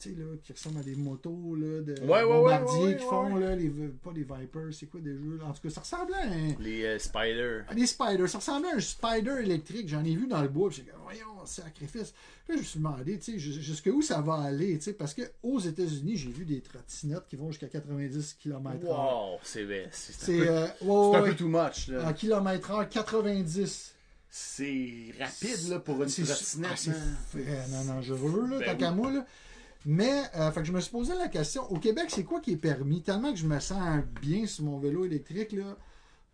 [SPEAKER 2] Tu sais, là, qui ressemblent à des motos, là, de
[SPEAKER 1] Ouais, ouais, ouais,
[SPEAKER 2] bombardiers
[SPEAKER 1] ouais, ouais,
[SPEAKER 2] qui
[SPEAKER 1] ouais,
[SPEAKER 2] font, là, les, pas des Vipers, c'est quoi des jeux, là? En tout cas, ça ressemblait à un.
[SPEAKER 1] Les euh, spiders.
[SPEAKER 2] Des spiders, ça ressemblait à un spider électrique, j'en ai vu dans le bois, puis j'ai dit, voyons, sacrifice. Puis là, je me suis demandé, tu sais, jus- jusqu'où ça va aller, tu sais, parce que aux États-Unis, j'ai vu des trottinettes qui vont jusqu'à 90 km/h.
[SPEAKER 1] Wow, c'est vrai. C'est
[SPEAKER 2] C'est
[SPEAKER 1] un, peu,
[SPEAKER 2] euh, ouais,
[SPEAKER 1] c'est un
[SPEAKER 2] ouais, Ah.
[SPEAKER 1] peu euh, too much. là.
[SPEAKER 2] en km/h 90.
[SPEAKER 1] C'est rapide là, pour une
[SPEAKER 2] C'est- ah,
[SPEAKER 1] trottinette.
[SPEAKER 2] c'est
[SPEAKER 1] hein.
[SPEAKER 2] vraiment dangereux, là,
[SPEAKER 1] Ben
[SPEAKER 2] tant
[SPEAKER 1] oui.
[SPEAKER 2] qu'à moi, là. Mais, euh, fait que je me suis posé la question, au Québec, c'est quoi qui est permis? Tellement que je me sens bien sur mon vélo électrique, là.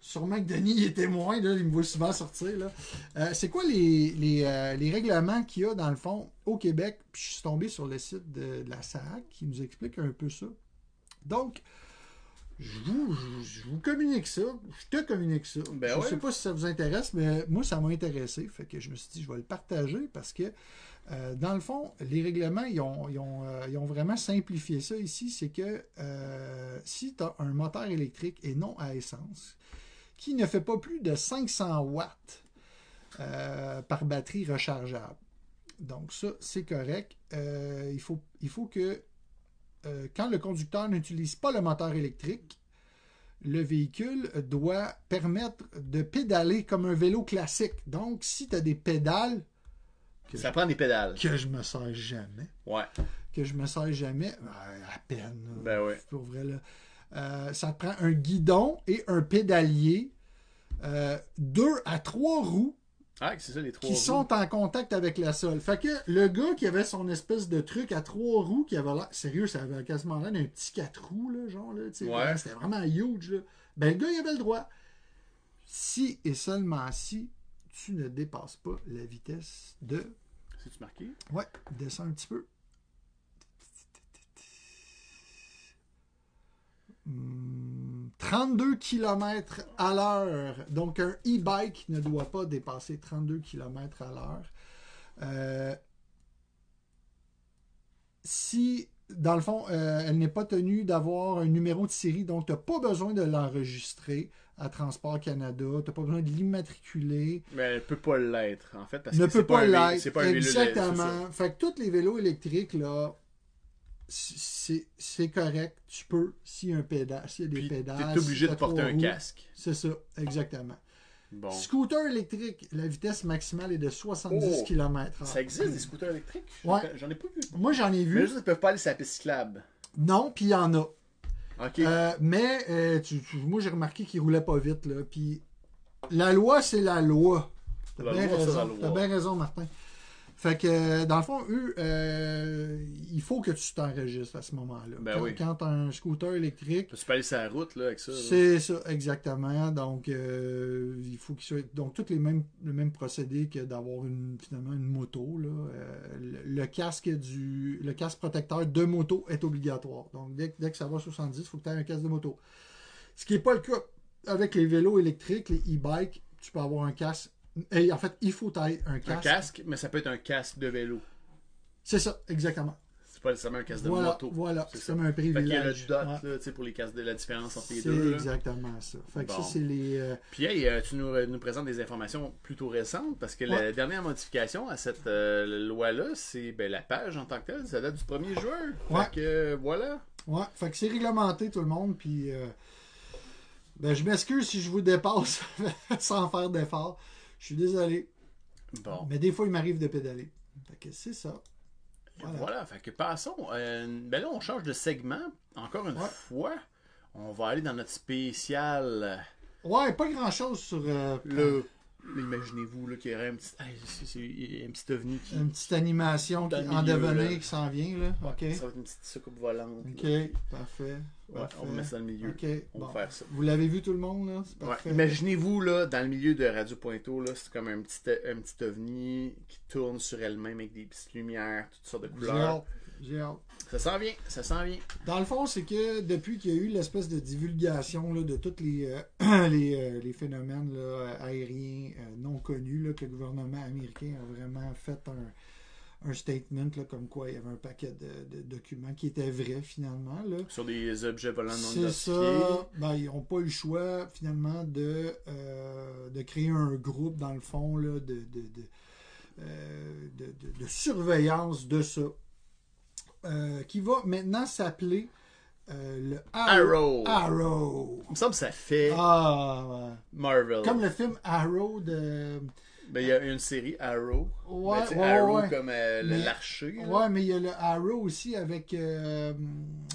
[SPEAKER 2] Sûrement que Denis il est témoin, là, il me voit souvent sortir, là. Euh, c'est quoi les, les, euh, les règlements qu'il y a, dans le fond, au Québec? Puis je suis tombé sur le site de, de la SAC qui nous explique un peu ça. Donc, je vous, je- je vous communique ça. Je te communique ça.
[SPEAKER 1] Ben
[SPEAKER 2] je
[SPEAKER 1] ouais.
[SPEAKER 2] sais pas si ça vous intéresse, mais moi, ça m'a intéressé. Fait que je me suis dit, je vais le partager parce que, euh, dans le fond, les règlements, ils ont, ils ont, euh, ils ont vraiment simplifié ça ici. C'est que euh, si tu as un moteur électrique et non à essence, qui ne fait pas plus de 500 watts euh, par batterie rechargeable. Donc ça, c'est correct. Euh, il, faut, il faut que euh, quand le conducteur n'utilise pas le moteur électrique, le véhicule doit permettre de pédaler comme un vélo classique. Donc, si tu as des pédales
[SPEAKER 1] Ça prend des pédales.
[SPEAKER 2] que je me sers jamais,
[SPEAKER 1] Ouais.
[SPEAKER 2] que je me sers jamais, ben, à peine. là,
[SPEAKER 1] Ben ouais.
[SPEAKER 2] Pour vrai, là. Euh, ça te prend un guidon et un pédalier, euh, deux à trois roues
[SPEAKER 1] Ah, c'est ça, les trois.
[SPEAKER 2] qui
[SPEAKER 1] roues.
[SPEAKER 2] sont en contact avec la sol. Fait que le gars qui avait son espèce de truc à trois roues qui avait l'air. Sérieux, ça avait quasiment l'air d'un petit quatre roues, là, genre là. tu sais,
[SPEAKER 1] Ouais.
[SPEAKER 2] vraiment, C'était vraiment huge. Là. Ben le gars, il avait le droit. Si et seulement si tu ne dépasses pas la vitesse de.
[SPEAKER 1] C'est-tu marqué?
[SPEAKER 2] Ouais, descends un petit peu. Hmm, 32 km à l'heure. Donc, un e-bike ne doit pas dépasser 32 km à l'heure. Euh, si, dans le fond, euh, elle n'est pas tenue d'avoir un numéro de série, donc tu n'as pas besoin de l'enregistrer à Transport Canada, tu n'as pas besoin de l'immatriculer,
[SPEAKER 1] Mais Ben, elle peut pas l'être, en fait. Parce
[SPEAKER 2] ne
[SPEAKER 1] que c'est
[SPEAKER 2] peut pas
[SPEAKER 1] un vé-
[SPEAKER 2] l'être.
[SPEAKER 1] C'est pas un vélo de- c'est ça.
[SPEAKER 2] Exactement. Fait que tous les vélos électriques, là, c'est c'est correct. Tu peux, s'il y a, un pédale, s'il y a des
[SPEAKER 1] Puis
[SPEAKER 2] pédales.
[SPEAKER 1] t'es obligé
[SPEAKER 2] si
[SPEAKER 1] de
[SPEAKER 2] t'as
[SPEAKER 1] porter
[SPEAKER 2] trois
[SPEAKER 1] un
[SPEAKER 2] roues.
[SPEAKER 1] casque.
[SPEAKER 2] C'est ça, exactement.
[SPEAKER 1] Bon.
[SPEAKER 2] Scooter électrique, la vitesse maximale est de 70
[SPEAKER 1] Oh!
[SPEAKER 2] km.
[SPEAKER 1] Ça existe des scooters électriques?
[SPEAKER 2] Ouais.
[SPEAKER 1] J'en ai pas vu.
[SPEAKER 2] Moi, j'en ai
[SPEAKER 1] Mais
[SPEAKER 2] vu.
[SPEAKER 1] juste, ils peuvent pas aller sur la piste cyclable.
[SPEAKER 2] Non, puis il y en a.
[SPEAKER 1] OK.
[SPEAKER 2] Euh, mais euh, tu- tu- moi, j'ai remarqué qu'il roulait pas vite. Là, puis la loi, c'est la loi. T'as
[SPEAKER 1] La
[SPEAKER 2] bien
[SPEAKER 1] loi, c'est la
[SPEAKER 2] raison.
[SPEAKER 1] loi.
[SPEAKER 2] T'as bien raison, Martin. Fait que, euh, dans le fond, eux, euh, il faut que tu t'enregistres à ce moment-là.
[SPEAKER 1] Ben
[SPEAKER 2] quand,
[SPEAKER 1] oui.
[SPEAKER 2] quand t'as un scooter électrique,
[SPEAKER 1] Tu peux aller sur la route, là, avec ça. là.
[SPEAKER 2] c'est ça, exactement. Donc, euh, il faut qu'il soit. Donc, tous les mêmes, le même procédé que d'avoir une, finalement une moto. Là. Euh, le, le casque du, le casque protecteur de moto est obligatoire. Donc, dès, que- dès que ça va 70, il faut que tu aies un casque de moto. Ce qui n'est pas le cas avec les vélos électriques, les e-bikes, tu peux avoir un casque. Et en fait, il faut que t'aies un
[SPEAKER 1] Un
[SPEAKER 2] casque.
[SPEAKER 1] casque, mais ça peut être un casque de vélo.
[SPEAKER 2] C'est ça, exactement.
[SPEAKER 1] C'est pas nécessairement un casque de
[SPEAKER 2] Voilà,
[SPEAKER 1] moto.
[SPEAKER 2] voilà.
[SPEAKER 1] C'est
[SPEAKER 2] C'est
[SPEAKER 1] ça.
[SPEAKER 2] comme un
[SPEAKER 1] Fait qu'il y a le
[SPEAKER 2] privilège.
[SPEAKER 1] dot, là,
[SPEAKER 2] Ouais.
[SPEAKER 1] tu sais, pour les casques de la différence entre les
[SPEAKER 2] C'est
[SPEAKER 1] deux. là.
[SPEAKER 2] exactement ça. Fait que
[SPEAKER 1] Bon.
[SPEAKER 2] ça, c'est les. euh,
[SPEAKER 1] Puis, hey, euh, tu nous, nous présentes des informations plutôt récentes parce que la
[SPEAKER 2] Ouais.
[SPEAKER 1] dernière modification à cette euh, loi-là, c'est ben, la page en tant que telle. Ça date du 1er juin.
[SPEAKER 2] Ouais.
[SPEAKER 1] Fait que, euh, voilà.
[SPEAKER 2] Ouais, fait que c'est réglementé tout le monde, puis euh, ben, je m'excuse si je vous dépasse sans faire d'effort. Je suis désolé,
[SPEAKER 1] Bon.
[SPEAKER 2] mais des fois il m'arrive de pédaler. Fait que c'est ça.
[SPEAKER 1] Voilà. fait que passons. Euh, ben là, on change de segment. Encore une
[SPEAKER 2] Ouais.
[SPEAKER 1] fois, on va aller dans notre spécial. euh,
[SPEAKER 2] Ouais, pas grand chose sur euh,
[SPEAKER 1] Le... là, Imaginez-vous là, qu'il y aurait un petit, hey, c'est- c'est un petit ovni qui.
[SPEAKER 2] une petite animation qui,
[SPEAKER 1] Dans le
[SPEAKER 2] en
[SPEAKER 1] milieu,
[SPEAKER 2] devenir
[SPEAKER 1] là.
[SPEAKER 2] qui s'en vient là.
[SPEAKER 1] Ouais,
[SPEAKER 2] Ok.
[SPEAKER 1] Ça va être une petite soucoupe volante.
[SPEAKER 2] Ok, parfait.
[SPEAKER 1] Ouais,
[SPEAKER 2] parfait.
[SPEAKER 1] on met ça dans le milieu.
[SPEAKER 2] Ok,
[SPEAKER 1] On
[SPEAKER 2] bon.
[SPEAKER 1] va faire ça.
[SPEAKER 2] Vous l'avez vu tout le monde là, c'est
[SPEAKER 1] Ouais,
[SPEAKER 2] parfait.
[SPEAKER 1] Imaginez-vous là, dans le milieu de Radio Pointo, là, c'est comme un petit, un petit ovni qui tourne sur elle-même avec des petites lumières, toutes sortes de
[SPEAKER 2] J'ai
[SPEAKER 1] couleurs.
[SPEAKER 2] hâte, j'ai hâte.
[SPEAKER 1] Ça s'en vient, ça s'en vient.
[SPEAKER 2] Dans le fond, c'est que depuis qu'il y a eu l'espèce de divulgation là, de tous les, euh, les, euh, les phénomènes là, aériens euh, non connus, là, que le gouvernement américain a vraiment fait un, un statement là, comme quoi il y avait un paquet de, de documents qui étaient vrais finalement. Là.
[SPEAKER 1] Sur des objets volants non
[SPEAKER 2] C'est
[SPEAKER 1] identifiés.
[SPEAKER 2] ça. Ben, ils n'ont pas eu le choix, finalement, de, euh, de créer un groupe, dans le fond, là, de, de, de, euh, de- de- de surveillance de ça, euh, qui va maintenant s'appeler euh, le
[SPEAKER 1] Arrow.
[SPEAKER 2] Arrow. Arrow.
[SPEAKER 1] Il me semble que ça fait
[SPEAKER 2] Ah, ouais.
[SPEAKER 1] Marvel.
[SPEAKER 2] Comme le film Arrow de.
[SPEAKER 1] Ben, il y a une série Arrow.
[SPEAKER 2] Ouais,
[SPEAKER 1] Ben, tu sais,
[SPEAKER 2] ouais,
[SPEAKER 1] Arrow
[SPEAKER 2] ouais.
[SPEAKER 1] comme euh, le-
[SPEAKER 2] Mais-
[SPEAKER 1] l'archer. là.
[SPEAKER 2] Ouais, mais il y a le Arrow aussi avec euh,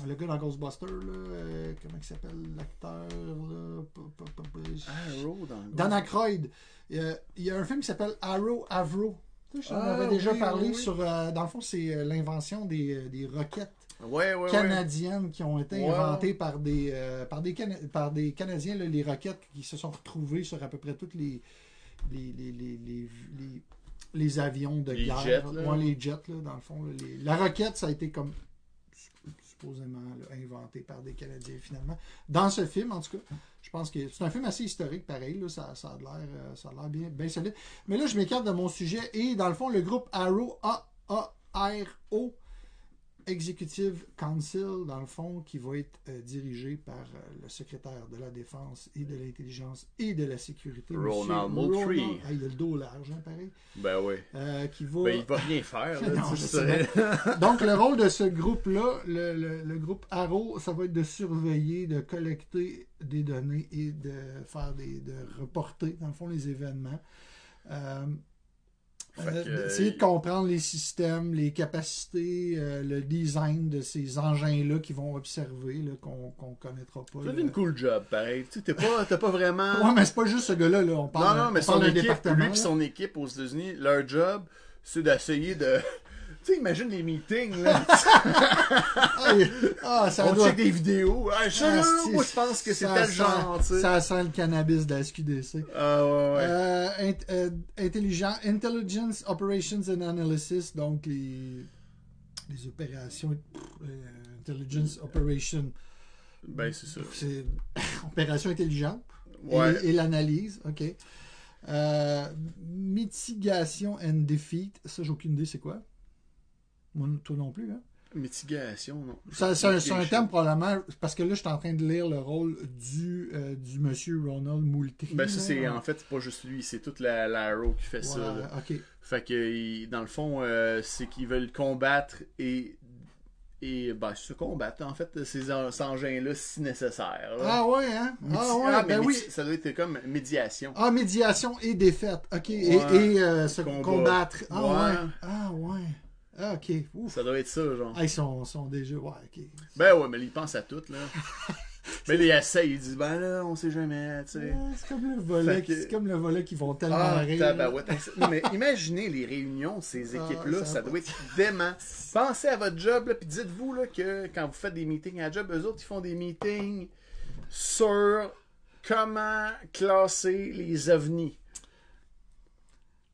[SPEAKER 2] le gars dans Ghostbusters, là, euh, comment il s'appelle l'acteur, là. Pa- pa- pa- pa-
[SPEAKER 1] Arrow dans le
[SPEAKER 2] Dan
[SPEAKER 1] gros.
[SPEAKER 2] Aykroyd. Euh, Il y a un film qui s'appelle Arrow Avro. Tu sais, Je t'en
[SPEAKER 1] Ah,
[SPEAKER 2] avais déjà
[SPEAKER 1] oui,
[SPEAKER 2] parlé
[SPEAKER 1] oui, oui.
[SPEAKER 2] sur. euh, dans le fond, c'est euh, l'invention des, euh, des roquettes
[SPEAKER 1] Ouais, Ah ouais, ouais.
[SPEAKER 2] canadiennes qui ont été
[SPEAKER 1] Ouais.
[SPEAKER 2] inventées par des, euh, par des, Cana- par des Canadiens. là, les roquettes qui se sont retrouvées sur à peu près toutes les, les, les, les, les- les- les avions de
[SPEAKER 1] Les
[SPEAKER 2] guerre.
[SPEAKER 1] jets, là.
[SPEAKER 2] Ouais, les jets, là, dans le fond. là, les- La roquette, ça a été comme sup- supposément là, inventée par des Canadiens, finalement. Dans ce film, en tout cas. Je pense que c'est un film assez historique, pareil. Là, ça, ça a de l'air, euh, ça a l'air bien, bien solide. Mais là, je m'écarte de mon sujet. Et dans le fond, le groupe Arrow, A-A-R-O, Executive Council, dans le fond, qui va être euh, dirigé par euh, le secrétaire de la Défense et de l'Intelligence et de la Sécurité.
[SPEAKER 1] Ronald
[SPEAKER 2] monsieur
[SPEAKER 1] Moultrie.
[SPEAKER 2] Ronald- Ah, il a le dos large, hein, pareil.
[SPEAKER 1] Ben ouais.
[SPEAKER 2] Euh, qui va...
[SPEAKER 1] Ben, il va rien faire. Là,
[SPEAKER 2] Non,
[SPEAKER 1] tu
[SPEAKER 2] je
[SPEAKER 1] sais.
[SPEAKER 2] Donc, le rôle de ce groupe-là, le, le- le groupe Arrow, ça va être de surveiller, de collecter des données et de faire des. de reporter, dans le fond, les événements. Euh,
[SPEAKER 1] Fait
[SPEAKER 2] euh,
[SPEAKER 1] que-
[SPEAKER 2] d'essayer de comprendre les systèmes, les capacités, euh, le design de ces engins-là qu'ils vont observer, là, qu'on qu'on connaîtra pas.
[SPEAKER 1] Ça
[SPEAKER 2] là.
[SPEAKER 1] fait une cool job, pareil. Tu sais, t'es pas, t'as pas vraiment.
[SPEAKER 2] Ouais, mais c'est pas juste ce gars-là, là. On
[SPEAKER 1] non,
[SPEAKER 2] parle,
[SPEAKER 1] non, mais
[SPEAKER 2] on
[SPEAKER 1] son
[SPEAKER 2] parle d'un
[SPEAKER 1] équipe,
[SPEAKER 2] département.
[SPEAKER 1] lui et
[SPEAKER 2] là.
[SPEAKER 1] son équipe aux États-Unis, leur job, c'est d'essayer de. Tu sais, imagine les meetings, là.
[SPEAKER 2] Ah, il- ah, ça
[SPEAKER 1] on
[SPEAKER 2] doit-
[SPEAKER 1] check des vidéos. Ah, ça, là,
[SPEAKER 2] Ah,
[SPEAKER 1] moi, je pense que c'est
[SPEAKER 2] ça
[SPEAKER 1] tel
[SPEAKER 2] sent-
[SPEAKER 1] genre, tu sais.
[SPEAKER 2] Ça sent le cannabis de la SQDC.
[SPEAKER 1] Ah, ouais, ouais.
[SPEAKER 2] Euh, int- euh, intelligent, Intelligence Operations and Analysis, donc les, les opérations. euh, intelligence Operation,
[SPEAKER 1] ben, c'est ça.
[SPEAKER 2] c'est opération intelligente et-
[SPEAKER 1] Ouais.
[SPEAKER 2] et, l'analyse, ok. Euh, mitigation and defeat, ça j'ai aucune idée c'est quoi. Moi, toi non plus. Hein?
[SPEAKER 1] Mitigation, non.
[SPEAKER 2] Ça, C'est un, c'est un
[SPEAKER 1] Mitigation.
[SPEAKER 2] thème probablement, parce que là je suis en train de lire le rôle du, euh, du monsieur Ronald Moultrie.
[SPEAKER 1] Ben, ça,
[SPEAKER 2] là.
[SPEAKER 1] c'est. En fait, c'est pas juste lui, c'est toute la, la row qui fait ça, là.
[SPEAKER 2] Voilà, ok.
[SPEAKER 1] Fait que, il- dans le fond, euh, c'est qu'ils veulent combattre et. Et, ben, se combattre, en fait, ces, en- ces engins-là, si nécessaire. là.
[SPEAKER 2] Ah ouais, hein?
[SPEAKER 1] Miti-
[SPEAKER 2] ah ouais,
[SPEAKER 1] ah, mais
[SPEAKER 2] ben
[SPEAKER 1] miti-
[SPEAKER 2] oui.
[SPEAKER 1] ça doit être comme médiation.
[SPEAKER 2] Ah, médiation et défaite. OK. Et,
[SPEAKER 1] Ouais.
[SPEAKER 2] et, euh, se
[SPEAKER 1] Combat.
[SPEAKER 2] combattre. Ah ouais.
[SPEAKER 1] Ouais.
[SPEAKER 2] Ah ouais. Ah, OK. Ouf.
[SPEAKER 1] Ça doit être ça, genre.
[SPEAKER 2] Ah, ils sont, sont déjà. Ouais, OK.
[SPEAKER 1] Ben ouais, mais il pense à tout, là. mais il essaye, il dit, ben là, on sait jamais, tu sais.
[SPEAKER 2] Ah, c'est comme le volet.
[SPEAKER 1] Fait que-
[SPEAKER 2] C'est comme le volet qu'ils vont tellement
[SPEAKER 1] Ah,
[SPEAKER 2] rire.
[SPEAKER 1] tabarouette. Non, mais imaginez les réunions, de ces
[SPEAKER 2] Ah,
[SPEAKER 1] équipes-là,
[SPEAKER 2] ça
[SPEAKER 1] ça
[SPEAKER 2] va.
[SPEAKER 1] doit être dément. Pensez à votre job, là, puis dites-vous là, que quand vous faites des meetings à job, eux autres, ils font des meetings sur comment classer les ovnis.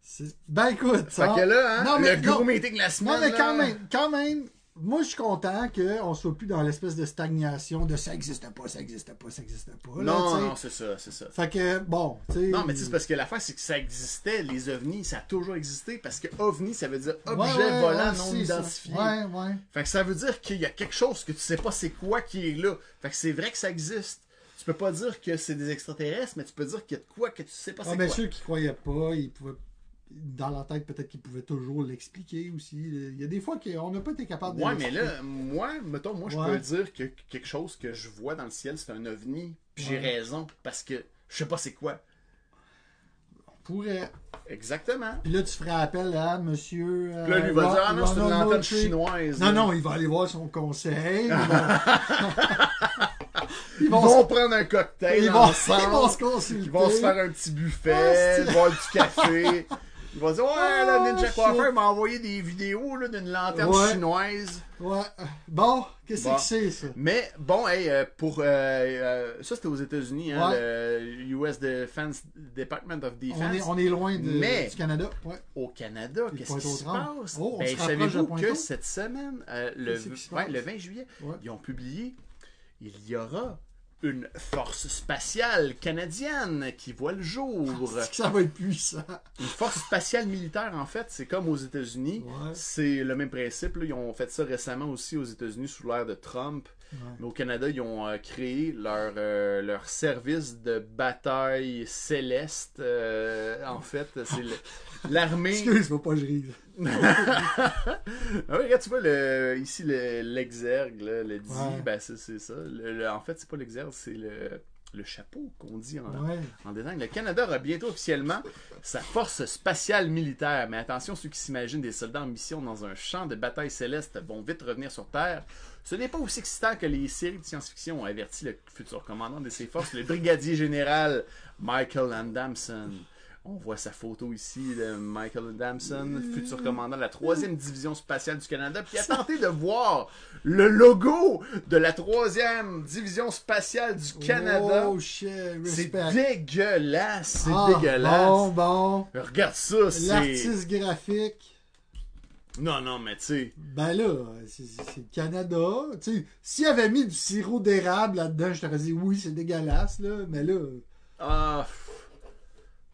[SPEAKER 2] C'est- Ben écoute.
[SPEAKER 1] Fait
[SPEAKER 2] ça-
[SPEAKER 1] que là, hein,
[SPEAKER 2] non, mais,
[SPEAKER 1] le gros
[SPEAKER 2] non,
[SPEAKER 1] meeting de la semaine.
[SPEAKER 2] non, mais quand
[SPEAKER 1] là.
[SPEAKER 2] même, quand même. Moi, je suis content qu'on soit plus dans l'espèce de stagnation de ça existe pas, ça existe pas, ça existe pas. là,
[SPEAKER 1] Non,
[SPEAKER 2] tu sais.
[SPEAKER 1] non, c'est ça, c'est ça.
[SPEAKER 2] Fait que, bon, tu sais.
[SPEAKER 1] Non, mais tu sais, c'est parce que l'affaire, c'est que ça existait, les ovnis, ça a toujours existé, parce que ovni, ça veut dire
[SPEAKER 2] Ouais,
[SPEAKER 1] objet
[SPEAKER 2] ouais,
[SPEAKER 1] volant
[SPEAKER 2] ouais,
[SPEAKER 1] non
[SPEAKER 2] c'est ça.
[SPEAKER 1] identifié.
[SPEAKER 2] Ouais, ouais.
[SPEAKER 1] Fait que ça veut dire qu'il y a quelque chose que tu sais pas c'est quoi qui est là. Fait que c'est vrai que ça existe. Tu peux pas dire que c'est des extraterrestres, mais tu peux dire qu'il y a de quoi que tu sais pas
[SPEAKER 2] Ah,
[SPEAKER 1] c'est
[SPEAKER 2] mais
[SPEAKER 1] quoi.
[SPEAKER 2] ceux qui croyaient pas, ils pouvaient dans leur tête, peut-être qu'ils pouvaient toujours l'expliquer aussi. Il y a des fois qu'on n'a pas été capable de
[SPEAKER 1] Ouais, mais
[SPEAKER 2] l'expliquer.
[SPEAKER 1] là, moi, mettons, moi, je
[SPEAKER 2] Ouais.
[SPEAKER 1] peux dire que quelque chose que je vois dans le ciel, c'est un ovni. Puis j'ai
[SPEAKER 2] Ouais.
[SPEAKER 1] raison, parce que je sais pas c'est quoi.
[SPEAKER 2] On pourrait.
[SPEAKER 1] Exactement.
[SPEAKER 2] Puis euh, là, tu ferais appel à monsieur. euh,
[SPEAKER 1] Puis là, lui va
[SPEAKER 2] Ron-
[SPEAKER 1] dire, ah non, c'est une
[SPEAKER 2] Ronald
[SPEAKER 1] lanterne
[SPEAKER 2] Moultrie.
[SPEAKER 1] chinoise.
[SPEAKER 2] Non,
[SPEAKER 1] là.
[SPEAKER 2] non, il va aller voir son conseil. Ils
[SPEAKER 1] Ils
[SPEAKER 2] vont
[SPEAKER 1] vont prendre un cocktail
[SPEAKER 2] Ils vont,
[SPEAKER 1] ensemble.
[SPEAKER 2] ils vont se consulter.
[SPEAKER 1] Ils vont se faire un petit
[SPEAKER 2] Ah,
[SPEAKER 1] buffet,
[SPEAKER 2] c'est-
[SPEAKER 1] boire du café. Ils vont dire Ouais, la Ninja
[SPEAKER 2] Ah,
[SPEAKER 1] Coiffeur
[SPEAKER 2] shit.
[SPEAKER 1] m'a envoyé des vidéos là, d'une lanterne
[SPEAKER 2] Ouais.
[SPEAKER 1] chinoise.
[SPEAKER 2] Ouais. Bon, qu'est-ce
[SPEAKER 1] Bon.
[SPEAKER 2] que c'est, ça?
[SPEAKER 1] Mais bon, hey, euh, pour. euh, euh, ça, c'était aux États-Unis, hein,
[SPEAKER 2] Ouais.
[SPEAKER 1] le US Defense Department of
[SPEAKER 2] On
[SPEAKER 1] Defense.
[SPEAKER 2] est, on est loin de-
[SPEAKER 1] Mais-
[SPEAKER 2] du Canada. Ouais.
[SPEAKER 1] Au Canada,
[SPEAKER 2] Puis
[SPEAKER 1] qu'est-ce
[SPEAKER 2] Pointe
[SPEAKER 1] qui
[SPEAKER 2] aux
[SPEAKER 1] se
[SPEAKER 2] Trembles.
[SPEAKER 1] passe
[SPEAKER 2] Oh, on se
[SPEAKER 1] Ben,
[SPEAKER 2] rapproche
[SPEAKER 1] savez-vous
[SPEAKER 2] de Pointe
[SPEAKER 1] que
[SPEAKER 2] aux?
[SPEAKER 1] cette semaine, euh, le,
[SPEAKER 2] Qu'est-ce qui se
[SPEAKER 1] ouais,
[SPEAKER 2] passe?
[SPEAKER 1] le 20 juillet,
[SPEAKER 2] Ouais.
[SPEAKER 1] ils ont publié il y aura une force spatiale canadienne qui voit le jour.
[SPEAKER 2] Ah, C'est que ça va être puissant.
[SPEAKER 1] Une force spatiale militaire, en fait, c'est comme aux États-Unis.
[SPEAKER 2] Ouais.
[SPEAKER 1] C'est le même principe. là. Ils ont fait ça récemment aussi aux États-Unis sous l'ère de Trump. Mais au Canada, ils ont euh, créé leur, euh, leur service de bataille céleste. euh, en fait, c'est le- l'armée.
[SPEAKER 2] Excuse-moi pas, je ris.
[SPEAKER 1] Ah oui, regarde, tu vois, le, ici, le- l'exergue, là, le dit,
[SPEAKER 2] Ouais.
[SPEAKER 1] ben, c'est, c'est ça. Le- le- en fait, c'est pas l'exergue, c'est le, le chapeau qu'on dit en,
[SPEAKER 2] Ouais.
[SPEAKER 1] en détail. Le Canada aura bientôt officiellement sa force spatiale militaire. Mais attention, ceux qui s'imaginent des soldats en mission dans un champ de bataille céleste vont vite revenir sur Terre. Ce n'est pas aussi excitant que les séries de science-fiction ont averti le futur commandant de ces forces, le brigadier général Michael Andamson. On voit sa photo ici de Michael Andamson, futur commandant de la 3e division spatiale du Canada, qui a tenté de voir le logo de la 3e division spatiale du Canada.
[SPEAKER 2] Oh, shit.
[SPEAKER 1] C'est
[SPEAKER 2] Respect.
[SPEAKER 1] dégueulasse, c'est
[SPEAKER 2] Ah,
[SPEAKER 1] dégueulasse.
[SPEAKER 2] Bon, bon.
[SPEAKER 1] Regarde ça, c'est.
[SPEAKER 2] L'artiste graphique.
[SPEAKER 1] Non, non, mais tu sais.
[SPEAKER 2] Ben là, c'est c'est- c'est le Canada. Tu sais, s'il avait mis du sirop d'érable là-dedans, je t'aurais dit oui, c'est dégueulasse, là. Mais là,
[SPEAKER 1] Ah. pff.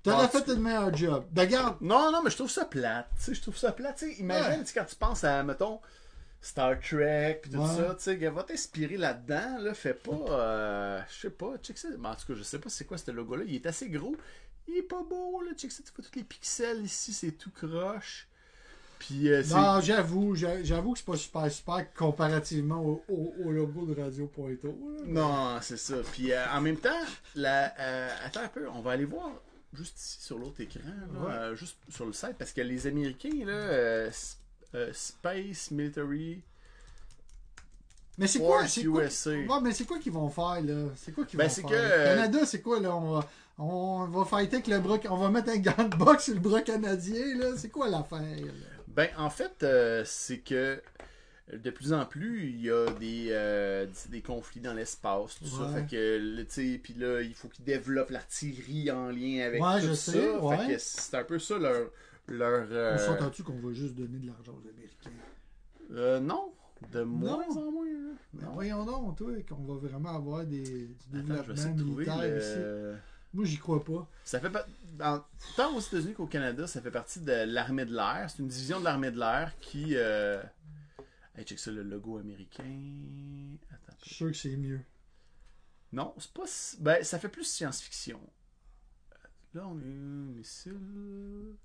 [SPEAKER 2] t'aurais
[SPEAKER 1] Ah,
[SPEAKER 2] fait
[SPEAKER 1] tu-
[SPEAKER 2] le meilleur job. Ben regarde,
[SPEAKER 1] Non, non, mais je trouve ça plate. Tu sais, je trouve ça plate. Tu sais, imagine
[SPEAKER 2] Ouais.
[SPEAKER 1] tu sais, quand tu penses à, mettons, Star Trek, pis tout
[SPEAKER 2] Ouais.
[SPEAKER 1] ça, tu sais, qu'elle va t'inspirer là-dedans, là, fais pas. euh, je sais pas, check ça. Mais en tout cas, je sais pas c'est quoi ce logo-là. Il est assez gros. Il est pas beau, là. Check ça, tu vois tous les pixels ici, c'est tout croche. Puis, euh, c'est.
[SPEAKER 2] Non, j'avoue, j'a- j'avoue que c'est pas super super comparativement au, au- au logo de Radio Pointo. là.
[SPEAKER 1] Non, c'est ça. Puis euh, en même temps, la, euh, attends un peu, on va aller voir juste ici sur l'autre écran, là,
[SPEAKER 2] Ouais.
[SPEAKER 1] euh, juste sur le site, parce que les Américains, là, euh, s- euh, Space Military
[SPEAKER 2] Mais c'est quoi,
[SPEAKER 1] Force
[SPEAKER 2] c'est quoi,
[SPEAKER 1] USA.
[SPEAKER 2] Ouais, mais c'est quoi qu'ils vont faire là C'est quoi qu'ils
[SPEAKER 1] Ben,
[SPEAKER 2] vont
[SPEAKER 1] c'est
[SPEAKER 2] faire
[SPEAKER 1] que,
[SPEAKER 2] Le
[SPEAKER 1] euh,
[SPEAKER 2] Canada, c'est quoi là On va, on va fighter avec le bras, on va mettre un gant de boxe sur le bras canadien là. C'est quoi l'affaire là?
[SPEAKER 1] Ben, en fait, euh, c'est que de plus en plus, il y a des, euh, des- des conflits dans l'espace, tout ça.
[SPEAKER 2] Ouais.
[SPEAKER 1] Fait que, le- tu sais, puis là, il faut qu'ils développent l'artillerie en lien avec
[SPEAKER 2] Ouais,
[SPEAKER 1] tout
[SPEAKER 2] je
[SPEAKER 1] ça.
[SPEAKER 2] sais,
[SPEAKER 1] Fait
[SPEAKER 2] ouais.
[SPEAKER 1] que c'est un peu ça leur... leur euh,
[SPEAKER 2] On s'entend-tu qu'on va juste donner de l'argent aux Américains
[SPEAKER 1] euh, non, de moins
[SPEAKER 2] Non.
[SPEAKER 1] en moins. hein.
[SPEAKER 2] Ben,
[SPEAKER 1] Non.
[SPEAKER 2] voyons donc, toi, qu'on va vraiment avoir des, du
[SPEAKER 1] Attends, je vais
[SPEAKER 2] développement
[SPEAKER 1] essayer de trouver
[SPEAKER 2] militaire ici.
[SPEAKER 1] le...
[SPEAKER 2] Moi, j'y crois pas.
[SPEAKER 1] Ça fait pas- en- tant aux États-Unis qu'au Canada, ça fait partie de l'armée de l'air. C'est une division de l'armée de l'air qui. Euh... Hey, check ça, le logo américain. Attends.
[SPEAKER 2] Je suis sûr que c'est mieux.
[SPEAKER 1] Non, c'est pas. si- Ben, ça fait plus science-fiction. Là, on a un missile.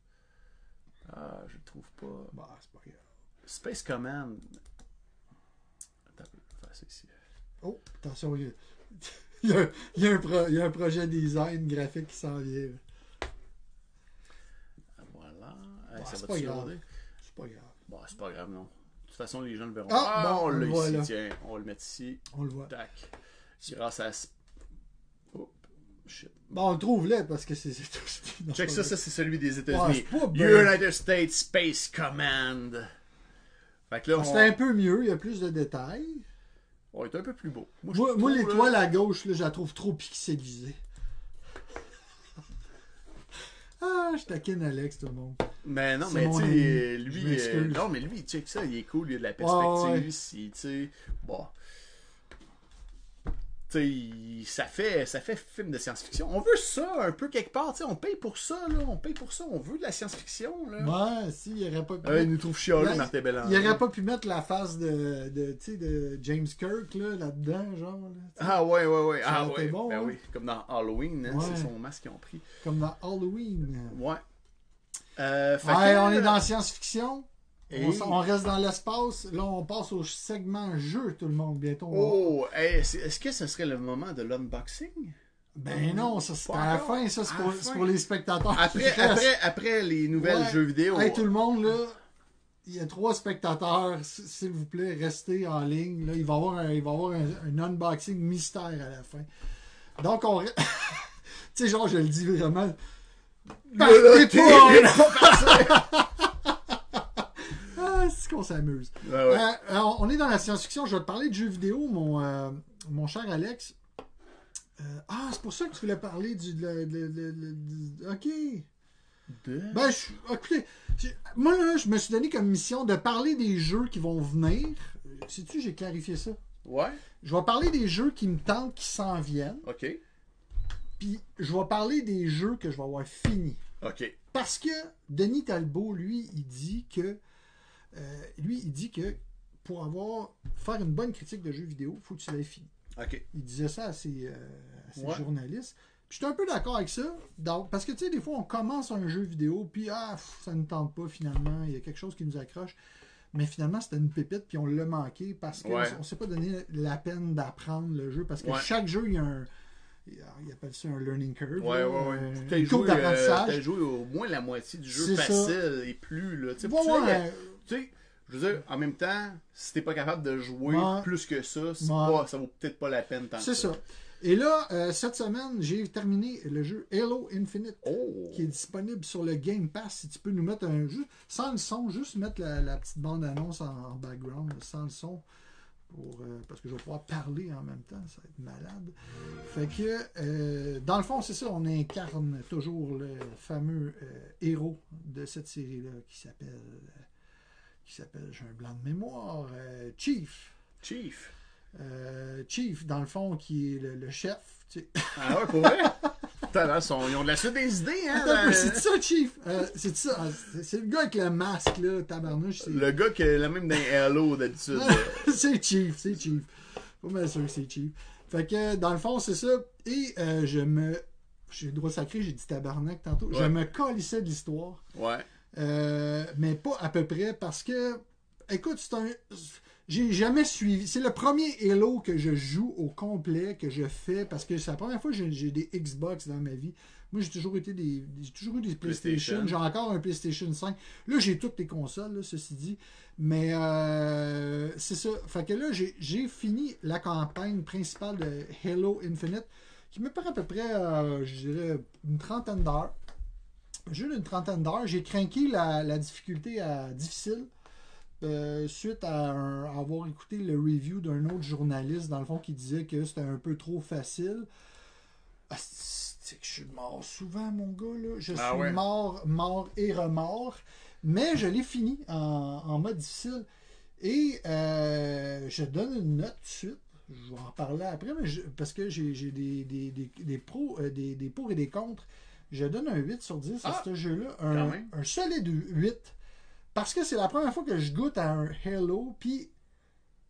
[SPEAKER 1] Ah, je le trouve pas.
[SPEAKER 2] Bah, c'est pas grave.
[SPEAKER 1] Space Command. Attends, je vais faire ça ici.
[SPEAKER 2] Oh, attention, il y a, il y a- il y a un, pro- il y a un projet design graphique qui s'en vient.
[SPEAKER 1] Voilà. Hey,
[SPEAKER 2] Bah,
[SPEAKER 1] ça
[SPEAKER 2] c'est
[SPEAKER 1] va
[SPEAKER 2] pas
[SPEAKER 1] te
[SPEAKER 2] grave.
[SPEAKER 1] sauver.
[SPEAKER 2] C'est pas grave.
[SPEAKER 1] Bon, c'est pas grave, non. De toute façon, les gens le verront.
[SPEAKER 2] Ah,
[SPEAKER 1] Ah,
[SPEAKER 2] bon,
[SPEAKER 1] on l'a
[SPEAKER 2] voilà.
[SPEAKER 1] ici, tiens. On va le mettre ici.
[SPEAKER 2] On le voit.
[SPEAKER 1] Tac. Grâce à. Oh, shit.
[SPEAKER 2] Bon, on le trouve là parce que c'est c'est tout. non,
[SPEAKER 1] Check
[SPEAKER 2] c'est
[SPEAKER 1] ça,
[SPEAKER 2] pas
[SPEAKER 1] ça c'est celui des
[SPEAKER 2] Ouais,
[SPEAKER 1] États-Unis.
[SPEAKER 2] Ah, c'est pas bien.
[SPEAKER 1] United States Space Command. Fait que là,
[SPEAKER 2] vrai.
[SPEAKER 1] on...
[SPEAKER 2] Ah, C'est un peu mieux, il y a plus de détails.
[SPEAKER 1] on est un peu plus beau. je
[SPEAKER 2] Moi,
[SPEAKER 1] trouve, euh,
[SPEAKER 2] moi,
[SPEAKER 1] là-
[SPEAKER 2] l'étoile à gauche, là, je la trouve trop pixelisée. Ah, je taquine Alex, tout le monde.
[SPEAKER 1] Mais non,
[SPEAKER 2] c'est
[SPEAKER 1] mais
[SPEAKER 2] mon
[SPEAKER 1] tu
[SPEAKER 2] ami.
[SPEAKER 1] sais,
[SPEAKER 2] Je
[SPEAKER 1] lui.
[SPEAKER 2] m'excuse.
[SPEAKER 1] euh, Non, mais lui, check ça, il est cool, il a de la
[SPEAKER 2] Ouais,
[SPEAKER 1] perspective.
[SPEAKER 2] ouais.
[SPEAKER 1] si, tu sais. Bon. Tu sais, il- ça fait, ça fait film de science-fiction. On veut ça un peu quelque part, tu sais. On paye pour ça, là. On paye pour ça. On veut de la science-fiction, là.
[SPEAKER 2] Ouais, si, il aurait pas pu.
[SPEAKER 1] Euh, il nous trouve chialeux,
[SPEAKER 2] Là,
[SPEAKER 1] Martin Belland.
[SPEAKER 2] il aurait pas pu mettre la face de, de, tu sais, de James Kirk là, là-dedans, genre. là, tu sais.
[SPEAKER 1] Ah ouais, ouais, ouais.
[SPEAKER 2] Ça
[SPEAKER 1] Ah
[SPEAKER 2] aurait été
[SPEAKER 1] ouais.
[SPEAKER 2] bon,
[SPEAKER 1] ben
[SPEAKER 2] hein.
[SPEAKER 1] oui. Comme dans Halloween, hein,
[SPEAKER 2] Ouais.
[SPEAKER 1] c'est son masque qu'ils ont pris.
[SPEAKER 2] Comme dans Halloween.
[SPEAKER 1] Ouais. Euh, fait
[SPEAKER 2] Ouais,
[SPEAKER 1] que-
[SPEAKER 2] on est dans la science-fiction.
[SPEAKER 1] Et-
[SPEAKER 2] On, s- on reste dans l'espace. Là, on passe au segment jeu, tout le monde, bientôt.
[SPEAKER 1] Oh, hey, c'est- est-ce que ce serait le moment de l'unboxing?
[SPEAKER 2] Ben non, ça c'est
[SPEAKER 1] Pas
[SPEAKER 2] à la
[SPEAKER 1] encore.
[SPEAKER 2] fin, ça c'est
[SPEAKER 1] À
[SPEAKER 2] pour,
[SPEAKER 1] la
[SPEAKER 2] c'est
[SPEAKER 1] fin.
[SPEAKER 2] pour les spectateurs.
[SPEAKER 1] Après,
[SPEAKER 2] qui restent.
[SPEAKER 1] après, après les nouvelles
[SPEAKER 2] Ouais.
[SPEAKER 1] jeux vidéo.
[SPEAKER 2] Hey, tout le monde, là, il y a trois spectateurs. S- S'il vous plaît, restez en ligne. Là, il va y avoir, un, il va y avoir un, un unboxing mystère à la fin. Donc, on. re- tu sais, genre, je le dis vraiment.
[SPEAKER 1] là,
[SPEAKER 2] Partez
[SPEAKER 1] t'es-
[SPEAKER 2] pas! Ah, c'est qu'on s'amuse.
[SPEAKER 1] Ouais, ouais.
[SPEAKER 2] Euh, euh, on est dans la science-fiction. Je vais te parler de jeux vidéo, mon, euh, mon cher Alex. Euh, ah, c'est pour ça que tu voulais parler du. de la- de la- de la- de la- ok.
[SPEAKER 1] De-
[SPEAKER 2] Ben, je, écoutez, j'ai- moi, là, je me suis donné comme mission de parler des jeux qui vont venir. Euh, Sais-tu, j'ai clarifié ça.
[SPEAKER 1] Ouais,
[SPEAKER 2] Je vais parler des jeux qui me tentent, qui s'en viennent.
[SPEAKER 1] ok.
[SPEAKER 2] Puis, je vais parler des jeux que je vais avoir finis.
[SPEAKER 1] Ok.
[SPEAKER 2] Parce que Denis Talbot, lui, il dit que euh, lui, il dit que pour avoir faire une bonne critique de jeux vidéo, faut que tu l'aies fini.
[SPEAKER 1] Ok.
[SPEAKER 2] Il disait ça à ses, euh, à ses
[SPEAKER 1] Ouais.
[SPEAKER 2] journalistes. Puis j'étais un peu d'accord avec ça. dans- parce que tu sais, des fois, on commence un jeu vidéo, puis ah, pff, ça ne tente pas finalement, il y a quelque chose qui nous accroche. Mais finalement, c'était une pépite, puis on l'a manqué parce qu'on
[SPEAKER 1] Ouais.
[SPEAKER 2] ne s'est pas donné la peine d'apprendre le jeu. Parce que
[SPEAKER 1] Ouais.
[SPEAKER 2] chaque jeu, il y a un. Il appelle ça un learning curve.
[SPEAKER 1] Ouais, ouais,
[SPEAKER 2] là,
[SPEAKER 1] ouais.
[SPEAKER 2] un-
[SPEAKER 1] T'as
[SPEAKER 2] une courbe
[SPEAKER 1] joué, euh,
[SPEAKER 2] d'apprentissage.
[SPEAKER 1] t'as joué au moins la moitié du jeu
[SPEAKER 2] C'est ça.
[SPEAKER 1] facile et plus, là. Tu sais,
[SPEAKER 2] Ouais,
[SPEAKER 1] tu l'as-
[SPEAKER 2] ouais.
[SPEAKER 1] tu sais, je veux dire, en même temps, si t'es pas capable de jouer
[SPEAKER 2] Ouais.
[SPEAKER 1] plus que ça, c'est
[SPEAKER 2] Ouais.
[SPEAKER 1] pas- ça vaut peut-être pas la peine tant que
[SPEAKER 2] C'est ça. Et là, euh, cette semaine, j'ai terminé le jeu Halo Infinite
[SPEAKER 1] Oh!
[SPEAKER 2] qui est disponible sur le Game Pass. Si tu peux nous mettre un jeu sans le son, juste mettre la, la petite bande-annonce en, en background, sans le son. Pour, euh, parce que je vais pouvoir parler en même temps, ça va être malade. Fait que, euh, dans le fond, c'est ça, on incarne toujours le fameux euh, héros de cette série-là qui s'appelle, qui s'appelle, j'ai un blanc de mémoire, euh, Chief.
[SPEAKER 1] Chief!
[SPEAKER 2] Euh, Chief, dans le fond, qui est le, le chef. tu sais.
[SPEAKER 1] Ah ouais, pour vrai? Putain, là, sont- ils ont de la suite des idées, hein?
[SPEAKER 2] Attends un peu,
[SPEAKER 1] là.
[SPEAKER 2] c'est ça, Chief? Euh, c'est ça? Ah, c'est- C'est le gars avec le masque, là, tabarnouche. c'est-
[SPEAKER 1] Le gars qui est le même dans Halo d'habitude.
[SPEAKER 2] c'est Chief, c'est Chief. Pas mal sûr que c'est Chief. Fait que, dans le fond, c'est ça. Et euh, je me... J'ai le droit sacré, j'ai dit tabarnak tantôt. Je
[SPEAKER 1] Ouais.
[SPEAKER 2] me calissais de l'histoire.
[SPEAKER 1] ouais.
[SPEAKER 2] Euh, mais pas à peu près parce que, écoute, c'est un. J'ai jamais suivi. C'est le premier Halo que je joue au complet, que je fais, parce que c'est la première fois que j'ai j'ai des Xbox dans ma vie. Moi, j'ai toujours été des. J'ai toujours eu des PlayStation.
[SPEAKER 1] PlayStation.
[SPEAKER 2] J'ai encore un PlayStation 5. Là, j'ai toutes les consoles, là, ceci dit. Mais euh, c'est ça. Fait que là, j'ai- j'ai fini la campagne principale de Halo Infinite, qui me prend à peu près, euh, je dirais, une trentaine d'heures. Jeu d'une trentaine d'heures. J'ai craqué la, la difficulté à difficile euh, suite à, un- à avoir écouté le review d'un autre journaliste, dans le fond, qui disait que c'était un peu trop facile. Ah, c'est que je suis mort souvent, mon gars. Là. Je
[SPEAKER 1] Ah
[SPEAKER 2] suis
[SPEAKER 1] ouais.
[SPEAKER 2] mort, mort et remort. Mais je l'ai fini en, en mode difficile. Et euh, je donne une note tout de suite. Je vais en parler après, mais je- parce que j'ai j'ai des, des, des, des pros, euh, des, des pour et des contre. Je donne un 8 sur 10 à
[SPEAKER 1] Ah!
[SPEAKER 2] ce jeu-là.
[SPEAKER 1] Quand
[SPEAKER 2] Un,
[SPEAKER 1] même.
[SPEAKER 2] un solide 8. Parce que c'est la première fois que je goûte à un Halo. Puis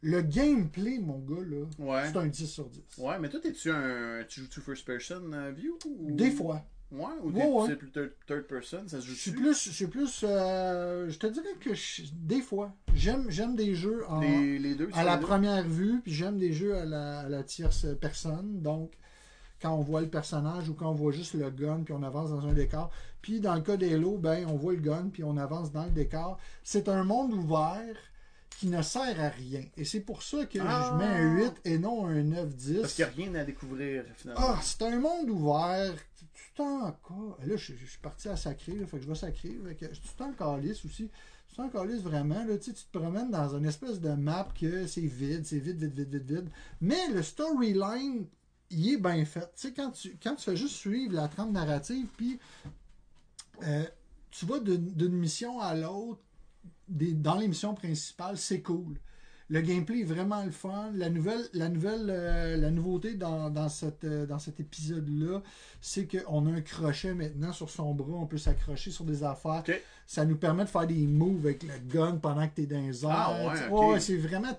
[SPEAKER 2] le gameplay, mon gars, là,
[SPEAKER 1] Ouais.
[SPEAKER 2] c'est un 10 sur 10.
[SPEAKER 1] Ouais, mais toi, t'es-tu un. Tu joues-tu first person euh, view? Ou...
[SPEAKER 2] Des fois.
[SPEAKER 1] Ouais, ou
[SPEAKER 2] Ouais, ouais.
[SPEAKER 1] t'es c'est plus third, third person? Ça se
[SPEAKER 2] Je
[SPEAKER 1] joue-tu?
[SPEAKER 2] suis plus. Je, suis plus euh, je te dirais que je- des fois, j'aime j'aime des jeux en,
[SPEAKER 1] Les, les deux,
[SPEAKER 2] à la
[SPEAKER 1] les deux?
[SPEAKER 2] première vue, puis j'aime des jeux à la, à la tierce personne. Donc, quand on voit le personnage ou quand on voit juste le gun, puis on avance dans un décor. Puis, dans le cas d'Halo, ben, on voit le gun, puis on avance dans le décor. C'est un monde ouvert qui ne sert à rien. Et c'est pour ça que
[SPEAKER 1] Ah.
[SPEAKER 2] je mets un 8 et non un 9-10.
[SPEAKER 1] Parce qu'il n'y a rien à découvrir, finalement.
[SPEAKER 2] Ah, c'est un monde ouvert. Tu tu t'en cas. Là, je, je suis parti à sacrer, là, fait que je vais sacrer. Fait que tu t'en calisses aussi. Tu t'en calisses vraiment. Là, tu sais, tu te promènes dans une espèce de map que c'est vide, c'est vide, vide, vide, vide, vide. Mais le storyline, il est bien fait. Tu sais, quand tu, quand tu fais juste suivre la trame narrative, puis euh, tu vas d'une d'une mission à l'autre, des- dans les missions principales, c'est cool. Le gameplay est vraiment le fun. La nouvelle, la nouvelle, euh, la nouveauté dans, dans cette, euh, dans cet épisode-là, c'est qu'on a un crochet maintenant sur son bras. On peut s'accrocher sur des affaires.
[SPEAKER 1] Ok.
[SPEAKER 2] Ça nous permet de faire des moves avec le gun pendant que t'es dans les airs.
[SPEAKER 1] Ah ouais,
[SPEAKER 2] Tu-
[SPEAKER 1] ok.
[SPEAKER 2] ouais, c'est vraiment,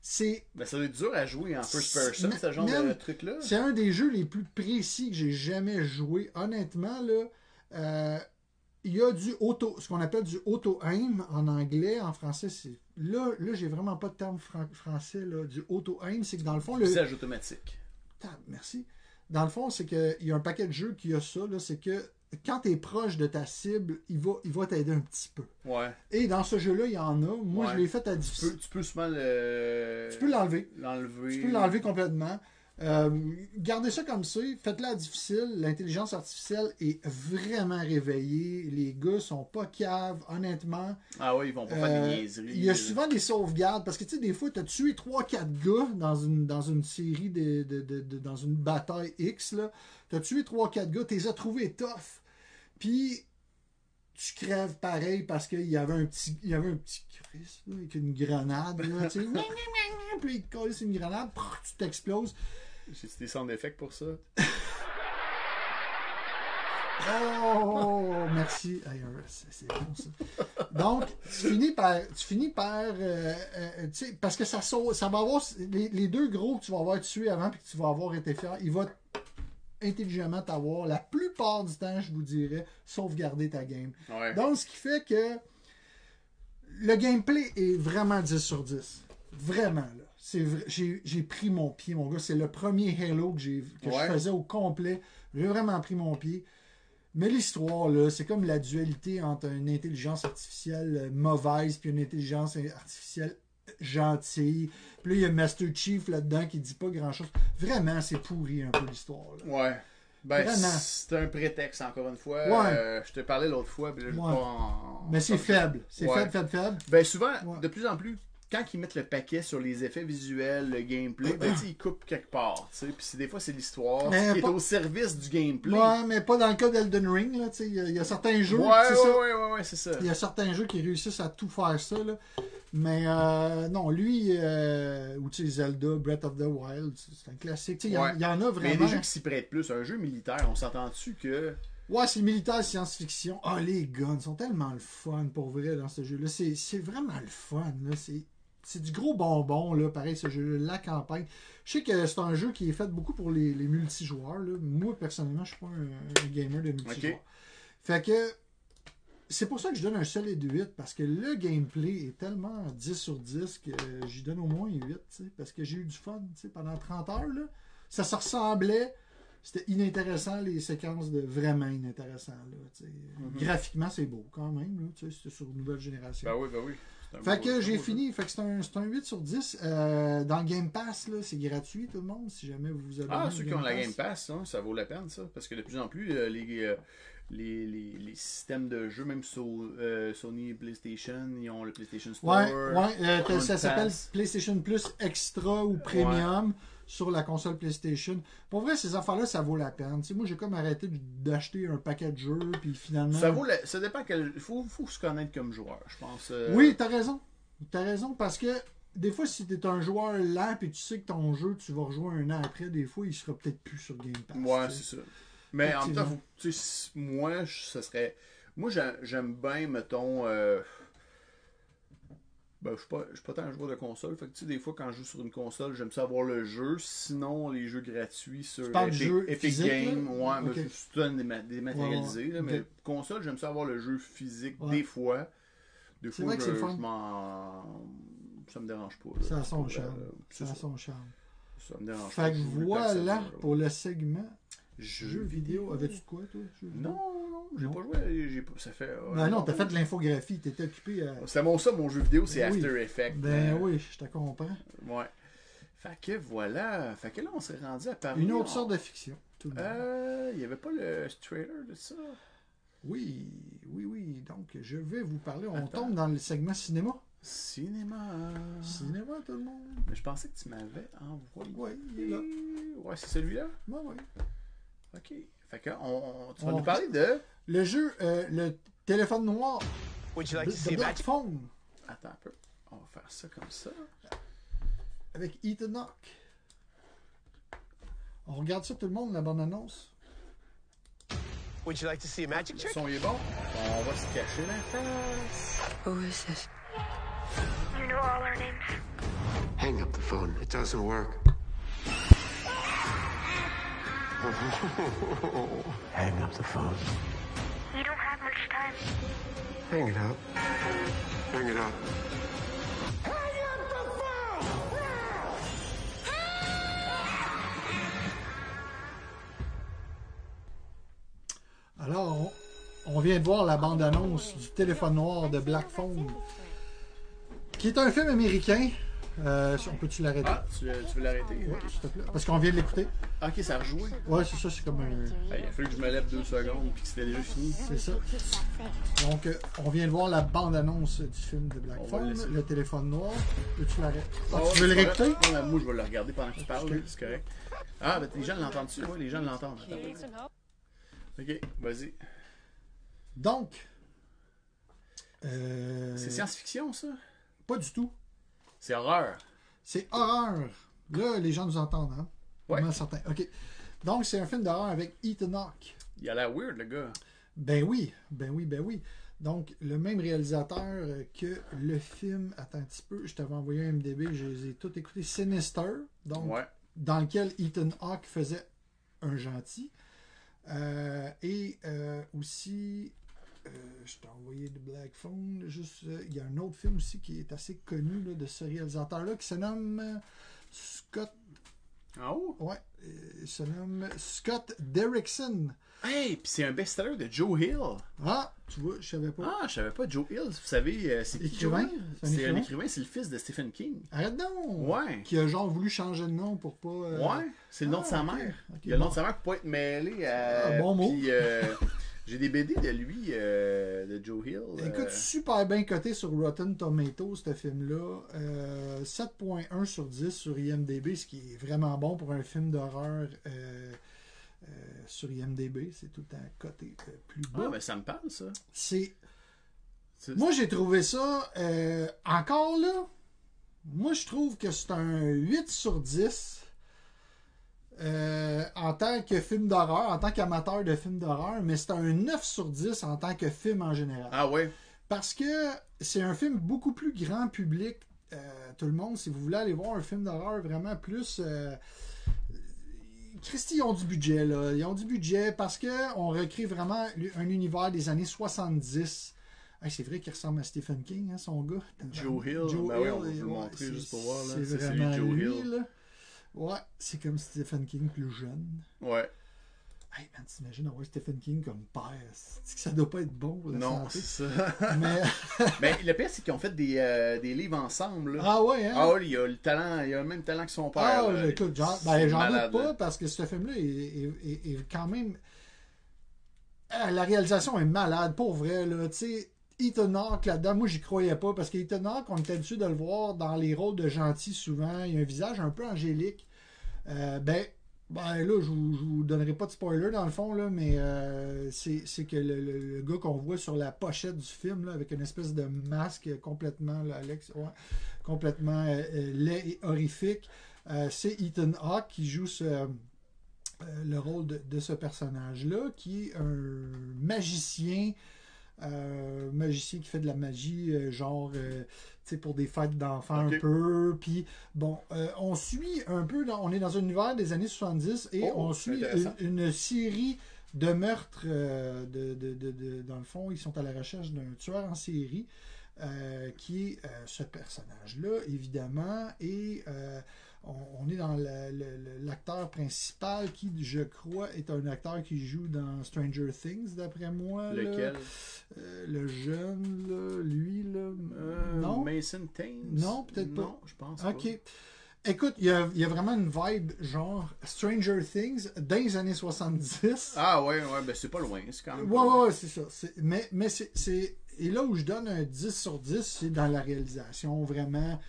[SPEAKER 2] c'est,
[SPEAKER 1] Ben, ça doit être dur à jouer en first person,
[SPEAKER 2] Mais-
[SPEAKER 1] ce genre de
[SPEAKER 2] même-
[SPEAKER 1] truc-là.
[SPEAKER 2] c'est un des jeux les plus précis que j'ai jamais joué. Honnêtement, là, euh, il y a du auto, ce qu'on appelle du auto-aim en anglais, en français, c'est. Là, là j'ai vraiment pas de terme fran- français, là. Du auto-aim, c'est que dans le fond, le.
[SPEAKER 1] Visage automatique.
[SPEAKER 2] Tab- Merci. Dans le fond, c'est qu'il y a un paquet de jeux qui a ça, là, c'est que quand tu es proche de ta cible, il va, il va t'aider un petit peu.
[SPEAKER 1] Ouais.
[SPEAKER 2] Et dans ce jeu-là, il y en a. Moi,
[SPEAKER 1] Ouais.
[SPEAKER 2] je l'ai fait à
[SPEAKER 1] Tu
[SPEAKER 2] difficile.
[SPEAKER 1] peux, tu peux souvent le...
[SPEAKER 2] Tu peux l'enlever.
[SPEAKER 1] l'enlever.
[SPEAKER 2] Tu peux l'enlever complètement. Euh, gardez ça comme ça, faites-la à difficile. L'intelligence artificielle est vraiment réveillée. Les gars sont pas caves, honnêtement.
[SPEAKER 1] Ah ouais, ils vont pas faire
[SPEAKER 2] Euh,
[SPEAKER 1] des niaiseries.
[SPEAKER 2] Il y a
[SPEAKER 1] là.
[SPEAKER 2] souvent des sauvegardes parce que tu sais, des fois, tu as tué 3-4 gars dans une, dans une série, de, de- de- de- dans une bataille X. Tu as tué 3-4 gars, tu les as trouvés tough. Puis tu crèves pareil parce qu'il y avait un petit il y avait un petit Chris là, avec une grenade. Là, tu sais, puis il te colle une grenade, prrr, tu t'exploses.
[SPEAKER 1] J'ai des sound effects pour ça.
[SPEAKER 2] Oh, merci. Hey, euh, c'est- C'est bon, ça. Donc, tu finis par. Tu finis par euh, euh, tu sais, parce que ça sauve- ça va avoir. Les, les deux gros que tu vas avoir tués avant puis que tu vas avoir été fier, il va intelligemment t'avoir, la plupart du temps, je vous dirais, sauvegarder ta game.
[SPEAKER 1] Ouais.
[SPEAKER 2] Donc, ce qui fait que le gameplay est vraiment 10 sur 10. Vraiment, là. C'est vrai- J'ai j'ai pris mon pied, mon gars. C'est le premier Halo que, j'ai- que
[SPEAKER 1] Ouais.
[SPEAKER 2] je faisais au complet. J'ai vraiment pris mon pied. Mais l'histoire, là, c'est comme la dualité entre une intelligence artificielle euh, mauvaise puis une intelligence artificielle gentille. Puis là, il y a Master Chief là-dedans qui dit pas grand-chose. Vraiment, c'est pourri un peu l'histoire, là.
[SPEAKER 1] Ouais. Ben,
[SPEAKER 2] Vraiment.
[SPEAKER 1] c'est un prétexte, encore une fois.
[SPEAKER 2] Ouais.
[SPEAKER 1] Euh, je te parlais l'autre fois, puis là, je
[SPEAKER 2] Ouais.
[SPEAKER 1] pas en-
[SPEAKER 2] Mais c'est
[SPEAKER 1] en-
[SPEAKER 2] faible. C'est
[SPEAKER 1] Ouais.
[SPEAKER 2] faible, faible, faible.
[SPEAKER 1] Ben souvent,
[SPEAKER 2] Ouais.
[SPEAKER 1] de plus en plus, quand ils mettent le paquet sur les effets visuels, le gameplay, ben tu sais, ils coupent quelque part, tu sais. Puis c'est- des fois, c'est l'histoire
[SPEAKER 2] Mais
[SPEAKER 1] qui
[SPEAKER 2] pas-
[SPEAKER 1] est au service du gameplay.
[SPEAKER 2] Ouais, mais pas dans le cas d'Elden Ring, là, tu sais, il y, a- il y a certains jeux,
[SPEAKER 1] ouais, ouais,
[SPEAKER 2] c'est ça.
[SPEAKER 1] ouais, ouais, ouais, c'est ça.
[SPEAKER 2] Il y a certains jeux qui réussissent à tout faire ça, là. Mais euh, non, lui, euh, ou tu sais, Zelda, Breath of the Wild, c'est c'est un classique. Tu sais, il y en-
[SPEAKER 1] Ouais.
[SPEAKER 2] il y, en a
[SPEAKER 1] Mais il y a
[SPEAKER 2] vraiment.
[SPEAKER 1] des jeux qui s'y prêtent plus. Un jeu militaire, on s'entend-tu que.
[SPEAKER 2] Ouais, c'est militaire science-fiction. Ah, les guns sont tellement le fun, pour vrai, dans ce jeu-là. C'est c'est vraiment le fun, là. C'est- C'est du gros bonbon, là, pareil, ce jeu-là, la campagne. Je sais que c'est un jeu qui est fait beaucoup pour les, les multijoueurs, là. Moi, personnellement, je suis pas un, un gamer de multijoueur.
[SPEAKER 1] Ok.
[SPEAKER 2] Fait que... C'est pour ça que je donne un seul et 8, parce que le gameplay est tellement 10 sur 10 que j'y donne au moins 8, tu sais, parce que j'ai eu du fun, tu sais, pendant 30 heures, là. Ça se ressemblait, c'était inintéressant les séquences de vraiment inintéressant là, tu sais. graphiquement c'est beau quand même là, tu sais, c'est sur nouvelle génération
[SPEAKER 1] Mm-hmm. Ben oui, ben oui. C'est un
[SPEAKER 2] fait
[SPEAKER 1] beau-
[SPEAKER 2] que
[SPEAKER 1] c'est un
[SPEAKER 2] j'ai
[SPEAKER 1] beau
[SPEAKER 2] fini fait que c'est un, c'est un 8 sur 10 Euh, dans le Game Pass là, c'est gratuit tout le monde si jamais vous vous
[SPEAKER 1] jeu.
[SPEAKER 2] abonnez
[SPEAKER 1] Ah,
[SPEAKER 2] au
[SPEAKER 1] ceux qui ont la Game Pass, hein, ça vaut la peine, ça. Parce que de plus en plus, euh, les, euh, les, les, les systèmes de jeux, même so- euh, Sony PlayStation, ils ont le PlayStation Store.
[SPEAKER 2] ouais, ouais euh, t'as-
[SPEAKER 1] Game
[SPEAKER 2] ça s'appelle
[SPEAKER 1] Pass.
[SPEAKER 2] PlayStation Plus Extra ou Premium sur la console PlayStation pour vrai ces affaires là ça vaut la peine Tu sais, moi j'ai comme arrêté d'acheter un paquet de jeux puis finalement
[SPEAKER 1] Ça, vaut la- ça dépend quel. Il faut, faut se connaître comme joueur, je pense. euh,
[SPEAKER 2] Oui, t'as raison. T'as raison parce que des fois, si t'es un joueur lent et tu sais que ton jeu, tu vas rejouer un an après, des fois, il sera peut-être plus sur Game Pass.
[SPEAKER 1] Ouais,
[SPEAKER 2] tu sais.
[SPEAKER 1] c'est ça. Mais en même temps,
[SPEAKER 2] Effectivement.
[SPEAKER 1] faut- tu sais, si- moi, je- ce serait. Moi, j'a- j'aime bien, mettons. euh, Ben, je suis pas, je suis pas tant un joueur de console. Fait que, tu sais, des fois, quand je joue sur une console, j'aime savoir le jeu. Sinon, les jeux gratuits sur
[SPEAKER 2] parles
[SPEAKER 1] Epic,
[SPEAKER 2] jeu
[SPEAKER 1] Epic
[SPEAKER 2] physique,
[SPEAKER 1] Games,
[SPEAKER 2] là?
[SPEAKER 1] ouais, mais
[SPEAKER 2] Ok.
[SPEAKER 1] je suis tout le temps déma- dématérialisé.
[SPEAKER 2] Ouais, ouais.
[SPEAKER 1] là, mais
[SPEAKER 2] Ok.
[SPEAKER 1] console, j'aime savoir le jeu physique
[SPEAKER 2] Ouais.
[SPEAKER 1] des fois. Des
[SPEAKER 2] C'est
[SPEAKER 1] fois,
[SPEAKER 2] vrai que
[SPEAKER 1] je,
[SPEAKER 2] c'est le fun.
[SPEAKER 1] je m'en. Ça me dérange pas. là.
[SPEAKER 2] Ça a son
[SPEAKER 1] Euh,
[SPEAKER 2] charme.
[SPEAKER 1] c'est
[SPEAKER 2] Ça a son charme.
[SPEAKER 1] Ça me dérange pas.
[SPEAKER 2] Fait que
[SPEAKER 1] Je joue le temps que ça
[SPEAKER 2] voilà
[SPEAKER 1] dure, là.
[SPEAKER 2] pour le segment
[SPEAKER 1] Jeux
[SPEAKER 2] jeux vidéo. Avais-tu de quoi, toi jeux vidéo?
[SPEAKER 1] non, non, j'ai
[SPEAKER 2] Non.
[SPEAKER 1] pas joué. J'ai pas, ça fait. euh,
[SPEAKER 2] Ben non, t'as fait de l'infographie, t'étais occupé à.
[SPEAKER 1] C'était mon ça, mon jeu vidéo, c'est
[SPEAKER 2] Ben oui.
[SPEAKER 1] After Effects.
[SPEAKER 2] Ben
[SPEAKER 1] Euh,
[SPEAKER 2] oui, je te comprends.
[SPEAKER 1] Ouais. Fait que voilà. Fait que là, on s'est rendu à Paris.
[SPEAKER 2] Une autre sorte de fiction. tout le monde.
[SPEAKER 1] Ah. Euh, il y avait pas le trailer de ça.
[SPEAKER 2] Oui, oui, oui. Donc, je vais vous parler. On
[SPEAKER 1] Attends. Ah.
[SPEAKER 2] tombe dans le segment cinéma.
[SPEAKER 1] Cinéma.
[SPEAKER 2] Cinéma, tout le monde.
[SPEAKER 1] Mais je pensais que tu m'avais envoyé.
[SPEAKER 2] Ouais, il est là.
[SPEAKER 1] Ouais, c'est celui-là.
[SPEAKER 2] Ben oui.
[SPEAKER 1] Ok. Fait que on, on- tu vas
[SPEAKER 2] On-
[SPEAKER 1] nous parler de.
[SPEAKER 2] Le jeu, euh, le téléphone noir,
[SPEAKER 3] Would you like to
[SPEAKER 2] The
[SPEAKER 3] see a
[SPEAKER 2] Black
[SPEAKER 3] match?
[SPEAKER 2] Phone,
[SPEAKER 1] Attends un peu. On va faire ça comme ça.
[SPEAKER 2] avec Ethan Hawke. On regarde ça tout le monde, la bande-annonce.
[SPEAKER 3] Would you like to see a magic
[SPEAKER 1] Le
[SPEAKER 3] trick?
[SPEAKER 1] son est bon. On va se cacher la face.
[SPEAKER 4] Who is it?
[SPEAKER 5] You know all our names.
[SPEAKER 6] Hang up the phone. It doesn't work. Hang up the phone.
[SPEAKER 5] You don't have much time. time.
[SPEAKER 6] Hang it up. Hang it up.
[SPEAKER 2] Alors, on, on vient de voir la bande-annonce du téléphone noir de Black Phone, qui est un film américain. Euh, on peut-tu l'arrêter?
[SPEAKER 1] Ah, tu, euh, tu veux l'arrêter?
[SPEAKER 2] Ouais, s'il te plaît. Parce qu'on vient de l'écouter.
[SPEAKER 1] Ah, ok, ça a rejoué.
[SPEAKER 2] Ouais, c'est ça, c'est comme un.
[SPEAKER 1] Ah, il a fallu que je me lève deux secondes puis que c'était déjà fini.
[SPEAKER 2] C'est ça. Donc, euh, on vient de voir la bande-annonce du film de Black
[SPEAKER 1] On va le
[SPEAKER 2] Phone,
[SPEAKER 1] laisser.
[SPEAKER 2] le téléphone noir. Peux-tu l'arrêter? Ah,
[SPEAKER 1] Ah,
[SPEAKER 2] tu veux le
[SPEAKER 1] c'est
[SPEAKER 2] réécouter?
[SPEAKER 1] correct. Non, mais moi, je vais le regarder pendant que tu parles,
[SPEAKER 2] Ok.
[SPEAKER 1] c'est correct. Ah, ben, les gens l'entendent-tu? Oui, les gens l'entendent. Attends. Ok, vas-y.
[SPEAKER 2] Donc. euh,
[SPEAKER 1] C'est science-fiction, ça?
[SPEAKER 2] pas du tout.
[SPEAKER 1] C'est horreur.
[SPEAKER 2] C'est horreur. Là, les gens nous entendent, hein?
[SPEAKER 1] Ouais.
[SPEAKER 2] Vraiment certain. OK. Donc, c'est un film d'horreur avec Ethan Hawke.
[SPEAKER 1] Il a l'air weird, le gars.
[SPEAKER 2] Ben oui, ben oui, ben oui. Donc, le même réalisateur euh, que le film. Attends un petit peu, je t'avais envoyé un MDB, je les ai tous écoutés. Sinister, donc,
[SPEAKER 1] Ouais.
[SPEAKER 2] dans lequel Ethan Hawke faisait un gentil. Euh, et euh, aussi, euh, je t'ai envoyé de Black Phone. Juste, euh, il y a un autre film aussi qui est assez connu là, de ce réalisateur-là qui se nomme euh, Scott.
[SPEAKER 1] En haut?
[SPEAKER 2] Ouais, euh, il se nomme Scott Derrickson.
[SPEAKER 1] Hey, puis c'est un best-seller de Joe Hill.
[SPEAKER 2] Ah, tu vois, je savais pas.
[SPEAKER 1] Ah, je savais pas, Joe Hill, vous savez, euh, c'est qui, Joe
[SPEAKER 2] Écrivain?
[SPEAKER 1] Hill?
[SPEAKER 2] C'est un
[SPEAKER 1] C'est un
[SPEAKER 2] écrivain?
[SPEAKER 1] écrivain, c'est le fils de Stephen King.
[SPEAKER 2] Arrête donc!
[SPEAKER 1] Ouais.
[SPEAKER 2] Qui a genre voulu changer de nom pour pas. euh,
[SPEAKER 1] Ouais, c'est le nom
[SPEAKER 2] ah,
[SPEAKER 1] de sa
[SPEAKER 2] ok,
[SPEAKER 1] mère.
[SPEAKER 2] ok,
[SPEAKER 1] il a le nom
[SPEAKER 2] bon.
[SPEAKER 1] de sa mère pour pas être mêlé à.
[SPEAKER 2] Ah, bon mot.
[SPEAKER 1] Puis, euh, J'ai des BD de lui, euh, de Joe Hill.
[SPEAKER 2] Écoute,
[SPEAKER 1] euh,
[SPEAKER 2] super bien coté sur Rotten Tomatoes, ce film-là. Euh, 7.1 sur 10 sur IMDB, ce qui est vraiment bon pour un film d'horreur euh, euh, sur IMDB. C'est tout à côté plus bas.
[SPEAKER 1] Ah, mais ça me parle, ça.
[SPEAKER 2] C'est.
[SPEAKER 1] C'est-
[SPEAKER 2] Moi, j'ai trouvé ça euh, encore là. Moi, je trouve que c'est un 8 sur 10. euh, en tant que film d'horreur, en tant qu'amateur de films d'horreur, mais c'est un 9 sur 10 en tant que film en général.
[SPEAKER 1] Ah, ouais.
[SPEAKER 2] Parce que c'est un film beaucoup plus grand public, euh, tout le monde. Si vous voulez aller voir un film d'horreur vraiment plus. euh, Christy, ils ont du budget, là. Ils ont du budget parce que on recrée vraiment un univers des années 70. Hey, c'est vrai qu'il ressemble à Stephen King, hein, son gars.
[SPEAKER 1] Joe Hill. Ben ouais, on va
[SPEAKER 2] et-
[SPEAKER 1] vous le montrer
[SPEAKER 2] c'est-
[SPEAKER 1] juste pour voir, là.
[SPEAKER 2] C'est
[SPEAKER 1] Ça, c'est lui,
[SPEAKER 2] vraiment
[SPEAKER 1] Joe
[SPEAKER 2] lui,
[SPEAKER 1] Hill.
[SPEAKER 2] là. Ouais, c'est comme Stephen King plus jeune.
[SPEAKER 1] Ouais.
[SPEAKER 2] Hey, man, t'imagines avoir Stephen King comme père. C'est que ça doit pas être bon, la
[SPEAKER 1] Non,
[SPEAKER 2] santé.
[SPEAKER 1] c'est ça.
[SPEAKER 2] Mais...
[SPEAKER 1] Mais le pire, c'est qu'ils ont fait des, euh, des livres ensemble. là.
[SPEAKER 2] ah ouais, hein?
[SPEAKER 1] Ah, ouais, il a le talent, il a le même talent que son père.
[SPEAKER 2] Ah,
[SPEAKER 1] là.
[SPEAKER 2] j'écoute, j'en
[SPEAKER 1] C'est
[SPEAKER 2] ben, j'en doute
[SPEAKER 1] malade, hein.
[SPEAKER 2] pas
[SPEAKER 1] là.
[SPEAKER 2] parce que ce film-là est, est- est- est quand même. Ah, La réalisation est malade, pour vrai, là. Tu sais, Ethan Hawke là-dedans, moi j'y croyais pas parce qu'Ethan Hawke, on est habitué de le voir dans les rôles de gentil souvent. Il a un visage un peu angélique. Euh, ben. Ben là, je vous, je vous donnerai pas de spoiler dans le fond, là, mais euh, c'est c'est que le, le- le gars qu'on voit sur la pochette du film, là, avec une espèce de masque complètement, là, Alex, ouais, complètement euh, euh, laid et horrifique, euh, c'est Ethan Hawke qui joue ce, euh, le rôle de, de ce personnage-là, qui est un magicien, euh, magicien qui fait de la magie, euh, genre, euh, tu sais, pour des fêtes d'enfants
[SPEAKER 1] Ok.
[SPEAKER 2] un peu. Puis, bon, euh, on suit un peu, dans- on est dans un univers des années 70 et
[SPEAKER 1] Oh,
[SPEAKER 2] on suit une,
[SPEAKER 1] intéressant.
[SPEAKER 2] une série de meurtres, euh, de, de- de- de- dans le fond, ils sont à la recherche d'un tueur en série. euh, qui est euh, ce personnage-là, évidemment, et euh, on, on est dans la- le- le- l'acteur principal qui, je crois, est un acteur qui joue dans Stranger Things, d'après moi. là.
[SPEAKER 1] Lequel
[SPEAKER 2] Euh, Le jeune, là, lui, là.
[SPEAKER 1] Euh,
[SPEAKER 2] non?
[SPEAKER 1] Mason Thames
[SPEAKER 2] Non, peut-être pas.
[SPEAKER 1] Non, je pense pas.
[SPEAKER 2] Ok. Écoute, il y a, il y a vraiment une vibe genre Stranger Things dans les années 70.
[SPEAKER 1] Ah, ouais, ouais, ben c'est pas loin, c'est quand même.
[SPEAKER 2] Ouais,
[SPEAKER 1] pas
[SPEAKER 2] ouais,
[SPEAKER 1] loin.
[SPEAKER 2] ouais, c'est ça. C'est- Mais, mais c'est, c'est- Et là où je donne un 10 sur 10, c'est dans la réalisation. Vraiment,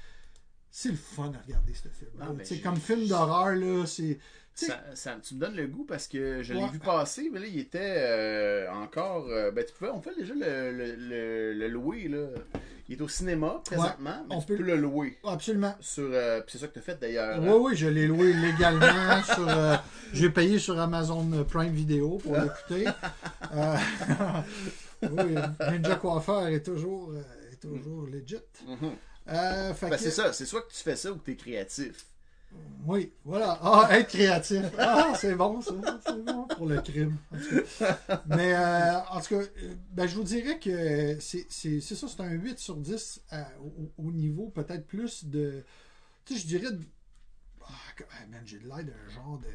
[SPEAKER 2] c'est le fun à regarder, ce film.
[SPEAKER 1] Ah, ben,
[SPEAKER 2] C'est
[SPEAKER 1] j'ai-
[SPEAKER 2] comme film d'horreur, là. C'est. tu sais,
[SPEAKER 1] Ça, ça- tu me donnes le goût parce que je l'ai
[SPEAKER 2] Ouais.
[SPEAKER 1] vu passer, mais là, il était euh, encore. euh, ben, tu pouvais, on peut déjà le, le, le- le louer, là. Il est au cinéma présentement, mais
[SPEAKER 2] on
[SPEAKER 1] tu
[SPEAKER 2] peut-
[SPEAKER 1] peux le louer.
[SPEAKER 2] Absolument.
[SPEAKER 1] Sur, euh, puis c'est ça que tu as fait d'ailleurs.
[SPEAKER 2] Oui,
[SPEAKER 1] hein.
[SPEAKER 2] oui, je l'ai loué légalement. sur, euh, j'ai payé sur Amazon Prime Video pour l'écouter. Euh, oui, Ninja Coiffeur est toujours, euh, est toujours legit. Euh, fait
[SPEAKER 1] Ben,
[SPEAKER 2] que-
[SPEAKER 1] c'est ça, c'est soit que tu fais ça ou que tu es créatif.
[SPEAKER 2] Oui, voilà. Ah, être créatif. Ah, c'est bon, ça. C'est bon pour le crime. En tout cas. Mais euh, en tout cas, euh, ben, je vous dirais que c'est c'est- c'est ça, c'est un 8 sur 10 à- au, au niveau peut-être plus de. Tu sais, je dirais. de- Ah, que- ah, man, j'ai de l'air d'un genre de.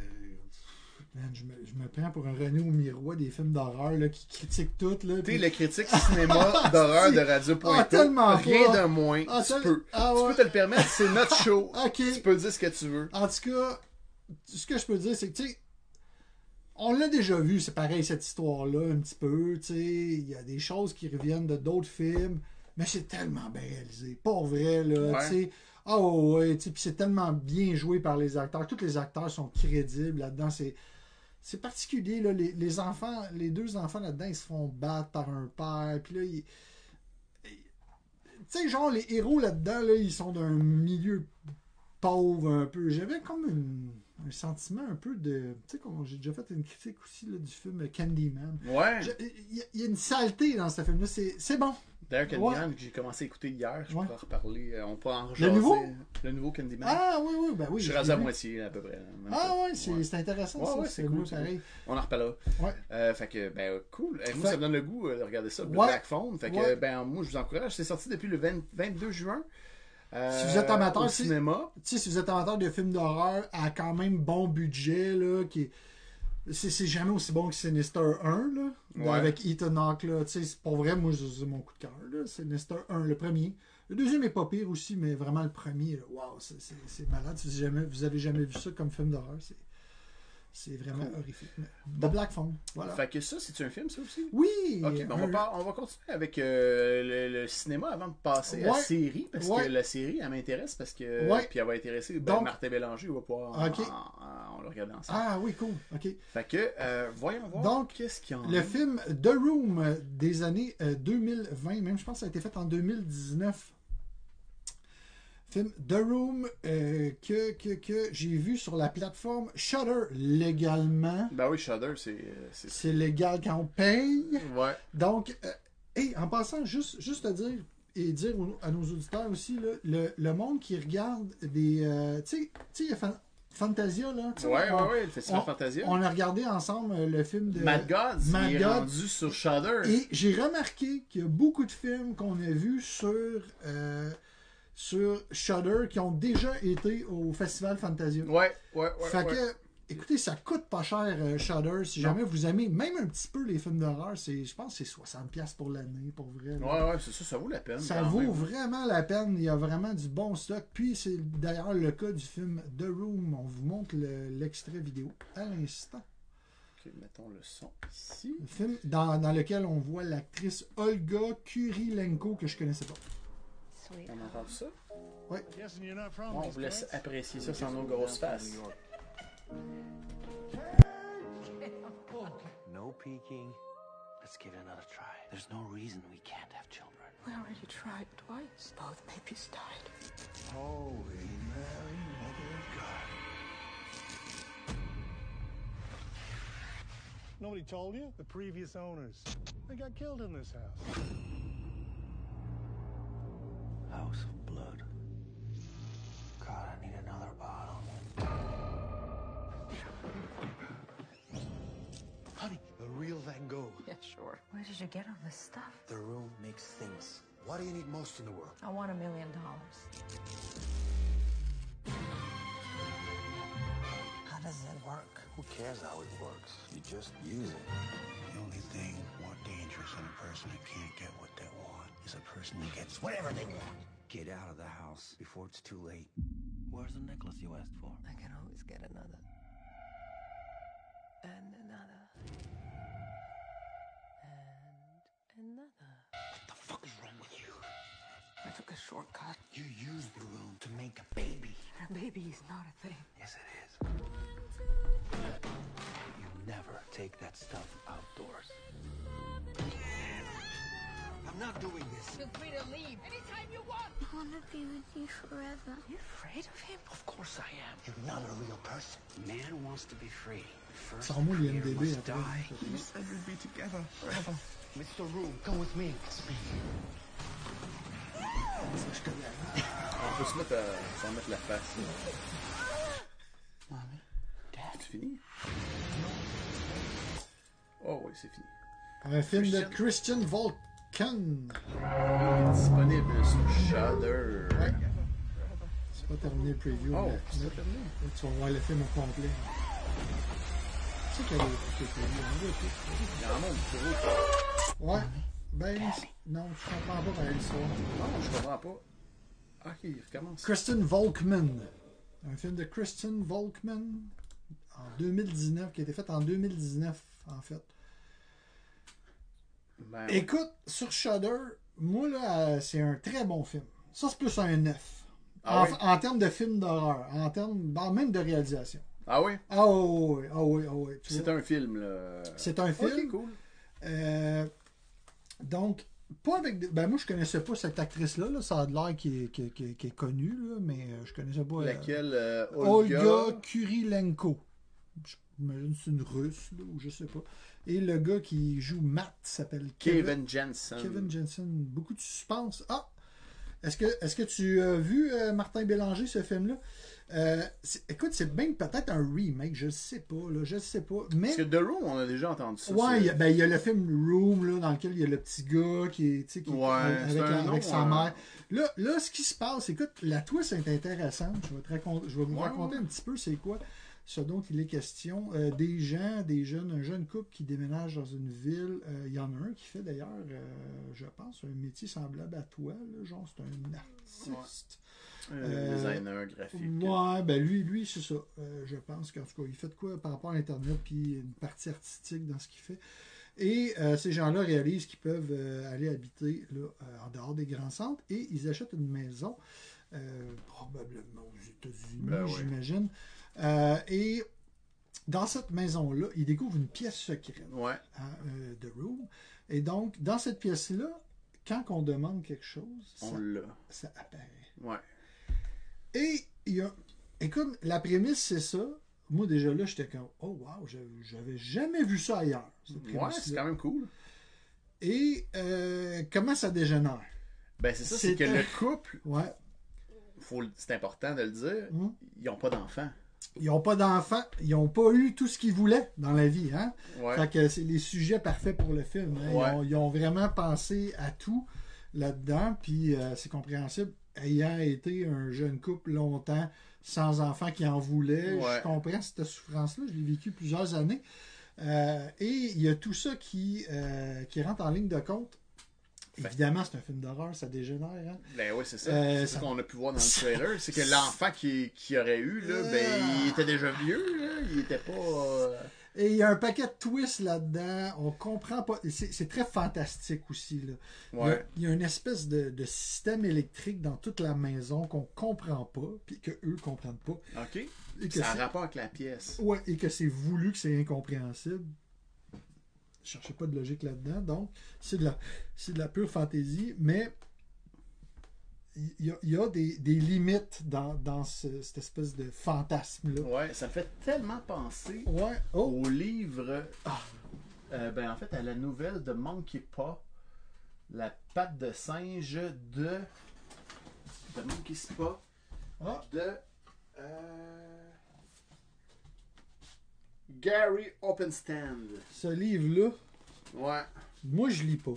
[SPEAKER 2] Man, je me, je me prends pour un René au miroir des films d'horreur là, qui critiquent tout. Là,
[SPEAKER 1] T'es
[SPEAKER 2] puis-
[SPEAKER 1] le critique cinéma d'horreur de Radio
[SPEAKER 2] Ah, tellement
[SPEAKER 1] Rien
[SPEAKER 2] pas.
[SPEAKER 1] de moins.
[SPEAKER 2] Ah,
[SPEAKER 1] tu
[SPEAKER 2] tel-
[SPEAKER 1] peux.
[SPEAKER 2] Ah,
[SPEAKER 1] Tu
[SPEAKER 2] ouais. Ah.
[SPEAKER 1] peux te le permettre, c'est notre show.
[SPEAKER 2] Ok.
[SPEAKER 1] Tu peux dire ce que tu veux.
[SPEAKER 2] En tout cas, ce que je peux dire, c'est que, tu sais, on l'a déjà vu, c'est pareil, cette histoire-là, un petit peu, tu sais, il y a des choses qui reviennent de d'autres films, mais c'est tellement bien réalisé, pour vrai, là,
[SPEAKER 1] Ouais.
[SPEAKER 2] tu sais. Ah oh, ouais, tu sais, puis c'est tellement bien joué par les acteurs, tous les acteurs sont crédibles là-dedans, c'est... C'est particulier, là, les, les enfants, les deux enfants là-dedans, ils se font battre par un père, puis là, ils, tu sais, genre, les héros là-dedans, là, ils sont d'un milieu pauvre un peu. J'avais comme une- un sentiment un peu de. Tu sais, comme j'ai déjà fait une critique aussi là, du film Candyman.
[SPEAKER 1] Ouais.
[SPEAKER 2] Je- Il y a- il y, a une saleté dans ce film-là. C'est c'est bon.
[SPEAKER 1] D'ailleurs,
[SPEAKER 2] Ouais.
[SPEAKER 1] Candyman, que j'ai commencé à écouter hier, je
[SPEAKER 2] Ouais.
[SPEAKER 1] pourrais en reparler. euh, On peut en
[SPEAKER 2] Le nouveau?
[SPEAKER 1] jaser. Le nouveau Candyman.
[SPEAKER 2] Ah oui, oui, ben oui.
[SPEAKER 1] je suis
[SPEAKER 2] je
[SPEAKER 1] rasé à
[SPEAKER 2] l'ai vu.
[SPEAKER 1] moitié, à peu près. Même
[SPEAKER 2] Ah
[SPEAKER 1] pas.
[SPEAKER 2] ouais, c'est c'est intéressant
[SPEAKER 1] Ouais,
[SPEAKER 2] ça.
[SPEAKER 1] ouais, c'est
[SPEAKER 2] c'est
[SPEAKER 1] cool,
[SPEAKER 2] moi,
[SPEAKER 1] c'est
[SPEAKER 2] pareil.
[SPEAKER 1] On en reparlera.
[SPEAKER 2] Ouais.
[SPEAKER 1] Euh, fait que, ben, euh, cool. Euh, moi,
[SPEAKER 2] Fait-
[SPEAKER 1] ça me donne le goût euh, de regarder ça, le
[SPEAKER 2] Ouais.
[SPEAKER 1] Black Phone. Fait que,
[SPEAKER 2] Ouais.
[SPEAKER 1] euh, ben, moi, je vous encourage. C'est sorti depuis le 20 22 juin. Euh,
[SPEAKER 2] Si vous êtes amateur,
[SPEAKER 1] au
[SPEAKER 2] si-
[SPEAKER 1] cinéma.
[SPEAKER 2] Tu sais, si vous êtes amateur de films d'horreur à quand même bon budget, là, qui est- c'est c'est jamais aussi bon que Sinister 1, là,
[SPEAKER 1] Ouais.
[SPEAKER 2] avec Ethan Hawke, là, tu sais, c'est pour vrai, moi, c'est mon coup de cœur, là, Sinister 1, le premier. Le deuxième est pas pire aussi, mais vraiment le premier, là, wow, c'est- c'est c'est malade, si vous, jamais, vous avez jamais vu ça comme film d'horreur, c'est c'est vraiment horrifique. The Black Phone, voilà.
[SPEAKER 1] Fait que ça, c'est un film, ça aussi?
[SPEAKER 2] Oui!
[SPEAKER 1] Ok, ben on, va
[SPEAKER 2] Ah. un-
[SPEAKER 1] par- on va continuer avec euh, le, le cinéma avant de passer à la
[SPEAKER 2] Ouais.
[SPEAKER 1] série, parce
[SPEAKER 2] Ouais.
[SPEAKER 1] que la série, elle m'intéresse, parce que.
[SPEAKER 2] Ouais.
[SPEAKER 1] Puis elle va intéresser ben,
[SPEAKER 2] Donc-
[SPEAKER 1] Martin Bélanger, il va pouvoir.
[SPEAKER 2] Ok.
[SPEAKER 1] en- en- on le regarde ensemble.
[SPEAKER 2] Ah oui, cool, ok.
[SPEAKER 1] Fait que, euh, voyons voir.
[SPEAKER 2] Donc,
[SPEAKER 1] qu'est-ce qu'il y en
[SPEAKER 2] Le
[SPEAKER 1] a.
[SPEAKER 2] film The Room euh, des années euh, 2020, même je pense que ça a été fait en 2019. Film The Room euh, que, que, que j'ai vu sur la plateforme Shutter légalement.
[SPEAKER 1] Ben oui, Shudder, c'est. euh, c'est-
[SPEAKER 2] C'est légal quand on paye.
[SPEAKER 1] Ouais.
[SPEAKER 2] Donc, euh, hey, en passant, juste, juste à dire et dire au- à nos auditeurs aussi, là, le, le monde qui regarde des. euh, tu sais- tu sais, il y a Fan- Fantasia, là. tu sais,
[SPEAKER 1] Ouais,
[SPEAKER 2] on-
[SPEAKER 1] ouais, ouais, le Festival
[SPEAKER 2] on-
[SPEAKER 1] Fantasia.
[SPEAKER 2] On a regardé ensemble euh, le film de.
[SPEAKER 1] Mad Gods,
[SPEAKER 2] Mad
[SPEAKER 1] il est
[SPEAKER 2] Gods.
[SPEAKER 1] rendu sur Shudder.
[SPEAKER 2] Et j'ai remarqué qu'il y a beaucoup de films qu'on a vus sur, euh, sur Shudder qui ont déjà été au Festival Fantasia.
[SPEAKER 1] Ouais, ouais, ouais.
[SPEAKER 2] fait
[SPEAKER 1] ouais.
[SPEAKER 2] que, écoutez, ça coûte pas cher euh, Shudder. Si jamais vous aimez même un petit peu les films d'horreur, c'est, je pense que c'est 60$ pour l'année, pour vrai. là.
[SPEAKER 1] Ouais, ouais, c'est ça, ça vaut la peine.
[SPEAKER 2] Ça
[SPEAKER 1] quand
[SPEAKER 2] vaut
[SPEAKER 1] même.
[SPEAKER 2] vraiment la peine. Il y a vraiment du bon stock. Puis c'est d'ailleurs le cas du film The Room. On vous montre le- l'extrait vidéo à l'instant.
[SPEAKER 1] Ok, mettons le son ici.
[SPEAKER 2] Un film dans, dans lequel on voit l'actrice Olga Kurilenko que je connaissais pas.
[SPEAKER 1] On a entendu ça?
[SPEAKER 4] Guessing you're not from
[SPEAKER 1] Bon, on
[SPEAKER 4] these
[SPEAKER 1] vous laisse
[SPEAKER 4] parts?
[SPEAKER 1] apprécier ça sans nos grosses faces.
[SPEAKER 3] No peeking. Let's give it another try. There's no reason we can't have children.
[SPEAKER 7] We already tried twice. Both babies died.
[SPEAKER 4] Nobody told you? The previous owners. They got killed in this house.
[SPEAKER 3] House of Blood. God, I need another bottle. Honey, a real Van Gogh.
[SPEAKER 7] Yeah, sure.
[SPEAKER 8] Where did you get all this stuff?
[SPEAKER 3] The room makes things. What do you need most in the world?
[SPEAKER 8] I want a million dollars. How does it work?
[SPEAKER 3] Who cares how it works? You just use it. The only thing more dangerous than a person who can't get what they want is a person who gets whatever they want. Get out of the house before it's too late. Where's the necklace you asked for?
[SPEAKER 8] I can always get another. And another. And another.
[SPEAKER 3] What the fuck is wrong with you?
[SPEAKER 7] I took a shortcut.
[SPEAKER 3] You used the room to make a baby.
[SPEAKER 7] A baby is not a thing.
[SPEAKER 3] Yes, it is. You never take that stuff outdoors. I'm not doing this.
[SPEAKER 8] Feel free to leave anytime you want.
[SPEAKER 5] I want to be with you forever.
[SPEAKER 8] Are you afraid of him?
[SPEAKER 3] Of course I am. You're not a real person. Man wants to be free. but First,
[SPEAKER 2] Sans moi, il y a une
[SPEAKER 3] fear
[SPEAKER 2] bébé
[SPEAKER 3] must
[SPEAKER 2] après.
[SPEAKER 3] die. We must ever be together forever. Mr. Room, come with me. It's me.
[SPEAKER 1] On peut se mettre, euh, s'en mettre la face.
[SPEAKER 2] Ah,
[SPEAKER 1] fini? Oh oui, c'est fini.
[SPEAKER 2] Un film de
[SPEAKER 1] Christian-
[SPEAKER 2] Christian Volkan.
[SPEAKER 1] Disponible sur Shudder.
[SPEAKER 2] C'est pas terminé le preview.
[SPEAKER 1] Oh,
[SPEAKER 2] mais-
[SPEAKER 1] c'est
[SPEAKER 2] mais-
[SPEAKER 1] pas terminé.
[SPEAKER 2] Tu vas voir le film au complet. Tu sais qu'il y a des trucs qui sont
[SPEAKER 1] Il y en a un monde, c'est vrai.
[SPEAKER 2] mieux, hein? Ouais. Ben, c'est- non, je comprends pas pareil ça.
[SPEAKER 1] Non, je comprends pas. Ah, ok, il recommence.
[SPEAKER 2] Kristen Volkman. Un film de Kristen Volkman en 2019, qui a été fait en 2019, en fait.
[SPEAKER 1] Ben,
[SPEAKER 2] Écoute, sur Shudder, moi, là, euh, c'est un très bon film. Ça, c'est plus un 9.
[SPEAKER 1] Ah
[SPEAKER 2] en,
[SPEAKER 1] oui?
[SPEAKER 2] en termes de film d'horreur, en termes ben, même de réalisation.
[SPEAKER 1] Ah oui?
[SPEAKER 2] Ah oui, ah oui, ah oui. tu
[SPEAKER 1] C'est
[SPEAKER 2] vois.
[SPEAKER 1] un film, là.
[SPEAKER 2] C'est un film.
[SPEAKER 1] Ok, cool.
[SPEAKER 2] Euh, donc, pas avec. des- Ben, moi, je connaissais pas cette actrice-là. là. Ça a de l'air qui est, qui, est- qui est- qui est connue, là, mais euh, je connaissais pas. euh,
[SPEAKER 1] Laquelle? euh,
[SPEAKER 2] Olga,
[SPEAKER 1] Olga.
[SPEAKER 2] Kurilenko. J'imagine que c'est une russe, là, ou je sais pas. Et le gars qui joue Matt s'appelle
[SPEAKER 1] Kevin Jensen.
[SPEAKER 2] Kevin Jensen. Beaucoup de suspense. Ah! Est-ce que, est que tu as vu euh, Martin Bélanger, ce film-là? Euh, c'est- écoute, c'est bien peut-être un remake, je sais pas, là, je sais pas. Mais...
[SPEAKER 1] Parce que The Room, on a déjà entendu ça.
[SPEAKER 2] Ouais,
[SPEAKER 1] c'est-
[SPEAKER 2] il y, a, ben, il y a le film Room, là, dans lequel il y a le petit gars qui est, tu sais, qui est
[SPEAKER 1] Ouais,
[SPEAKER 2] avec,
[SPEAKER 1] c'est un
[SPEAKER 2] avec
[SPEAKER 1] nom,
[SPEAKER 2] sa
[SPEAKER 1] hein.
[SPEAKER 2] mère. Là, là, ce qui se passe, écoute, la twist est intéressante. Je vais, te racon- je vais vous
[SPEAKER 1] Ouais,
[SPEAKER 2] raconter
[SPEAKER 1] ouais.
[SPEAKER 2] un petit peu c'est quoi ce dont il est question. Euh, des gens, des jeunes, un jeune couple qui déménage dans une ville. Euh, Il y en a un qui fait d'ailleurs, euh, je pense, un métier semblable à toi. Là, genre, c'est un artiste.
[SPEAKER 1] Euh, designer graphique.
[SPEAKER 2] Ouais, ben lui, lui c'est ça. Euh, je pense qu'en tout cas, il fait de quoi par rapport à Internet, puis une partie artistique dans ce qu'il fait. Et euh, ces gens-là réalisent qu'ils peuvent euh, aller habiter là, euh, en dehors des grands centres et ils achètent une maison, euh, probablement aux États-Unis,
[SPEAKER 1] Ben ouais.
[SPEAKER 2] j'imagine. Euh, et dans cette maison-là, ils découvrent une pièce secrète
[SPEAKER 1] Ouais.
[SPEAKER 2] hein, euh, de Room. Et donc, dans cette pièce-là, quand on demande quelque chose,
[SPEAKER 1] On
[SPEAKER 2] ça,
[SPEAKER 1] l'a.
[SPEAKER 2] ça apparaît.
[SPEAKER 1] Ouais.
[SPEAKER 2] Et il y a. Écoute, la prémisse, c'est ça. Moi, déjà là, j'étais comme, oh wow, je- j'avais jamais vu ça ailleurs. cette
[SPEAKER 1] Ouais, c'est
[SPEAKER 2] prémisse-là.
[SPEAKER 1] quand même cool.
[SPEAKER 2] Et euh, comment ça dégénère?
[SPEAKER 1] Ben, c'est ça, c'est que
[SPEAKER 2] C'était-
[SPEAKER 1] le couple,
[SPEAKER 2] Ouais.
[SPEAKER 1] faut le- c'est important de le dire,
[SPEAKER 2] Mhm.
[SPEAKER 1] ils n'ont pas d'enfants.
[SPEAKER 2] Ils n'ont pas d'enfants, ils n'ont pas eu tout ce qu'ils voulaient dans la vie. Hein?
[SPEAKER 1] Ouais.
[SPEAKER 2] Fait que c'est les sujets parfaits pour le film. hein. Ils,
[SPEAKER 1] Ouais.
[SPEAKER 2] ont, ils ont vraiment pensé à tout là-dedans, puis euh, c'est compréhensible. Ayant été un jeune couple longtemps, sans enfants qui en voulaient,
[SPEAKER 1] Ouais.
[SPEAKER 2] je comprends cette souffrance-là. Je l'ai vécu plusieurs années. Euh, et il y a tout ça qui, euh, qui rentre en ligne de compte. Évidemment, c'est un film d'horreur, ça dégénère. hein.
[SPEAKER 1] Ben ouais, c'est ça.
[SPEAKER 2] Euh,
[SPEAKER 1] c'est
[SPEAKER 2] ça-
[SPEAKER 1] ce qu'on a pu voir dans le trailer. C'est que l'enfant qui, qui aurait eu, là, ben,
[SPEAKER 2] Euh.
[SPEAKER 1] il était déjà vieux, là. Il était pas. euh,
[SPEAKER 2] Et il y a un paquet de twists là-dedans. On comprend pas. et C'est c'est très fantastique aussi. Là. Il, y a,
[SPEAKER 1] Ouais.
[SPEAKER 2] il y a une espèce de, de système électrique dans toute la maison qu'on comprend pas, puis que eux comprennent pas.
[SPEAKER 1] OK.
[SPEAKER 2] Et que
[SPEAKER 1] Ça a
[SPEAKER 2] c'est-
[SPEAKER 1] rapport avec la pièce.
[SPEAKER 2] Ouais, et que c'est voulu que c'est incompréhensible. Je cherchais pas de logique là-dedans. Donc, c'est de la, c'est de la pure fantaisie, mais il y a, il y a des, des limites dans, dans ce- cette espèce de fantasme-là.
[SPEAKER 1] Ouais, ça me fait tellement penser
[SPEAKER 2] Ouais. Oh.
[SPEAKER 1] au livre. euh, ben, en fait, à la nouvelle de Monkey Paw, la patte de singe de. de Monkey Paw,
[SPEAKER 2] Ah.
[SPEAKER 1] de. euh, Gary Openstand.
[SPEAKER 2] Ce livre-là,
[SPEAKER 1] Ouais.
[SPEAKER 2] moi, je lis pas.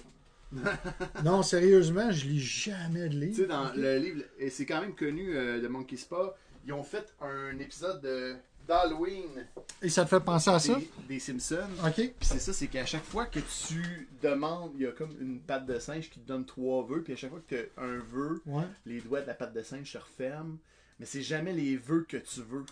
[SPEAKER 2] non, sérieusement, je lis jamais de livre.
[SPEAKER 1] Tu sais, dans le livre, et c'est quand même connu euh, de Monkey Spa, ils ont fait un épisode de- d'Halloween
[SPEAKER 2] Et ça te fait penser à Ah, ça?
[SPEAKER 1] des, des Simpsons.
[SPEAKER 2] OK.
[SPEAKER 1] Puis c'est ça, c'est qu'à chaque fois que tu demandes, il y a comme une patte de singe qui te donne trois vœux, puis à chaque fois que tu as un vœu,
[SPEAKER 2] Ouais.
[SPEAKER 1] les doigts de la patte de singe se referment, mais c'est jamais les vœux que tu veux.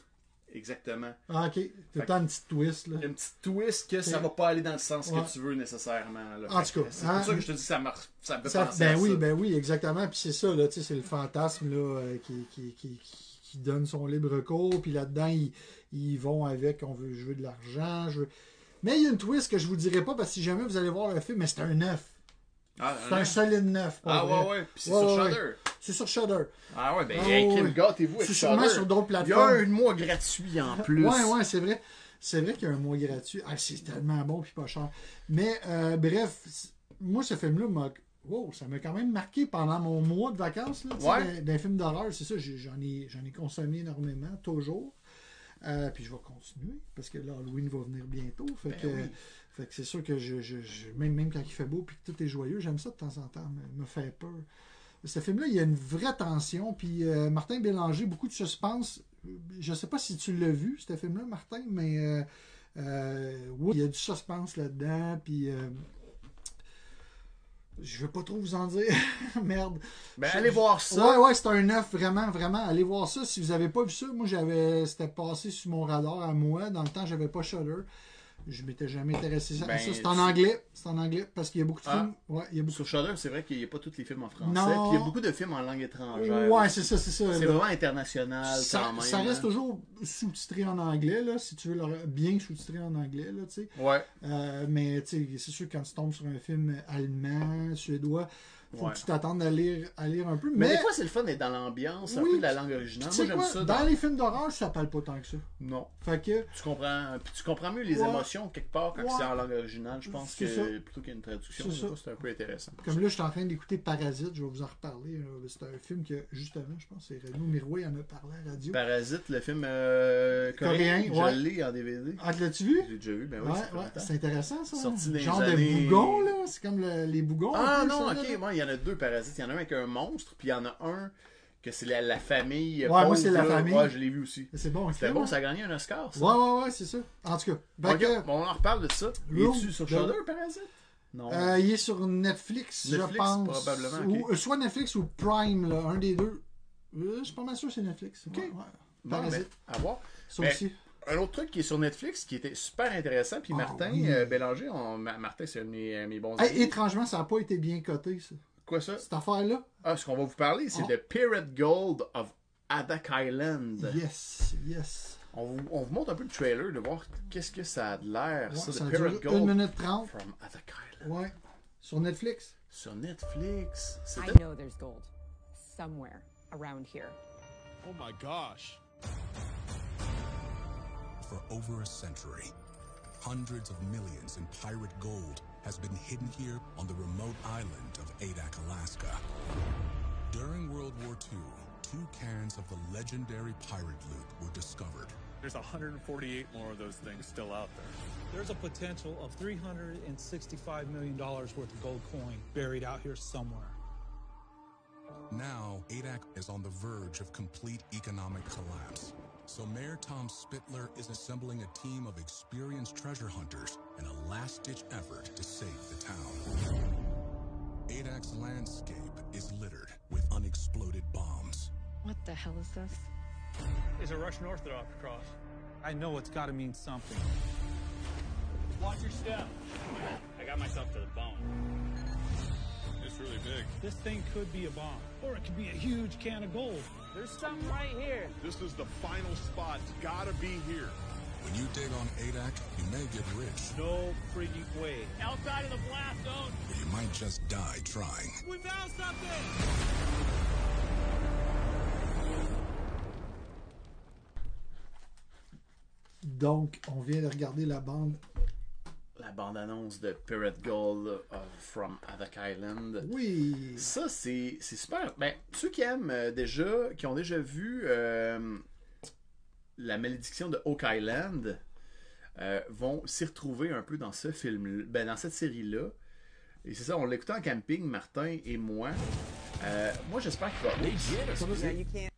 [SPEAKER 1] Exactement.
[SPEAKER 2] Ah, OK. Tout le temps une petite twist, là.
[SPEAKER 1] Il y a un petit twist que ça va pas aller dans le sens
[SPEAKER 2] Ouais.
[SPEAKER 1] que tu veux nécessairement. là.
[SPEAKER 2] En
[SPEAKER 1] Fait
[SPEAKER 2] tout
[SPEAKER 1] que
[SPEAKER 2] cas,
[SPEAKER 1] C'est pour
[SPEAKER 2] hein,
[SPEAKER 1] ça que je te dis que ça, me re- ça me fait
[SPEAKER 2] Ça-
[SPEAKER 1] penser à
[SPEAKER 2] ben oui,
[SPEAKER 1] ça.
[SPEAKER 2] ben oui, exactement. Puis c'est ça, là, tu sais, c'est le fantasme là, euh, qui, qui, qui, qui- qui donne son libre cours. Puis là-dedans, ils, ils vont avec on veut, je veux de l'argent. Je veux... Mais il y a une twist que je vous dirai pas parce que si jamais vous allez voir le film, mais c'est un neuf.
[SPEAKER 1] Ah,
[SPEAKER 2] C'est un solide neuf. pour
[SPEAKER 1] Ah,
[SPEAKER 2] vrai.
[SPEAKER 1] ouais, ouais. Puis c'est sur
[SPEAKER 2] ouais.
[SPEAKER 1] Shudder.
[SPEAKER 2] C'est sur Shudder.
[SPEAKER 1] Ah ouais, ben
[SPEAKER 2] Ah
[SPEAKER 1] hey,
[SPEAKER 2] ouais.
[SPEAKER 1] Kim, gâtez-vous avec
[SPEAKER 2] C'est sûrement
[SPEAKER 1] Shudder.
[SPEAKER 2] sur d'autres
[SPEAKER 1] Il y a un
[SPEAKER 2] plateformes.
[SPEAKER 1] mois gratuit en plus.
[SPEAKER 2] Ouais, ouais, c'est vrai. C'est vrai qu'il y a un mois gratuit. Ah, c'est tellement bon puis pas cher. Mais euh, bref, c- moi, ce film-là m'a. Wow, ça m'a quand même marqué pendant mon mois de vacances. Là, tu sais,
[SPEAKER 1] Ouais.
[SPEAKER 2] d'un, d'un film d'horreur, c'est ça, j'ai- j'en ai, j'en ai consommé énormément, toujours. Euh, puis je vais continuer parce que là, Halloween va venir bientôt. Fait
[SPEAKER 1] Ben
[SPEAKER 2] que, fait que c'est sûr que je, je- je- même, même quand il fait beau puis que tout est joyeux, j'aime ça de temps en temps, me, me fait peur. Ce film-là, il y a une vraie tension. Puis euh, Martin Bélanger, beaucoup de suspense. Je sais pas si tu l'as vu, ce film-là, Martin, mais euh, euh, oui, il y a du suspense là-dedans. Puis euh, je veux pas trop vous en dire. Merde.
[SPEAKER 1] Ben,
[SPEAKER 2] Je-
[SPEAKER 1] allez voir ça.
[SPEAKER 2] Ouais, ouais, c'est un œuf, vraiment, vraiment. Allez voir ça. Si vous n'avez pas vu ça, moi, j'avais c'était passé sur mon radar à moi. Dans le temps, j'avais pas Shudder. Je m'étais jamais intéressé à
[SPEAKER 1] Ben,
[SPEAKER 2] ça. C'est en
[SPEAKER 1] tu-
[SPEAKER 2] anglais. C'est en anglais parce qu'il y a beaucoup de
[SPEAKER 1] Ah.
[SPEAKER 2] films. Ouais, il y a beaucoup
[SPEAKER 1] Sur Shudder, c'est vrai qu'il n'y a pas tous les films en français.
[SPEAKER 2] Non.
[SPEAKER 1] Puis il y a beaucoup de films en langue étrangère.
[SPEAKER 2] Ouais, c'est ça, c'est ça.
[SPEAKER 1] C'est vraiment international
[SPEAKER 2] ça,
[SPEAKER 1] quand même.
[SPEAKER 2] ça reste
[SPEAKER 1] hein.
[SPEAKER 2] toujours sous-titré en anglais, là, si tu veux le- bien sous-titré en anglais, là, tu sais.
[SPEAKER 1] Ouais.
[SPEAKER 2] Euh, mais tu sais, c'est sûr que quand tu tombes sur un film allemand, suédois, faut
[SPEAKER 1] Ouais.
[SPEAKER 2] que tu t'attendes à lire, à lire un peu.
[SPEAKER 1] Mais,
[SPEAKER 2] Mais,
[SPEAKER 1] des fois, c'est le fun d'être dans l'ambiance, un
[SPEAKER 2] Oui,
[SPEAKER 1] peu de la langue originale.
[SPEAKER 2] tu
[SPEAKER 1] Moi,
[SPEAKER 2] sais
[SPEAKER 1] j'aime
[SPEAKER 2] quoi,
[SPEAKER 1] ça.
[SPEAKER 2] dans
[SPEAKER 1] dans-
[SPEAKER 2] les films d'horreur, ça parle pas tant que ça.
[SPEAKER 1] Non.
[SPEAKER 2] Fait que,
[SPEAKER 1] Tu comprends, hein. puis tu comprends mieux les
[SPEAKER 2] Ouais.
[SPEAKER 1] émotions quelque part quand
[SPEAKER 2] Ouais.
[SPEAKER 1] c'est en langue originale. Je pense
[SPEAKER 2] C'est
[SPEAKER 1] que
[SPEAKER 2] ça.
[SPEAKER 1] plutôt qu'une traduction,
[SPEAKER 2] C'est
[SPEAKER 1] des
[SPEAKER 2] ça.
[SPEAKER 1] fois, c'est un peu intéressant.
[SPEAKER 2] comme là, je suis en train d'écouter Parasite, je vais vous en reparler. là. C'est un film que, justement, je pense, c'est Renaud Mirouet en a parlé à la
[SPEAKER 1] Ben,
[SPEAKER 2] radio.
[SPEAKER 1] Parasite, le film euh, coréen,
[SPEAKER 2] Coréen, ouais.
[SPEAKER 1] je l'ai en DVD.
[SPEAKER 2] Ah, tu l'as-tu vu?
[SPEAKER 1] Je l'ai déjà vu, ben oui,
[SPEAKER 2] Ouais,
[SPEAKER 1] ça fait
[SPEAKER 2] ouais,
[SPEAKER 1] longtemps.
[SPEAKER 2] c'est intéressant ça.
[SPEAKER 1] Sorti dans les
[SPEAKER 2] Genre
[SPEAKER 1] années-
[SPEAKER 2] de bougons, là. C'est comme le- les bougons.
[SPEAKER 1] Ah
[SPEAKER 2] un peu,
[SPEAKER 1] non,
[SPEAKER 2] ça,
[SPEAKER 1] ok,
[SPEAKER 2] là.
[SPEAKER 1] ouais, il y en a deux parasites. Il y en a un avec un monstre, puis il y en a un que c'est la, la famille. euh,
[SPEAKER 2] Ouais, moi,
[SPEAKER 1] pauvre,
[SPEAKER 2] c'est la
[SPEAKER 1] là.
[SPEAKER 2] famille.
[SPEAKER 1] Ouais, je l'ai vu aussi.
[SPEAKER 2] C'est bon,
[SPEAKER 1] C'était
[SPEAKER 2] film,
[SPEAKER 1] bon,
[SPEAKER 2] hein.
[SPEAKER 1] ça a gagné un Oscar. Ça.
[SPEAKER 2] Ouais, ouais, ouais, c'est ça. En tout cas, fait
[SPEAKER 1] Ok,
[SPEAKER 2] Ben, que,
[SPEAKER 1] bon, on en reparle de ça.
[SPEAKER 2] Room
[SPEAKER 1] Es-tu sur
[SPEAKER 2] de-
[SPEAKER 1] Shudder, Parasite Non.
[SPEAKER 2] euh, il est sur Netflix, je
[SPEAKER 1] Netflix,
[SPEAKER 2] pense.
[SPEAKER 1] probablement,
[SPEAKER 2] Ou,
[SPEAKER 1] ok.
[SPEAKER 2] euh, soit Netflix ou Prime, là, un des deux. Euh, je suis pas mal sûr que c'est Netflix. Ok.
[SPEAKER 1] Bon,
[SPEAKER 2] Parasite.
[SPEAKER 1] ben, à voir.
[SPEAKER 2] Ça
[SPEAKER 1] mais-
[SPEAKER 2] aussi.
[SPEAKER 1] Un autre truc qui est sur Netflix qui était super intéressant, puis
[SPEAKER 2] Ah,
[SPEAKER 1] Martin
[SPEAKER 2] oui.
[SPEAKER 1] euh, Bélanger, on- Ma- Martin c'est un de mes, euh, mes bons
[SPEAKER 2] Hey,
[SPEAKER 1] amis.
[SPEAKER 2] étrangement, ça n'a pas été bien coté, ça.
[SPEAKER 1] Quoi ça
[SPEAKER 2] Cette affaire-là.
[SPEAKER 1] Ah, ce qu'on va vous parler, c'est
[SPEAKER 2] Ah.
[SPEAKER 1] The Pirate Gold of Adak Island.
[SPEAKER 2] Yes, yes.
[SPEAKER 1] On, vous, on vous montre un peu le trailer de voir qu'est-ce que ça a de l'air,
[SPEAKER 2] Ouais,
[SPEAKER 1] ça,
[SPEAKER 2] ça
[SPEAKER 1] The
[SPEAKER 2] dure
[SPEAKER 1] Pirate
[SPEAKER 2] 1
[SPEAKER 1] Gold
[SPEAKER 2] minute 30.
[SPEAKER 1] from Adak Island.
[SPEAKER 2] Ouais. Sur Netflix.
[SPEAKER 1] Sur Netflix.
[SPEAKER 9] I
[SPEAKER 1] C'était
[SPEAKER 9] know there's gold somewhere around here.
[SPEAKER 10] Oh my gosh.
[SPEAKER 3] For over a century, hundreds of millions in pirate gold has been hidden here on the remote island of Adak, Alaska. During World War II, two cans of the legendary pirate loot were discovered.
[SPEAKER 10] There's 148 more of those things still out there.
[SPEAKER 11] There's a potential of $365 million worth of gold coin buried out here somewhere.
[SPEAKER 3] Now, Adak is on the verge of complete economic collapse. So Mayor Tom Spittler is assembling a team of experienced treasure hunters in a last-ditch effort to save the town. Adak's landscape is littered with unexploded bombs.
[SPEAKER 8] What the hell is this?
[SPEAKER 10] It's a Russian Orthodox cross.
[SPEAKER 11] I know it's got to mean something.
[SPEAKER 10] Watch your step. I got myself to the bone. It's really big.
[SPEAKER 11] This thing could be a bomb, or it could be a huge can of gold.
[SPEAKER 10] There's something right here. This is the final spot. It's gotta be here.
[SPEAKER 3] When you dig on Adak, you may get rich,
[SPEAKER 11] No freaking way.
[SPEAKER 10] Outside of the blast zone.
[SPEAKER 3] or you might just die trying.
[SPEAKER 10] We found something.
[SPEAKER 2] Donc, on vient de regarder la bande.
[SPEAKER 1] la bande-annonce de Pirate Gold of- from Adak Island.
[SPEAKER 2] Oui.
[SPEAKER 1] Ça, c'est c'est super. Ben, ceux qui aiment euh, déjà, qui ont déjà vu euh, La malédiction de Oak Island, euh, vont s'y retrouver un peu dans ce film, ben, dans cette série-là. Et c'est ça, on l'écoutait en camping, Martin et moi. Euh, moi, j'espère qu'il va. Excusez.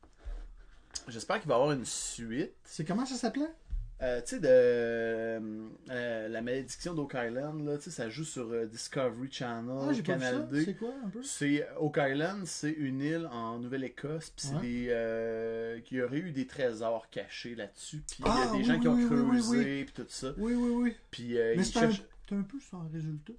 [SPEAKER 1] J'espère qu'il va y avoir une suite.
[SPEAKER 2] C'est comment ça s'appelait?
[SPEAKER 1] Euh, tu sais, de euh, euh, La malédiction d'Oak Island, là, tu sais, ça joue sur euh, Discovery Channel,
[SPEAKER 2] Ah, j'ai pas vu
[SPEAKER 1] Canal
[SPEAKER 2] ça.
[SPEAKER 1] 2.
[SPEAKER 2] C'est quoi, un peu?
[SPEAKER 1] C'est euh, Oak Island, c'est une île en Nouvelle-Écosse, puis c'est
[SPEAKER 2] Ouais.
[SPEAKER 1] des euh, qu'il y aurait eu des trésors cachés là-dessus, puis il y
[SPEAKER 2] Ah,
[SPEAKER 1] a des
[SPEAKER 2] oui,
[SPEAKER 1] gens qui ont
[SPEAKER 2] oui, oui, oui,
[SPEAKER 1] creusé
[SPEAKER 2] oui.
[SPEAKER 1] puis tout ça.
[SPEAKER 2] Oui, oui, oui.
[SPEAKER 1] Puis euh,
[SPEAKER 2] Mais
[SPEAKER 1] ils
[SPEAKER 2] c'est un,
[SPEAKER 1] cherchent-
[SPEAKER 2] c'est un peu sans résultat.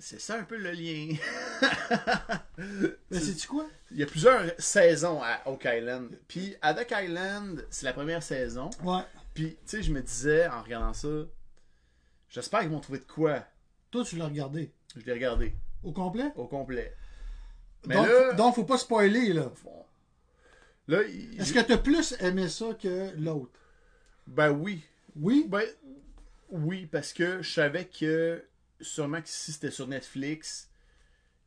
[SPEAKER 1] c'est ça un peu le lien.
[SPEAKER 2] Mais Ben, c'est-tu quoi?
[SPEAKER 1] il y a plusieurs saisons à Oak Island. Puis à Duck Island, c'est la première saison.
[SPEAKER 2] Ouais.
[SPEAKER 1] Puis tu sais, je me disais en regardant ça, j'espère qu'ils vont trouver de quoi.
[SPEAKER 2] Toi, tu l'as regardé.
[SPEAKER 1] Je l'ai regardé
[SPEAKER 2] Au complet?
[SPEAKER 1] au complet. Mais
[SPEAKER 2] donc,
[SPEAKER 1] là,
[SPEAKER 2] donc, faut pas spoiler, là.
[SPEAKER 1] bon. là, il-
[SPEAKER 2] Est-ce que t'as plus aimé ça que l'autre?
[SPEAKER 1] ben oui,
[SPEAKER 2] Oui?
[SPEAKER 1] Ben, oui, parce que je savais que sûrement que si c'était sur Netflix,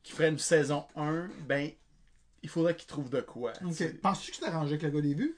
[SPEAKER 1] qu'ils ferait une saison 1, ben, il faudrait qu'ils trouvent de quoi. tu
[SPEAKER 2] Ok.
[SPEAKER 1] sais.
[SPEAKER 2] Penses-tu que c'était arrangé avec le gars des vues?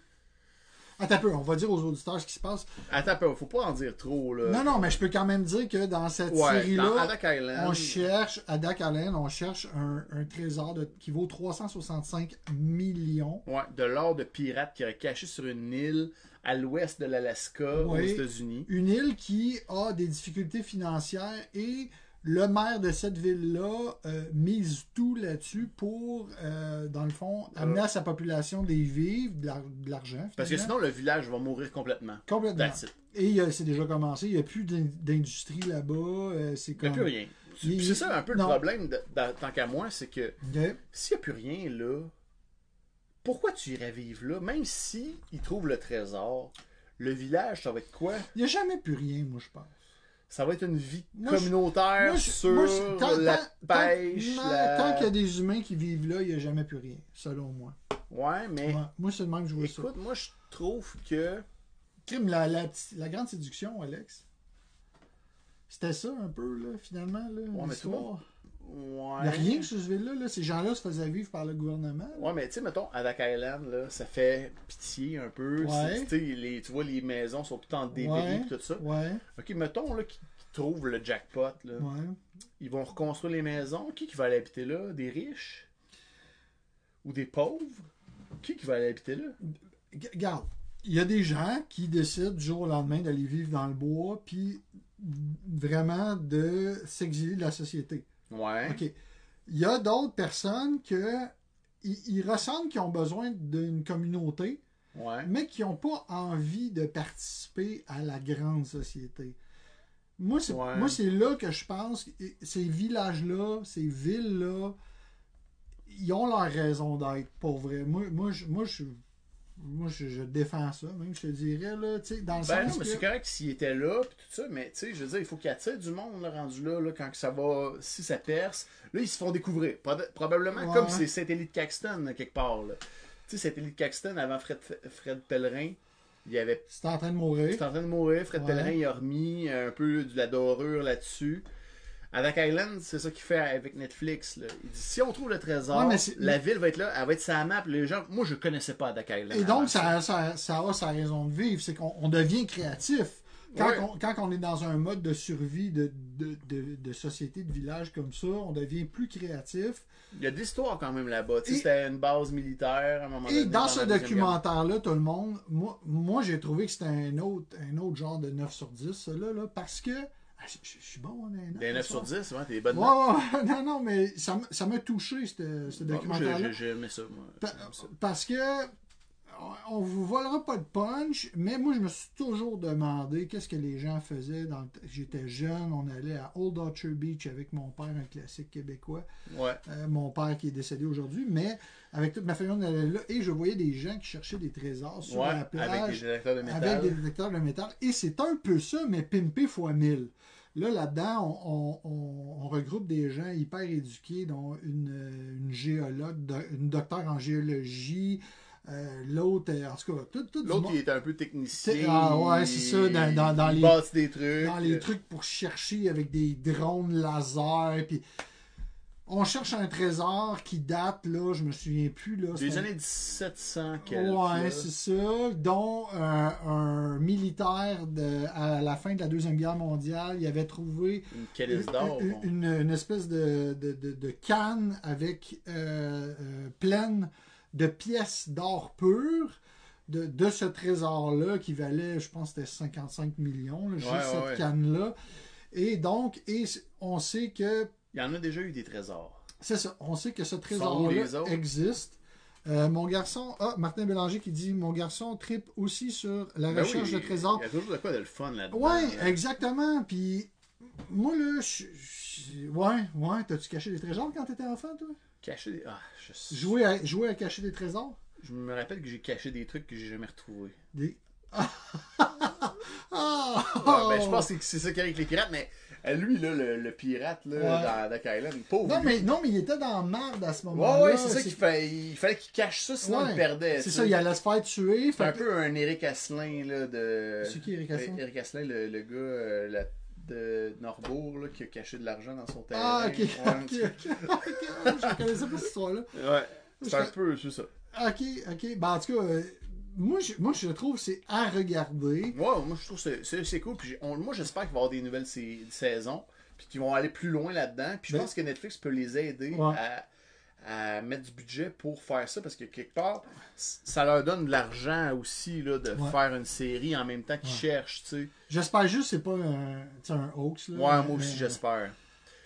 [SPEAKER 2] Attends un peu, on va dire aux auditeurs ce qui se passe.
[SPEAKER 1] Attends un peu, faut pas en dire trop. Là.
[SPEAKER 2] Non, non, mais je peux quand même dire que dans cette
[SPEAKER 1] Euh, Ouais, dans
[SPEAKER 2] série-là,
[SPEAKER 1] Adak Island.
[SPEAKER 2] on cherche, à Dak Island, on cherche un, un trésor de- qui vaut 365 millions.
[SPEAKER 1] Ouais, de l'or de pirate qui est caché sur une île à l'ouest de l'Alaska, aux
[SPEAKER 2] Oui.
[SPEAKER 1] États-Unis.
[SPEAKER 2] Une île qui a des difficultés financières et le maire de cette ville-là euh, mise tout là-dessus pour, euh, dans le fond, amener à sa population des vivres, de l'ar- de l'argent.
[SPEAKER 1] Parce que
[SPEAKER 2] finalement.
[SPEAKER 1] sinon, le village va mourir complètement.
[SPEAKER 2] Complètement.
[SPEAKER 1] That's it.
[SPEAKER 2] Et il y a- c'est déjà commencé, il n'y a plus d'in- d'industrie là-bas. euh, c'est
[SPEAKER 1] Il n'y
[SPEAKER 2] comme...
[SPEAKER 1] a plus rien. C'est-
[SPEAKER 2] Il-
[SPEAKER 1] C'est ça un peu
[SPEAKER 2] non.
[SPEAKER 1] le problème, de- dans- tant qu'à moi, c'est que
[SPEAKER 2] Ok.
[SPEAKER 1] s'il n'y a plus rien là, pourquoi tu irais vivre là? Même si ils trouvent le trésor, le village, ça va être quoi?
[SPEAKER 2] Il n'y a jamais plus rien, moi, je pense.
[SPEAKER 1] Ça va être une vie
[SPEAKER 2] Moi, je-
[SPEAKER 1] communautaire
[SPEAKER 2] Moi, je-
[SPEAKER 1] sur
[SPEAKER 2] moi, je- tant-
[SPEAKER 1] la
[SPEAKER 2] tant- tant-
[SPEAKER 1] pêche.
[SPEAKER 2] non,
[SPEAKER 1] la-
[SPEAKER 2] Tant qu'il y a des humains qui vivent là, il n'y a jamais plus rien, selon moi.
[SPEAKER 1] Ouais, mais
[SPEAKER 2] Ouais. Moi, c'est le même que je vois ça.
[SPEAKER 1] écoute, moi je trouve que.
[SPEAKER 2] Crime, la, la, la grande séduction, Alex. C'était ça un peu, là, finalement. Là,
[SPEAKER 1] Ouais, mais tout le monde-
[SPEAKER 2] l'histoire.
[SPEAKER 1] Ouais.
[SPEAKER 2] Il n'y a rien sur ce ville-là. Là. Ces gens-là se faisaient vivre par le gouvernement. là.
[SPEAKER 1] Ouais, mais tu sais, mettons, à Dak Island, là, ça fait pitié un peu.
[SPEAKER 2] Ouais.
[SPEAKER 1] C'est- tu sais, les, tu vois, les maisons sont toutes en
[SPEAKER 2] Ouais.
[SPEAKER 1] débris et tout ça.
[SPEAKER 2] Ouais.
[SPEAKER 1] Ok, mettons là, qu'ils qu'ils trouvent le jackpot. Là.
[SPEAKER 2] Ouais.
[SPEAKER 1] Ils vont reconstruire les maisons. Qui, qui va aller habiter là Des riches Ou des pauvres Qui, qui va aller habiter là
[SPEAKER 2] G- Garde, il y a des gens qui décident du jour au lendemain d'aller vivre dans le bois, puis vraiment de s'exiler de la société.
[SPEAKER 1] Ouais.
[SPEAKER 2] OK. Il y a d'autres personnes que ils, ils ressentent qu'ils ont besoin d'une communauté,
[SPEAKER 1] Ouais.
[SPEAKER 2] mais qui n'ont pas envie de participer à la grande société. Moi, c'est
[SPEAKER 1] Ouais.
[SPEAKER 2] moi, c'est là que je pense que ces villages-là, ces villes-là, ils ont leur raison d'être, pour vrai. Moi, moi, je, moi, je, moi je, je défends ça, même, je te dirais, là, tu sais, dans le
[SPEAKER 1] Ben non,
[SPEAKER 2] sens
[SPEAKER 1] mais
[SPEAKER 2] que...
[SPEAKER 1] c'est correct s'il était là, pis tout ça, mais tu sais, je veux dire, il faut qu'il attire du monde, là, rendu là, là, quand que ça va, si ça perce. Là, ils se font découvrir. Prob- Probablement
[SPEAKER 2] Ouais.
[SPEAKER 1] comme c'est Saint-Élie de Caxton, là, quelque part, là. Tu sais, Saint-Élie de Caxton, avant Fred, Fred Pellerin, il avait.
[SPEAKER 2] C'est en train de mourir.
[SPEAKER 1] C'était en train de mourir, Fred
[SPEAKER 2] Ouais.
[SPEAKER 1] Pellerin, il a remis euh, un peu de la dorure là-dessus. Avec Island, c'est ça qu'il fait avec Netflix. là. Il dit si on trouve le trésor,
[SPEAKER 2] Ouais, mais c'est-
[SPEAKER 1] la ville va être là, elle va être sa map. Les gens, moi, je connaissais pas Adak Island.
[SPEAKER 2] Et
[SPEAKER 1] avant
[SPEAKER 2] donc, ça, ça, ça a sa raison de vivre, c'est qu'on on devient créatif. Quand,
[SPEAKER 1] Ouais.
[SPEAKER 2] on, quand on est dans un mode de survie de, de, de, de société, de village comme ça, on devient plus créatif.
[SPEAKER 1] Il y a de l'histoire quand même là-bas. Tu sais,
[SPEAKER 2] Et-
[SPEAKER 1] C'était une base militaire à un moment donné.
[SPEAKER 2] Et dans ce
[SPEAKER 1] pendant la Deuxième Guerre
[SPEAKER 2] documentaire-là, tout le monde, moi, moi j'ai trouvé que c'était un autre, un autre genre de 9 sur 10, celui-là, là, parce que. Ah, je, je- je suis bon, on est
[SPEAKER 1] Des 9 sur 10, ouais, t'es bonne.
[SPEAKER 2] Ouais, ouais, ouais, non, non, mais ça, m- ça m'a touché, ce ce
[SPEAKER 1] Ouais, moi, j'ai-
[SPEAKER 2] documentaire-là.
[SPEAKER 1] j'ai- j'aimais ça, moi.
[SPEAKER 2] Pa-
[SPEAKER 1] J'aime ça.
[SPEAKER 2] Parce que on- on vous volera pas de punch, mais moi je me suis toujours demandé qu'est-ce que les gens faisaient dans le t- j'étais jeune, on allait à Old Archer Beach avec mon père, un classique québécois.
[SPEAKER 1] Ouais.
[SPEAKER 2] Euh, mon père qui est décédé aujourd'hui, mais avec toute ma famille on allait là et je voyais des gens qui cherchaient des trésors sur
[SPEAKER 1] Ouais,
[SPEAKER 2] la plage
[SPEAKER 1] avec des détecteurs de métal.
[SPEAKER 2] avec des détecteurs de métal. Et c'est un peu ça, mais pimpé fois 1000. Là, là-dedans, on, on- on- on regroupe des gens hyper éduqués, dont une, euh, une géologue, do- une docteure en géologie, euh, l'autre, euh, en tout cas, tout, tout du
[SPEAKER 1] L'autre,
[SPEAKER 2] monde-
[SPEAKER 1] il est un peu technicien.
[SPEAKER 2] C'est- ah, ouais, c'est ça, dans- dans- dans
[SPEAKER 1] il
[SPEAKER 2] les-
[SPEAKER 1] bâtit des trucs.
[SPEAKER 2] dans les trucs pour chercher avec des drones laser. Puis on cherche un trésor qui date, là, je me souviens plus. Là,
[SPEAKER 1] Des
[SPEAKER 2] c'était-
[SPEAKER 1] années 1700, quelques.
[SPEAKER 2] Ouais,
[SPEAKER 1] là.
[SPEAKER 2] c'est ça. Dont euh, un militaire de, à la fin de la Deuxième Guerre mondiale, il avait trouvé
[SPEAKER 1] Une calice d'or.
[SPEAKER 2] une,
[SPEAKER 1] bon.
[SPEAKER 2] une- une espèce de, de, de- de canne avec euh, euh, pleine de pièces d'or pur de, de ce trésor-là qui valait, je pense, c'était 55 millions, là, juste
[SPEAKER 1] Ouais, ouais,
[SPEAKER 2] cette
[SPEAKER 1] ouais.
[SPEAKER 2] canne-là. Et donc, et c- on sait que
[SPEAKER 1] Il y en a déjà eu des trésors.
[SPEAKER 2] c'est ça. On sait que ce
[SPEAKER 1] Sont où les
[SPEAKER 2] trésor-là
[SPEAKER 1] autres?
[SPEAKER 2] existe. Euh, mon garçon, ah, Martin Bélanger qui dit Mon garçon tripe aussi sur la
[SPEAKER 1] Ben
[SPEAKER 2] recherche
[SPEAKER 1] oui,
[SPEAKER 2] de trésors.
[SPEAKER 1] Il y a toujours de quoi de le hein. fun là-dedans.
[SPEAKER 2] Ouais,
[SPEAKER 1] là.
[SPEAKER 2] exactement. Puis, moi, là, je. je- Ouais, ouais. T'as-tu caché des trésors quand t'étais enfant, toi
[SPEAKER 1] Cacher des. Ah, je...
[SPEAKER 2] jouer à, jouer à cacher des trésors
[SPEAKER 1] je me rappelle que j'ai caché des trucs que j'ai jamais retrouvés.
[SPEAKER 2] Des. Ah!
[SPEAKER 1] Ah, ben, je pense que c'est ça qu'il y a avec les pirates, mais euh, lui, là, le, le pirate là,
[SPEAKER 2] Ouais.
[SPEAKER 1] dans Dak Island, pauvre.
[SPEAKER 2] Non
[SPEAKER 1] lui.
[SPEAKER 2] mais, non, mais il était dans la merde à ce
[SPEAKER 1] Ouais,
[SPEAKER 2] moment-là.
[SPEAKER 1] ouais, c'est ça qu'il fallait. Il fallait qu'il cache ça, sinon
[SPEAKER 2] Ouais.
[SPEAKER 1] il perdait.
[SPEAKER 2] C'est
[SPEAKER 1] tu
[SPEAKER 2] ça,
[SPEAKER 1] sais.
[SPEAKER 2] il allait se faire tuer.
[SPEAKER 1] C'est un
[SPEAKER 2] fait-
[SPEAKER 1] peu un Eric Asselin, là, de.
[SPEAKER 2] C'est qui, Eric Asselin?
[SPEAKER 1] Eric Asselin, le, le gars euh, la- de Norbourg, là, qui a caché de l'argent dans son terrain.
[SPEAKER 2] Ah, ok,
[SPEAKER 1] Ouais, un
[SPEAKER 2] ok,
[SPEAKER 1] petit-
[SPEAKER 2] ok. Je connaissais pas cette histoire-là.
[SPEAKER 1] Ouais. C'est un peu, c'est ça.
[SPEAKER 2] Ok, ok. Ben, en tout cas, euh, moi, je, moi, je trouve que c'est à regarder.
[SPEAKER 1] Ouais, moi, je trouve que c'est- c'est- c'est cool. Puis j'ai- on- moi, j'espère qu'il va y avoir des nouvelles sais- saisons. Puis qu'ils vont aller plus loin là-dedans. Puis je
[SPEAKER 2] Ben-
[SPEAKER 1] pense que Netflix peut les aider
[SPEAKER 2] Ouais.
[SPEAKER 1] à, à mettre du budget pour faire ça. Parce que quelque part, c- ça leur donne de l'argent aussi là, de
[SPEAKER 2] Ouais.
[SPEAKER 1] faire une série en même temps qu'ils
[SPEAKER 2] Ouais.
[SPEAKER 1] cherchent. tu sais.
[SPEAKER 2] J'espère juste que c'est pas un, tu sais, un hoax. Là,
[SPEAKER 1] Ouais, moi
[SPEAKER 2] Mais-
[SPEAKER 1] aussi, j'espère.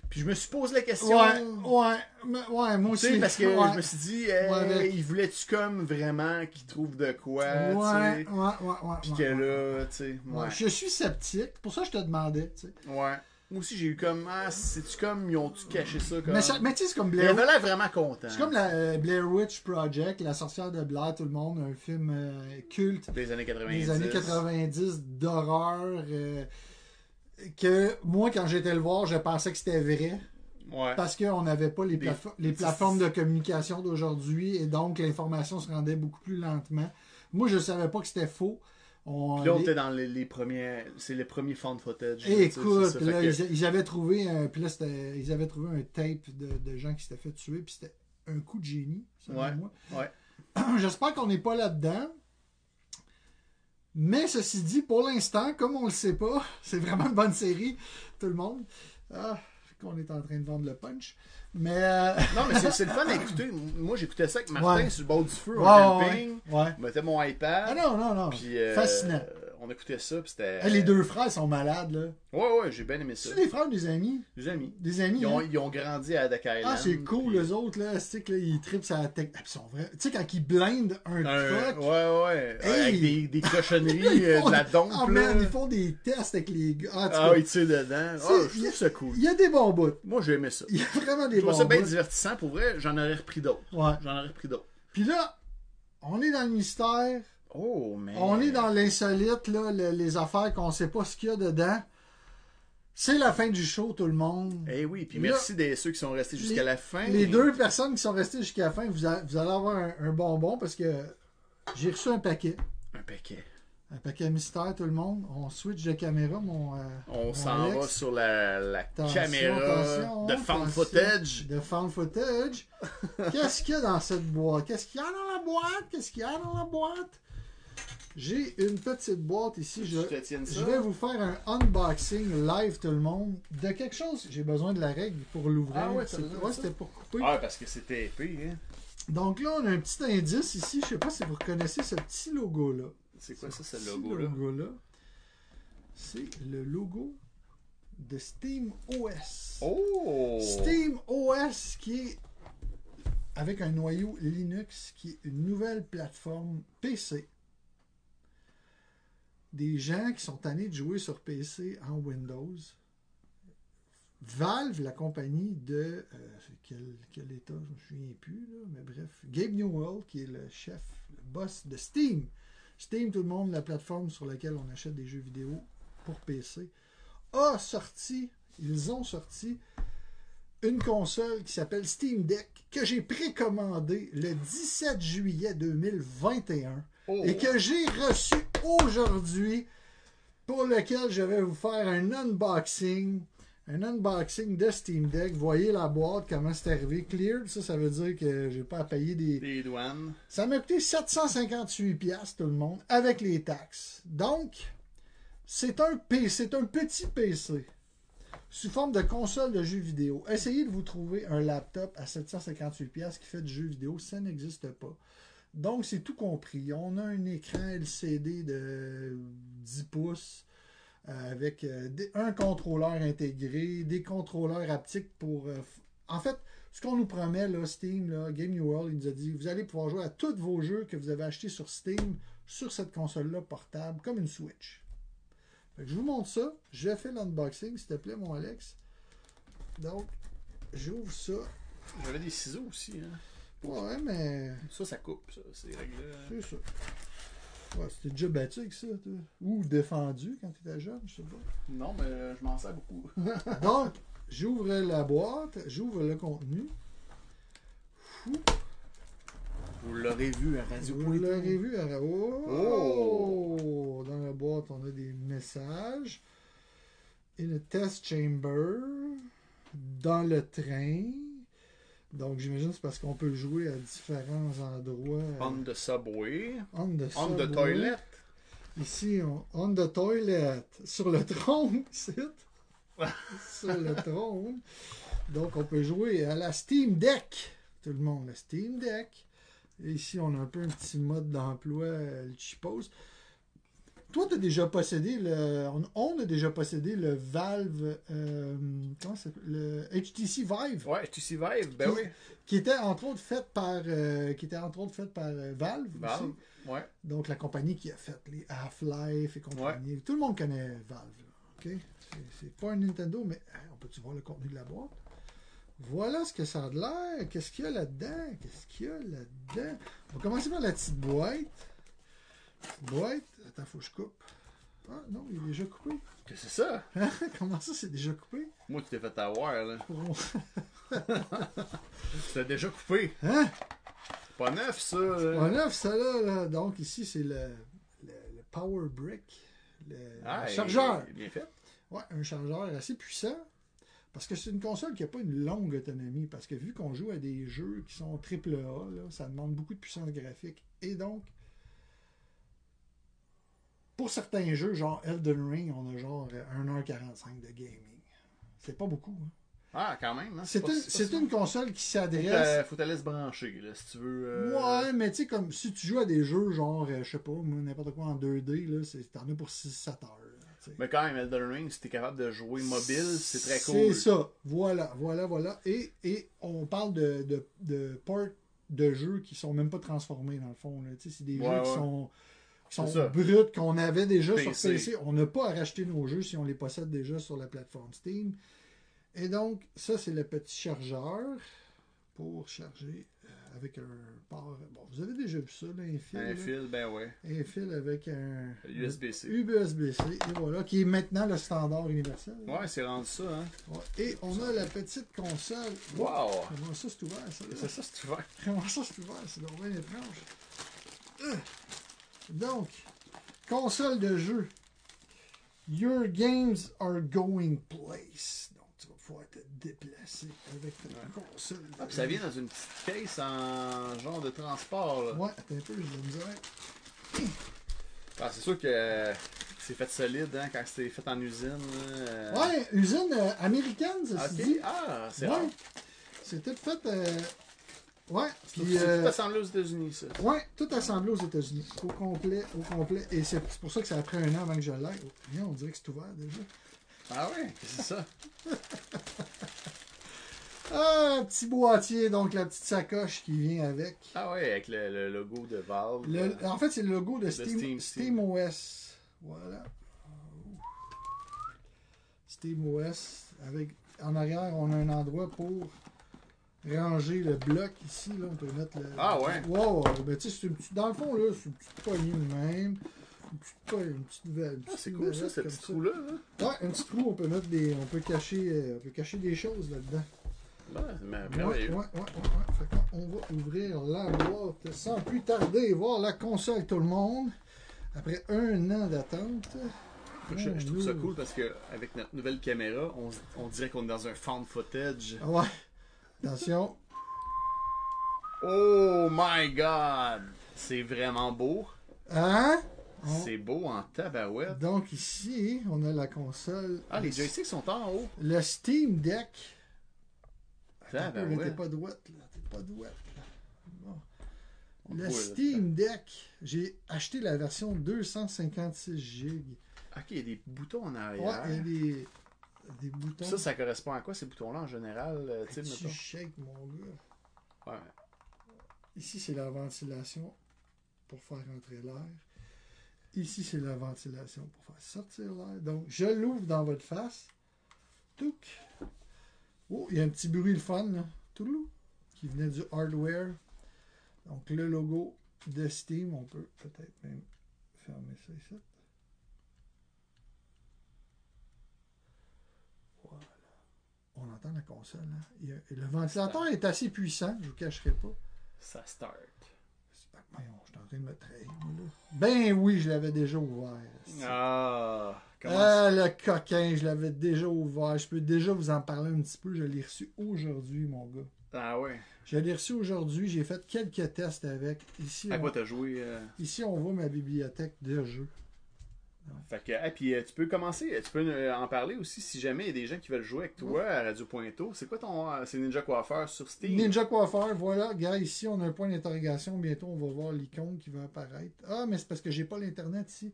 [SPEAKER 1] Puis je me suis posé la question.
[SPEAKER 2] Ouais, ouais, mais- ouais, moi
[SPEAKER 1] Tu
[SPEAKER 2] aussi.
[SPEAKER 1] sais, parce que
[SPEAKER 2] ouais.
[SPEAKER 1] je me suis dit, hey,
[SPEAKER 2] Ouais, mais-
[SPEAKER 1] il voulait-tu comme vraiment qu'il trouve de quoi,
[SPEAKER 2] Ouais,
[SPEAKER 1] euh, tu
[SPEAKER 2] ouais, ouais,
[SPEAKER 1] sais?
[SPEAKER 2] ouais,
[SPEAKER 1] Puis
[SPEAKER 2] ouais,
[SPEAKER 1] que
[SPEAKER 2] ouais.
[SPEAKER 1] là, tu sais,
[SPEAKER 2] Ouais,
[SPEAKER 1] ouais.
[SPEAKER 2] Je suis sceptique, pour ça je te demandais. tu sais.
[SPEAKER 1] Ouais. Moi aussi, j'ai eu comme, ah, c'est-tu comme, ils ont-tu caché ça comme...
[SPEAKER 2] Mais, ça- mais tu sais, c'est comme
[SPEAKER 1] Mais il
[SPEAKER 2] Blair
[SPEAKER 1] avait l'air vraiment content.
[SPEAKER 2] C'est comme la euh, Blair Witch Project, La sorcière de Blair, tout le monde, un film euh, culte
[SPEAKER 1] Des années 90.
[SPEAKER 2] des années 90 d'horreur. euh, que moi, quand j'étais le voir, je pensais que c'était vrai.
[SPEAKER 1] Ouais.
[SPEAKER 2] Parce qu'on n'avait pas les,
[SPEAKER 1] Des-
[SPEAKER 2] plafo- les plateformes de communication d'aujourd'hui et donc l'information se rendait beaucoup plus lentement. Moi, je savais pas que c'était faux. On,
[SPEAKER 1] Puis là, on
[SPEAKER 2] les-
[SPEAKER 1] était dans les, les premiers, c'est les premiers found footage.
[SPEAKER 2] Et
[SPEAKER 1] tu sais, c'est
[SPEAKER 2] Écoute,
[SPEAKER 1] ça.
[SPEAKER 2] là,
[SPEAKER 1] Fait que-
[SPEAKER 2] ils, ils avaient trouvé un, puis là, c'était- ils avaient trouvé un tape de, de gens qui s'étaient fait tuer, puis c'était un coup de génie, selon
[SPEAKER 1] Ouais,
[SPEAKER 2] moi.
[SPEAKER 1] ouais.
[SPEAKER 2] J'espère qu'on n'est pas là-dedans. Mais ceci dit, pour l'instant, comme on le sait pas, c'est vraiment une bonne série, tout le monde. Ah, qu'on est en train de vendre le punch. Mais euh,
[SPEAKER 1] Non, mais c'est- c'est le fun à écouter. Moi, j'écoutais ça avec Martin
[SPEAKER 2] Ouais.
[SPEAKER 1] sur le bord du feu,
[SPEAKER 2] Ouais,
[SPEAKER 1] en
[SPEAKER 2] ouais,
[SPEAKER 1] camping.
[SPEAKER 2] ouais.
[SPEAKER 1] Je mettais mon iPad.
[SPEAKER 2] Ah non, non, non.
[SPEAKER 1] Puis, euh,
[SPEAKER 2] Fascinant.
[SPEAKER 1] On écoutait ça, puis c'était...
[SPEAKER 2] Hey, les deux frères sont malades, là.
[SPEAKER 1] Ouais, ouais, j'ai bien aimé ça.
[SPEAKER 2] C'est des frères ou des amis?
[SPEAKER 1] Des amis.
[SPEAKER 2] Des amis.
[SPEAKER 1] Ils ont,
[SPEAKER 2] hein?
[SPEAKER 1] ils ont grandi à Dakar
[SPEAKER 2] Ah,
[SPEAKER 1] Island.
[SPEAKER 2] c'est cool, les autres, là. C'est que là, ils tripent sur la tech. Ah, puis ils sont vrais. Tu sais, quand ils blindent un,
[SPEAKER 1] Un-
[SPEAKER 2] truck.
[SPEAKER 1] ouais, ouais.
[SPEAKER 2] Hey!
[SPEAKER 1] Avec des, des
[SPEAKER 2] là,
[SPEAKER 1] cochonneries,
[SPEAKER 2] ils
[SPEAKER 1] euh,
[SPEAKER 2] font-
[SPEAKER 1] de la dompe.
[SPEAKER 2] Ah,
[SPEAKER 1] là.
[SPEAKER 2] man, ils font des tests avec les gars. Ah, en tout
[SPEAKER 1] Ah,
[SPEAKER 2] cas,
[SPEAKER 1] oui, tu sais, dedans.
[SPEAKER 2] C'est-
[SPEAKER 1] Ah, je
[SPEAKER 2] il y a-
[SPEAKER 1] trouve ça cool.
[SPEAKER 2] Il y a des bons bouts.
[SPEAKER 1] Moi, j'ai aimé ça.
[SPEAKER 2] Il y a vraiment
[SPEAKER 1] Je
[SPEAKER 2] des
[SPEAKER 1] trouve
[SPEAKER 2] bons
[SPEAKER 1] ça bien
[SPEAKER 2] bouts.
[SPEAKER 1] divertissant. Pour vrai, j'en aurais repris d'autres.
[SPEAKER 2] Ouais.
[SPEAKER 1] J'en aurais repris d'autres.
[SPEAKER 2] Puis là, on est dans le mystère.
[SPEAKER 1] Oh, man.
[SPEAKER 2] On est dans l'insolite, là, le- les affaires qu'on sait pas ce qu'il y a dedans. C'est la fin du show, tout le monde.
[SPEAKER 1] Eh oui, puis
[SPEAKER 2] Là,
[SPEAKER 1] merci des ceux qui sont restés jusqu'à
[SPEAKER 2] les-
[SPEAKER 1] la fin.
[SPEAKER 2] Les deux personnes qui sont restées jusqu'à la fin, vous, a- vous allez avoir un, un bonbon parce que j'ai reçu un paquet.
[SPEAKER 1] Un paquet.
[SPEAKER 2] Un paquet mystère, tout le monde. On switch de caméra, mon. euh,
[SPEAKER 1] On
[SPEAKER 2] mon
[SPEAKER 1] s'en
[SPEAKER 2] Alex.
[SPEAKER 1] va sur la, la
[SPEAKER 2] Attention,
[SPEAKER 1] caméra
[SPEAKER 2] attention,
[SPEAKER 1] de found
[SPEAKER 2] attention.
[SPEAKER 1] footage.
[SPEAKER 2] De found footage. Qu'est-ce qu'il y a dans cette boîte? Qu'est-ce qu'il y a dans la boîte? Qu'est-ce qu'il y a dans la boîte? J'ai une petite boîte ici. Je,
[SPEAKER 1] Tu te tiennes ça?
[SPEAKER 2] je vais vous faire un unboxing live, tout le monde, de quelque chose. J'ai besoin de la règle pour l'ouvrir.
[SPEAKER 1] Ah ouais, t'as
[SPEAKER 2] C'est-
[SPEAKER 1] besoin de
[SPEAKER 2] ouais,
[SPEAKER 1] ça?
[SPEAKER 2] c'était pour couper.
[SPEAKER 1] Ah, parce que c'était épais, hein.
[SPEAKER 2] Donc là, on a un petit indice ici. Je sais pas si vous reconnaissez ce petit logo-là.
[SPEAKER 1] C'est quoi ça, ce
[SPEAKER 2] petit
[SPEAKER 1] logo-là?
[SPEAKER 2] logo-là, C'est le logo de Steam OS.
[SPEAKER 1] Oh!
[SPEAKER 2] Steam OS qui est avec un noyau Linux qui est une nouvelle plateforme PC. Des gens qui sont tannés de jouer sur PC en Windows. Valve, la compagnie de euh, quel, quel état, je me souviens plus, là, mais bref, Gabe Newell, qui est le chef, le boss de Steam. Steam, tout le monde, la plateforme sur laquelle on achète des jeux vidéo pour PC, a sorti, ils ont sorti une console qui s'appelle Steam Deck que j'ai précommandée le 17 juillet 2021
[SPEAKER 1] Oh.
[SPEAKER 2] et que j'ai reçu aujourd'hui pour lequel je vais vous faire un unboxing. Un unboxing de Steam Deck. Voyez la boîte, comment c'est arrivé. Cleared, ça, ça veut dire que j'ai pas à payer des,
[SPEAKER 1] Des douanes.
[SPEAKER 2] ça m'a coûté 758 pièces tout le monde avec les taxes. Donc c'est un P, c'est un petit PC sous forme de console de jeux vidéo. Essayez de vous trouver un laptop à 758 pièces qui fait du jeu vidéo, ça n'existe pas. Donc c'est tout compris. On a un écran LCD de 10 pouces euh, avec euh, des- un contrôleur intégré, des contrôleurs haptiques pour. euh, f- en fait, ce qu'on nous promet, là, Steam, là, Game New World, il nous a dit vous allez pouvoir jouer à tous vos jeux que vous avez achetés sur Steam sur cette console-là portable, comme une Switch. Fait que je vous montre ça. Je fais l'unboxing, s'il te plaît, mon Alex. Donc, j'ouvre ça.
[SPEAKER 1] J'avais des ciseaux aussi, hein.
[SPEAKER 2] Ouais, mais.
[SPEAKER 1] Ça, ça coupe, ça. C'est réglé.
[SPEAKER 2] C'est ça. Ouais, c'était déjà battu avec ça, toi. Ou défendu quand t'étais jeune, je sais pas.
[SPEAKER 1] Non, mais euh, je m'en sers beaucoup.
[SPEAKER 2] Donc, j'ouvre la boîte, j'ouvre le contenu.
[SPEAKER 1] Vous l'aurez vu à Radio
[SPEAKER 2] Vous l'aurez vu à la- Oh! Dans la boîte, on a des messages. In a test chamber. Dans le train. Donc j'imagine c'est parce qu'on peut le jouer à différents endroits.
[SPEAKER 1] On the subway.
[SPEAKER 2] On the,
[SPEAKER 1] On the
[SPEAKER 2] subway.
[SPEAKER 1] toilet.
[SPEAKER 2] Ici, on, on the toilet. Sur le trône, ici. Sur le trône. Donc on peut jouer à la Steam Deck. Tout le monde, la Steam Deck. Et ici, on a un peu un petit mode d'emploi, euh, le chipose. Toi, t'as déjà possédé le. On, on a déjà possédé le Valve. euh, comment ça s'appelle Le HTC Vive.
[SPEAKER 1] Ouais, HTC Vive, ben
[SPEAKER 2] qui,
[SPEAKER 1] oui.
[SPEAKER 2] Qui était entre autres fait par. euh, qui était entre autres fait par euh, Valve,
[SPEAKER 1] Valve,
[SPEAKER 2] aussi.
[SPEAKER 1] ouais.
[SPEAKER 2] Donc la compagnie qui a fait les Half-Life et compagnie. Tout le monde connaît Valve. là, OK? C'est- C'est pas un Nintendo, mais hein, on peut-tu voir le contenu de la boîte? Voilà ce que ça a de l'air. Qu'est-ce qu'il y a là-dedans? Qu'est-ce qu'il y a là-dedans? On va commencer par la petite boîte. Petite boîte. Attends, faut que je coupe. Ah non, il est déjà coupé.
[SPEAKER 1] Qu'est-ce que c'est ça?
[SPEAKER 2] Comment ça, c'est déjà coupé?
[SPEAKER 1] Moi, tu t'es fait avoir, là. C'était déjà coupé.
[SPEAKER 2] Hein?
[SPEAKER 1] Pas neuf, ça. là.
[SPEAKER 2] Pas neuf, ça là, là. Donc ici, c'est le, le, le Power Brick. Le,
[SPEAKER 1] Ah,
[SPEAKER 2] le
[SPEAKER 1] il-
[SPEAKER 2] chargeur.
[SPEAKER 1] il est Bien fait.
[SPEAKER 2] Ouais, un chargeur assez puissant. Parce que c'est une console qui n'a pas une longue autonomie. Parce que vu qu'on joue à des jeux qui sont triple A, là, ça demande beaucoup de puissance graphique. Et donc, pour certains jeux, genre Elden Ring, on a genre 1h45 de gaming. C'est pas beaucoup. hein.
[SPEAKER 1] Ah, quand même. Hein?
[SPEAKER 2] C'est
[SPEAKER 1] pas-
[SPEAKER 2] une,
[SPEAKER 1] pas
[SPEAKER 2] c'est
[SPEAKER 1] ça.
[SPEAKER 2] une console qui
[SPEAKER 1] Faut
[SPEAKER 2] s'adresse.
[SPEAKER 1] t'a- Faut t'aller se brancher, là, si tu veux. euh,
[SPEAKER 2] Ouais, mais tu sais, comme si tu joues à des jeux genre, euh, je sais pas, moi, n'importe quoi en 2D, là, c'est- t'en as pour 6-7 heures. là, tu sais.
[SPEAKER 1] Mais quand même, Elden Ring, si t'es capable de jouer mobile, c'est très
[SPEAKER 2] C'est
[SPEAKER 1] cool.
[SPEAKER 2] ça. Voilà, voilà, voilà. Et, et on parle de, de, de ports de jeux qui sont même pas transformés, dans le fond. là. Tu sais, C'est des
[SPEAKER 1] Ouais,
[SPEAKER 2] jeux
[SPEAKER 1] ouais.
[SPEAKER 2] qui sont, qui sont
[SPEAKER 1] C'est ça.
[SPEAKER 2] bruts, qu'on avait déjà sur
[SPEAKER 1] PC.
[SPEAKER 2] PC. On n'a pas à racheter nos jeux si on les possède déjà sur la plateforme Steam. Et donc, ça, c'est le petit chargeur pour charger euh, avec un port. Bon, vous avez déjà vu ça, là, un fil, là.
[SPEAKER 1] Un fil, ben ouais.
[SPEAKER 2] Un fil avec un
[SPEAKER 1] USB-C.
[SPEAKER 2] USB-C, et voilà, qui est maintenant le standard universel.
[SPEAKER 1] Ouais, c'est rendu ça, hein.
[SPEAKER 2] Ouais. Et on a la petite console.
[SPEAKER 1] Wow!
[SPEAKER 2] Comment ça c'est ouvert ça? là?
[SPEAKER 1] C'est ça, c'est ouvert.
[SPEAKER 2] Comment ça c'est ouvert? C'est donc bien étrange. Euh. Donc, console de jeu. Your games are going place. Donc tu vas pouvoir te déplacer avec ta console. de
[SPEAKER 1] Ah, puis
[SPEAKER 2] jeu.
[SPEAKER 1] ça vient dans une petite case en genre de transport, là.
[SPEAKER 2] Ouais, attends un peu, j'ai de la misère.
[SPEAKER 1] Ah, c'est sûr que c'est fait solide, hein, quand c'est fait en usine. là, euh,
[SPEAKER 2] Ouais, usine euh, américaine, ça se
[SPEAKER 1] Ok.
[SPEAKER 2] dit.
[SPEAKER 1] Ah, c'est
[SPEAKER 2] Ouais.
[SPEAKER 1] rare.
[SPEAKER 2] C'était fait. euh, Ouais, puis.
[SPEAKER 1] C'est tout
[SPEAKER 2] euh,
[SPEAKER 1] assemblé aux États-Unis, ça.
[SPEAKER 2] Ouais, tout assemblé aux États-Unis. Au complet, au complet. Et c'est c'est pour ça que ça a pris un an avant que je l'aille. Oh, viens, on dirait que c'est ouvert déjà.
[SPEAKER 1] Ah ouais, c'est ça.
[SPEAKER 2] Ah, petit boîtier, donc la petite sacoche qui vient avec.
[SPEAKER 1] Ah ouais, avec le, le logo de Valve. euh.
[SPEAKER 2] Le-
[SPEAKER 1] là.
[SPEAKER 2] en fait, c'est le logo de
[SPEAKER 1] Le
[SPEAKER 2] Steam,
[SPEAKER 1] Steam, Steam.
[SPEAKER 2] SteamOS. Voilà. SteamOS. Avec, en arrière, on a un endroit pour ranger le bloc ici. Là, on peut mettre le.
[SPEAKER 1] Ah ouais?
[SPEAKER 2] Wow! Ben, tu sais, c'est une petite- dans le fond, là, c'est une petite poignée de même. Une petite poignée, une petite va- une
[SPEAKER 1] Ah, c'est
[SPEAKER 2] petite
[SPEAKER 1] cool, ça,
[SPEAKER 2] valette
[SPEAKER 1] ce
[SPEAKER 2] comme
[SPEAKER 1] petit
[SPEAKER 2] ça.
[SPEAKER 1] trou-là. hein.
[SPEAKER 2] Ouais, un petit trou, on peut mettre des. On peut cacher, euh, on peut cacher des choses là-dedans.
[SPEAKER 1] là. Ouais, mais
[SPEAKER 2] Ouais, ouais, ouais,
[SPEAKER 1] merveilleux.
[SPEAKER 2] ouais, ouais. Fait qu'on va ouvrir la boîte sans plus tarder et voir la console tout le monde. Après un an d'attente.
[SPEAKER 1] Je, je trouve
[SPEAKER 2] on
[SPEAKER 1] ça
[SPEAKER 2] ouvre.
[SPEAKER 1] cool parce que avec notre nouvelle caméra, on, s- on dirait qu'on est dans un found footage.
[SPEAKER 2] Ah ouais. Attention.
[SPEAKER 1] Oh my god! C'est vraiment beau.
[SPEAKER 2] Hein? On-
[SPEAKER 1] C'est beau en tabarouette.
[SPEAKER 2] Donc ici, on a la console.
[SPEAKER 1] Ah, les joysticks sont en haut.
[SPEAKER 2] Le Steam Deck. Attends, là,
[SPEAKER 1] Tabarouette.
[SPEAKER 2] T'es pas douette, là. T'es pas douette, là. Bon.
[SPEAKER 1] On
[SPEAKER 2] Le
[SPEAKER 1] voit, là.
[SPEAKER 2] Steam Deck. J'ai acheté la version 256 gigs.
[SPEAKER 1] Ok, il y a des boutons en
[SPEAKER 2] Ouais, il
[SPEAKER 1] arrière.
[SPEAKER 2] y a des, des boutons.
[SPEAKER 1] Ça, ça correspond à quoi ces boutons-là en général? euh, Tu sais,
[SPEAKER 2] Tu
[SPEAKER 1] mettons.
[SPEAKER 2] shakes, mon gars.
[SPEAKER 1] Ouais.
[SPEAKER 2] Ici, c'est la ventilation pour faire entrer l'air. Ici, c'est la ventilation pour faire sortir l'air. Donc, je l'ouvre dans votre face. Touc. Oh, il y a un petit bruit le fun, là. Toulou. Qui venait du hardware. Donc, le logo de Steam. On peut peut-être même fermer ça ici. Voilà. On entend la console. hein. Il y a- Le ventilateur est assez puissant, je vous cacherai pas.
[SPEAKER 1] Ça start.
[SPEAKER 2] Voyons, je suis en train de me trahir, moi, là. Ben oui, je l'avais déjà ouvert.
[SPEAKER 1] Ah, comment
[SPEAKER 2] Ah, le coquin, je l'avais déjà ouvert. Je peux déjà vous en parler un petit peu. Je l'ai reçu aujourd'hui, mon gars.
[SPEAKER 1] Ah ouais.
[SPEAKER 2] Je l'ai reçu aujourd'hui. J'ai fait quelques tests avec. Ici,
[SPEAKER 1] À
[SPEAKER 2] on-
[SPEAKER 1] quoi t'as joué euh?
[SPEAKER 2] ici on voit ma bibliothèque de jeux.
[SPEAKER 1] Fait que, ah, puis euh, tu peux commencer, euh, tu peux euh, en parler aussi si jamais il y a des gens qui veulent jouer avec toi à Radio Pointo. C'est quoi ton. euh, C'est Ninja Coiffeur sur Steam
[SPEAKER 2] Ninja Coiffeur, voilà. Gars, ici, on a un point d'interrogation. Bientôt, on va voir l'icône qui va apparaître. Ah, mais c'est parce que j'ai pas l'Internet ici.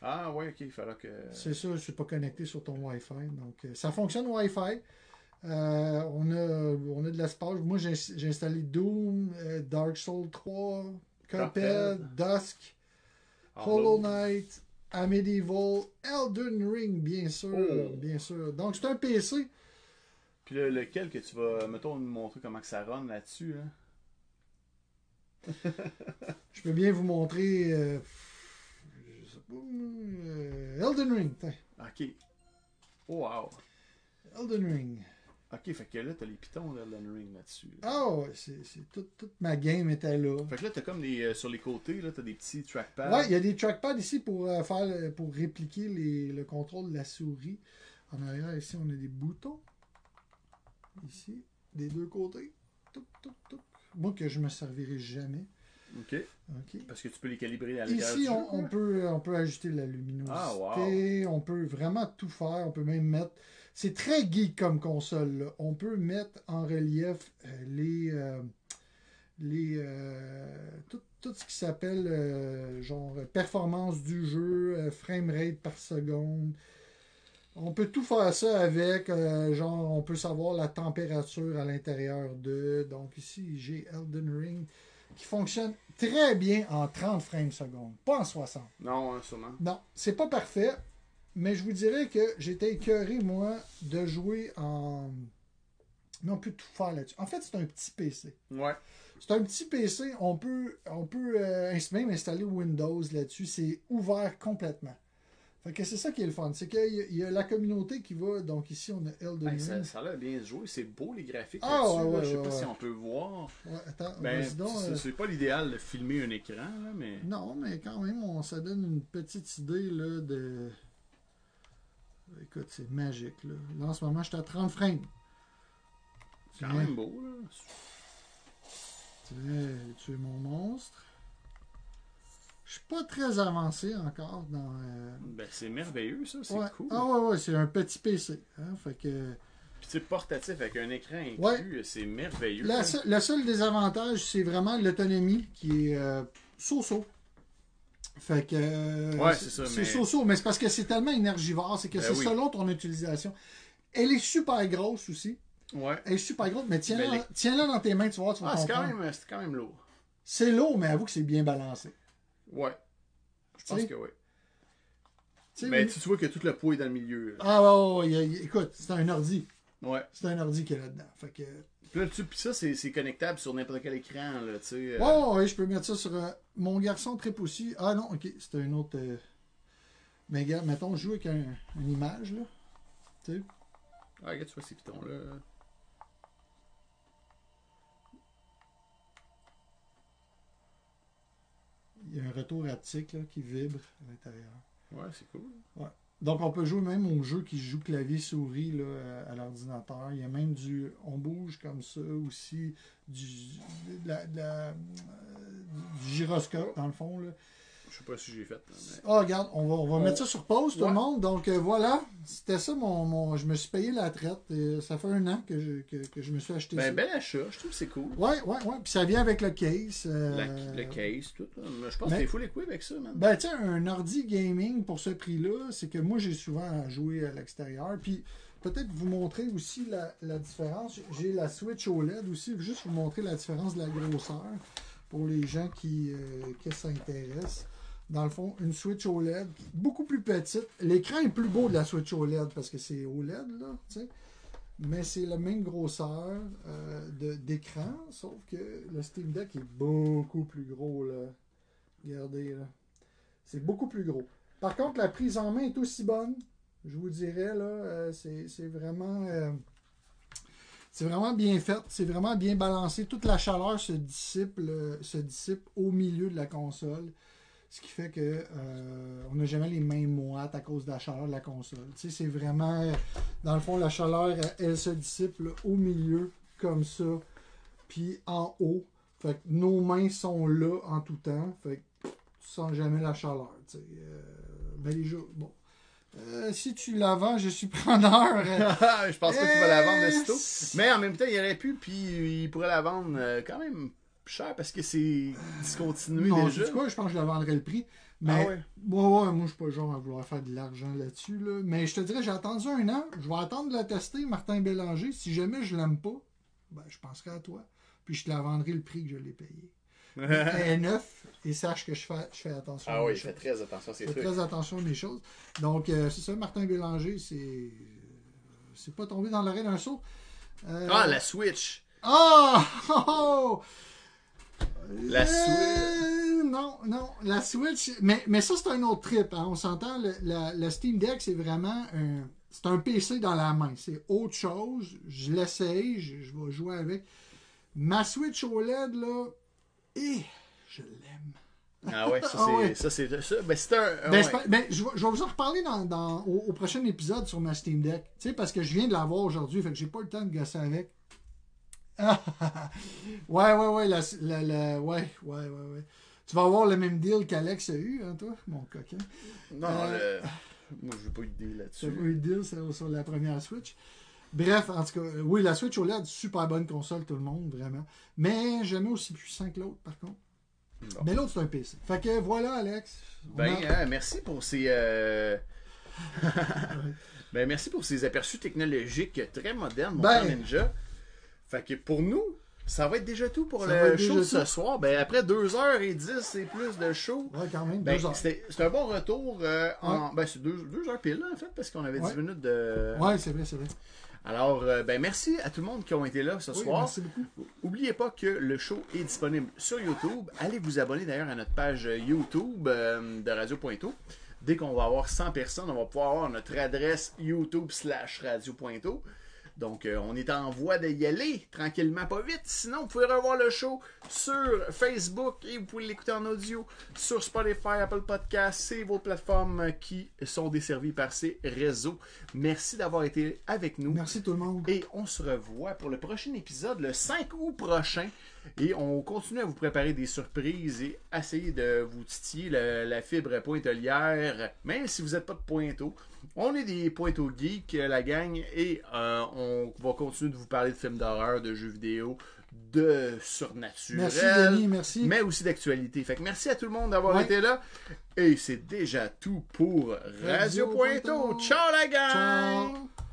[SPEAKER 1] Ah ouais, ok, il fallait que.
[SPEAKER 2] C'est ça, je ne suis pas connecté sur ton Wi-Fi. Donc, euh, ça fonctionne Wi-Fi. Euh, on, a, on a de l'espace. Moi, j'ai j'ai installé Doom, euh, Dark Souls 3, Cuphead, Dusk,
[SPEAKER 1] Ah,
[SPEAKER 2] Hollow Knight, A Medieval, Elden Ring, bien sûr.
[SPEAKER 1] Oh.
[SPEAKER 2] Bien sûr. Donc, c'est un PC.
[SPEAKER 1] Puis là, lequel que tu vas, mettons, nous montrer comment que ça run là-dessus. Hein?
[SPEAKER 2] Je peux bien vous montrer. euh, je sais pas, euh, Elden Ring. tiens.
[SPEAKER 1] Ok. Oh, wow.
[SPEAKER 2] Elden Ring.
[SPEAKER 1] Ok, fait que là, t'as les pitons d'Elden Ring là-dessus. là.
[SPEAKER 2] Ah ouais, c'est c'est- toute- toute ma game était là.
[SPEAKER 1] Fait que là, t'as comme des. euh, sur les côtés, là, t'as des petits trackpads.
[SPEAKER 2] Ouais, il y a des trackpads ici pour euh, faire le- pour répliquer les- le contrôle de la souris. En arrière, ici, on a des boutons. Ici, des deux côtés. Toup, toup, toup. Moi, que je me servirai jamais.
[SPEAKER 1] Ok.
[SPEAKER 2] Ok.
[SPEAKER 1] Parce que tu peux les calibrer à l'intérieur.
[SPEAKER 2] Ici,
[SPEAKER 1] du
[SPEAKER 2] on,
[SPEAKER 1] jeu,
[SPEAKER 2] on
[SPEAKER 1] là.
[SPEAKER 2] peut, on peut ajouter la luminosité.
[SPEAKER 1] Ah,
[SPEAKER 2] On peut vraiment tout faire. On peut même mettre... C'est très geek comme console. là. On peut mettre en relief euh, les... euh, les euh, tout, tout ce qui s'appelle euh, genre performance du jeu, euh, frame rate par seconde. On peut tout faire ça avec, euh, genre, on peut savoir la température à l'intérieur de. Donc ici, j'ai Elden Ring qui fonctionne très bien en 30 frames secondes, pas en 60.
[SPEAKER 1] Non, hein, sûrement.
[SPEAKER 2] Non, c'est pas parfait, mais je vous dirais que j'étais écœuré, moi, de jouer en. Mais on peut tout faire là-dessus. En fait, c'est un petit PC.
[SPEAKER 1] Ouais.
[SPEAKER 2] C'est un petit PC, on peut, on peut euh, ins- même installer Windows là-dessus, c'est ouvert complètement. Fait que c'est ça qui est le fun, c'est qu'il y, a- il y a la communauté qui va, donc ici on a Elden
[SPEAKER 1] Hey, Ben,
[SPEAKER 2] Ring.
[SPEAKER 1] ça, ça a l'air bien joué, c'est beau les graphiques
[SPEAKER 2] Mhm. Ah,
[SPEAKER 1] là-dessus.
[SPEAKER 2] ouais,
[SPEAKER 1] là.
[SPEAKER 2] ouais,
[SPEAKER 1] Je sais
[SPEAKER 2] ouais,
[SPEAKER 1] pas
[SPEAKER 2] ouais.
[SPEAKER 1] si on peut voir.
[SPEAKER 2] Ouais, attends,
[SPEAKER 1] Ben,
[SPEAKER 2] vas-y donc,
[SPEAKER 1] c'est
[SPEAKER 2] euh,
[SPEAKER 1] c'est pas l'idéal de filmer un écran, là, mais.
[SPEAKER 2] Non, mais quand même, on, ça donne une petite idée là, de... Écoute, c'est magique. Là. Là, en ce moment, je suis à 30 frames. Tu
[SPEAKER 1] Quand
[SPEAKER 2] viens-
[SPEAKER 1] même beau, là.
[SPEAKER 2] Tu veux tuer mon monstre. Je suis pas très avancé encore dans... euh,
[SPEAKER 1] Ben, c'est merveilleux, ça. C'est
[SPEAKER 2] Ouais.
[SPEAKER 1] cool.
[SPEAKER 2] Ah ouais, ouais, c'est un petit PC. hein, fait que
[SPEAKER 1] Puis, tu sais, portatif avec un écran
[SPEAKER 2] Ouais.
[SPEAKER 1] inclus, c'est merveilleux.
[SPEAKER 2] la
[SPEAKER 1] là.
[SPEAKER 2] se- le seul désavantage, c'est vraiment l'autonomie qui est euh, so-so. Fait que. euh,
[SPEAKER 1] Ouais, c'est ça, mais-
[SPEAKER 2] C'est so-so, mais c'est parce que c'est tellement énergivore, c'est que
[SPEAKER 1] Ben
[SPEAKER 2] c'est
[SPEAKER 1] oui.
[SPEAKER 2] selon ton utilisation. Elle est super grosse aussi.
[SPEAKER 1] Ouais.
[SPEAKER 2] Elle est super grosse, mais tiens-la
[SPEAKER 1] Ben, les-
[SPEAKER 2] tiens-la dans tes mains, tu vois, tu vas
[SPEAKER 1] Ah, c'est quand,
[SPEAKER 2] comprendre.
[SPEAKER 1] même, c'est quand même lourd.
[SPEAKER 2] C'est lourd, mais avoue que c'est bien balancé.
[SPEAKER 1] Ouais. Je
[SPEAKER 2] Tu
[SPEAKER 1] pense
[SPEAKER 2] sais-
[SPEAKER 1] que oui.
[SPEAKER 2] Tu sais,
[SPEAKER 1] Mais
[SPEAKER 2] oui.
[SPEAKER 1] Ben, tu, tu vois que tout le poids est dans le milieu. là.
[SPEAKER 2] Ah ouais, ouais, ouais, il y a- écoute, c'est un ordi.
[SPEAKER 1] Ouais.
[SPEAKER 2] C'est un ordi qui est là-dedans. Fait que.
[SPEAKER 1] Puis, là, tu- puis ça, c'est c'est connectable sur n'importe quel écran, là, tu sais. euh,
[SPEAKER 2] Oh, oui, je peux mettre ça sur euh, mon garçon très poussé. Ah non, ok, c'est un autre. euh, Mais gars, mettons, je joue avec un- une image, là. Tu sais,
[SPEAKER 1] Ah, regarde, tu vois ces pitons-là.
[SPEAKER 2] il y a un retour haptique là, qui vibre à l'intérieur.
[SPEAKER 1] Ouais, c'est cool.
[SPEAKER 2] Donc, on peut jouer même aux jeux qui jouent clavier-souris là, euh, à l'ordinateur. Il y a même du. On bouge comme ça aussi, du, de la- de la- euh, du gyroscope, dans le fond. Là.
[SPEAKER 1] Je sais pas si j'ai fait. mais-
[SPEAKER 2] Ah, regarde, on va, on va mettre ça sur pause, tout
[SPEAKER 1] Ouais.
[SPEAKER 2] le monde. Donc, euh, voilà, c'était ça mon, mon- Je me suis payé la traite. et euh, ça fait un an que je, que, que je me suis acheté ça.
[SPEAKER 1] Ben, bel achat. Je trouve que c'est cool.
[SPEAKER 2] Ouais, ouais, ouais. Puis ça vient avec le case. euh,
[SPEAKER 1] La- le case, tout. là. Mais Je pense
[SPEAKER 2] mais-
[SPEAKER 1] que t'es full équipé avec ça, man.
[SPEAKER 2] Ben, tu sais, un ordi gaming pour ce prix-là, c'est que moi, j'ai souvent à jouer à l'extérieur. Puis peut-être vous montrer aussi la, la différence. J'ai la Switch OLED aussi, juste vous montrer la différence de la grosseur pour les gens qui, euh, que ça intéresse. Dans le fond, une Switch OLED beaucoup plus petite. L'écran est plus beau de la Switch OLED parce que c'est OLED, là, tu sais. Mais c'est la même grosseur euh, de- d'écran, sauf que le Steam Deck est beaucoup plus gros, là. Regardez, là. C'est beaucoup plus gros. Par contre, la prise en main est aussi bonne. Je vous dirais, là, euh, c'est c'est vraiment. euh, C'est vraiment bien fait, c'est vraiment bien balancé. Toute la chaleur se dissipe, euh, se dissipe au milieu de la console. Ce qui fait que euh, on n'a jamais les mêmes watts à cause de la chaleur de la console. Tu sais, c'est vraiment. Dans le fond, la chaleur, euh, elle se dissipe là, au milieu, comme ça, puis en haut. Fait que nos mains sont là en tout temps. Fait que tu sens jamais la chaleur. tu sais. Euh, mais les jeux, bon. Euh, si tu la vends, je suis preneur.
[SPEAKER 1] je pense pas que tu vas la vendre aussitôt. Mais en même temps, il aurait pu, puis il pourrait la vendre euh, quand même cher parce que c'est discontinué
[SPEAKER 2] non,
[SPEAKER 1] déjà.
[SPEAKER 2] sais-tu quoi, je pense que je la vendrais le prix. Mais
[SPEAKER 1] Ah ouais?
[SPEAKER 2] moi, ouais, moi, je suis pas le genre à vouloir faire de l'argent là-dessus. Là. Mais je te dirais, j'ai attendu un an. Je vais attendre de la tester, Martin Bélanger. Si jamais je l'aime pas, ben, je penserai à toi. Puis je te la vendrai le prix que je l'ai payé. Elle est neuf et sache que je fais, je fais attention.
[SPEAKER 1] Ah
[SPEAKER 2] aux
[SPEAKER 1] oui, je
[SPEAKER 2] choses.
[SPEAKER 1] fais très attention à ces
[SPEAKER 2] Je fais
[SPEAKER 1] trucs.
[SPEAKER 2] très attention à mes choses. Donc, euh, c'est ça, Martin Bélanger, c'est. C'est pas tombé dans l'arrêt d'un saut. Euh,
[SPEAKER 1] Ah, la Switch!
[SPEAKER 2] Ah! Oh, oh!
[SPEAKER 1] La Switch!
[SPEAKER 2] Euh, non, non, la Switch, mais, mais ça c'est un autre trip, hein. on s'entend, le- la, la Steam Deck c'est vraiment un, c'est un PC dans la main, c'est autre chose, je l'essaye, je, je vais jouer avec. Ma Switch OLED là, et je l'aime.
[SPEAKER 1] Ah ouais, ça c'est.
[SPEAKER 2] Ah ouais.
[SPEAKER 1] Ça, c'est ça. Ben, c'est un. ah
[SPEAKER 2] Ben,
[SPEAKER 1] ouais.
[SPEAKER 2] c'est pas- ben, je, vais- je vais vous en reparler dans, dans- au, au prochain épisode sur ma Steam Deck. Tu sais, parce que je viens de l'avoir aujourd'hui, fait que j'ai pas le temps de gosser avec. Ah, ouais, ouais, ouais, la, la- la- ouais, ouais, ouais, ouais. Tu vas avoir le même deal qu'Alex a eu, hein, toi, mon coquin.
[SPEAKER 1] Non, non, le- Moi, je veux pas idée
[SPEAKER 2] C'est
[SPEAKER 1] là-dessus.
[SPEAKER 2] le deal sur, sur la première Switch. Bref, en tout cas, euh, oui, la Switch OLED, super bonne console, tout le monde, vraiment. Mais jamais aussi puissant que l'autre, par contre.
[SPEAKER 1] Bon.
[SPEAKER 2] Mais l'autre, c'est un PC. Fait que voilà, Alex. On
[SPEAKER 1] Ben,
[SPEAKER 2] a-
[SPEAKER 1] euh, merci pour ces. euh, ben, merci pour ces aperçus technologiques très modernes, mon
[SPEAKER 2] Ben.
[SPEAKER 1] grand ninja. Fait que pour nous, ça va être déjà tout pour
[SPEAKER 2] Ça va
[SPEAKER 1] le
[SPEAKER 2] être déjà
[SPEAKER 1] show de ce
[SPEAKER 2] tout.
[SPEAKER 1] soir. Ben, après 2h10 et plus de show.
[SPEAKER 2] Ouais, quand même,
[SPEAKER 1] Ben,
[SPEAKER 2] deux heures.
[SPEAKER 1] c'était- c'est un bon retour. euh, en, ben, c'est deux, deux heures pile, en fait, parce qu'on avait
[SPEAKER 2] Ouais.
[SPEAKER 1] 10 minutes de.
[SPEAKER 2] Ouais, c'est vrai, c'est vrai.
[SPEAKER 1] Alors, euh, ben merci à tout le monde qui ont été là ce
[SPEAKER 2] Oui,
[SPEAKER 1] soir.
[SPEAKER 2] merci beaucoup.
[SPEAKER 1] Oubliez pas que le show est disponible sur YouTube. Allez vous abonner d'ailleurs à notre page euh, YouTube euh, de Radio Pointo. Dès qu'on va avoir 100 personnes, on va pouvoir avoir notre adresse YouTube slash Radio Pointo. Donc, euh, on est en voie d'y aller tranquillement, pas vite. Sinon, vous pouvez revoir le show sur Facebook et vous pouvez l'écouter en audio sur Spotify, Apple Podcasts. C'est vos plateformes euh, qui sont desservies par ces réseaux. Merci d'avoir été avec nous.
[SPEAKER 2] Merci tout le monde.
[SPEAKER 1] Et on se revoit pour le prochain épisode, le 5 août prochain. Et on continue à vous préparer des surprises et essayer de vous titiller le- la fibre pointelière. Même si vous n'êtes pas de pointeau, on est des pointeaux geeks, la gang. Et euh, on va continuer de vous parler de films d'horreur, de jeux vidéo, de surnaturel.
[SPEAKER 2] Merci, Denis, merci.
[SPEAKER 1] Mais aussi d'actualité. Fait que merci à tout le monde d'avoir
[SPEAKER 2] Ouais.
[SPEAKER 1] été là. Et c'est déjà tout pour Radio,
[SPEAKER 2] Radio
[SPEAKER 1] Pointeau.
[SPEAKER 2] Pointeau.
[SPEAKER 1] Ciao la gang!
[SPEAKER 2] Ciao.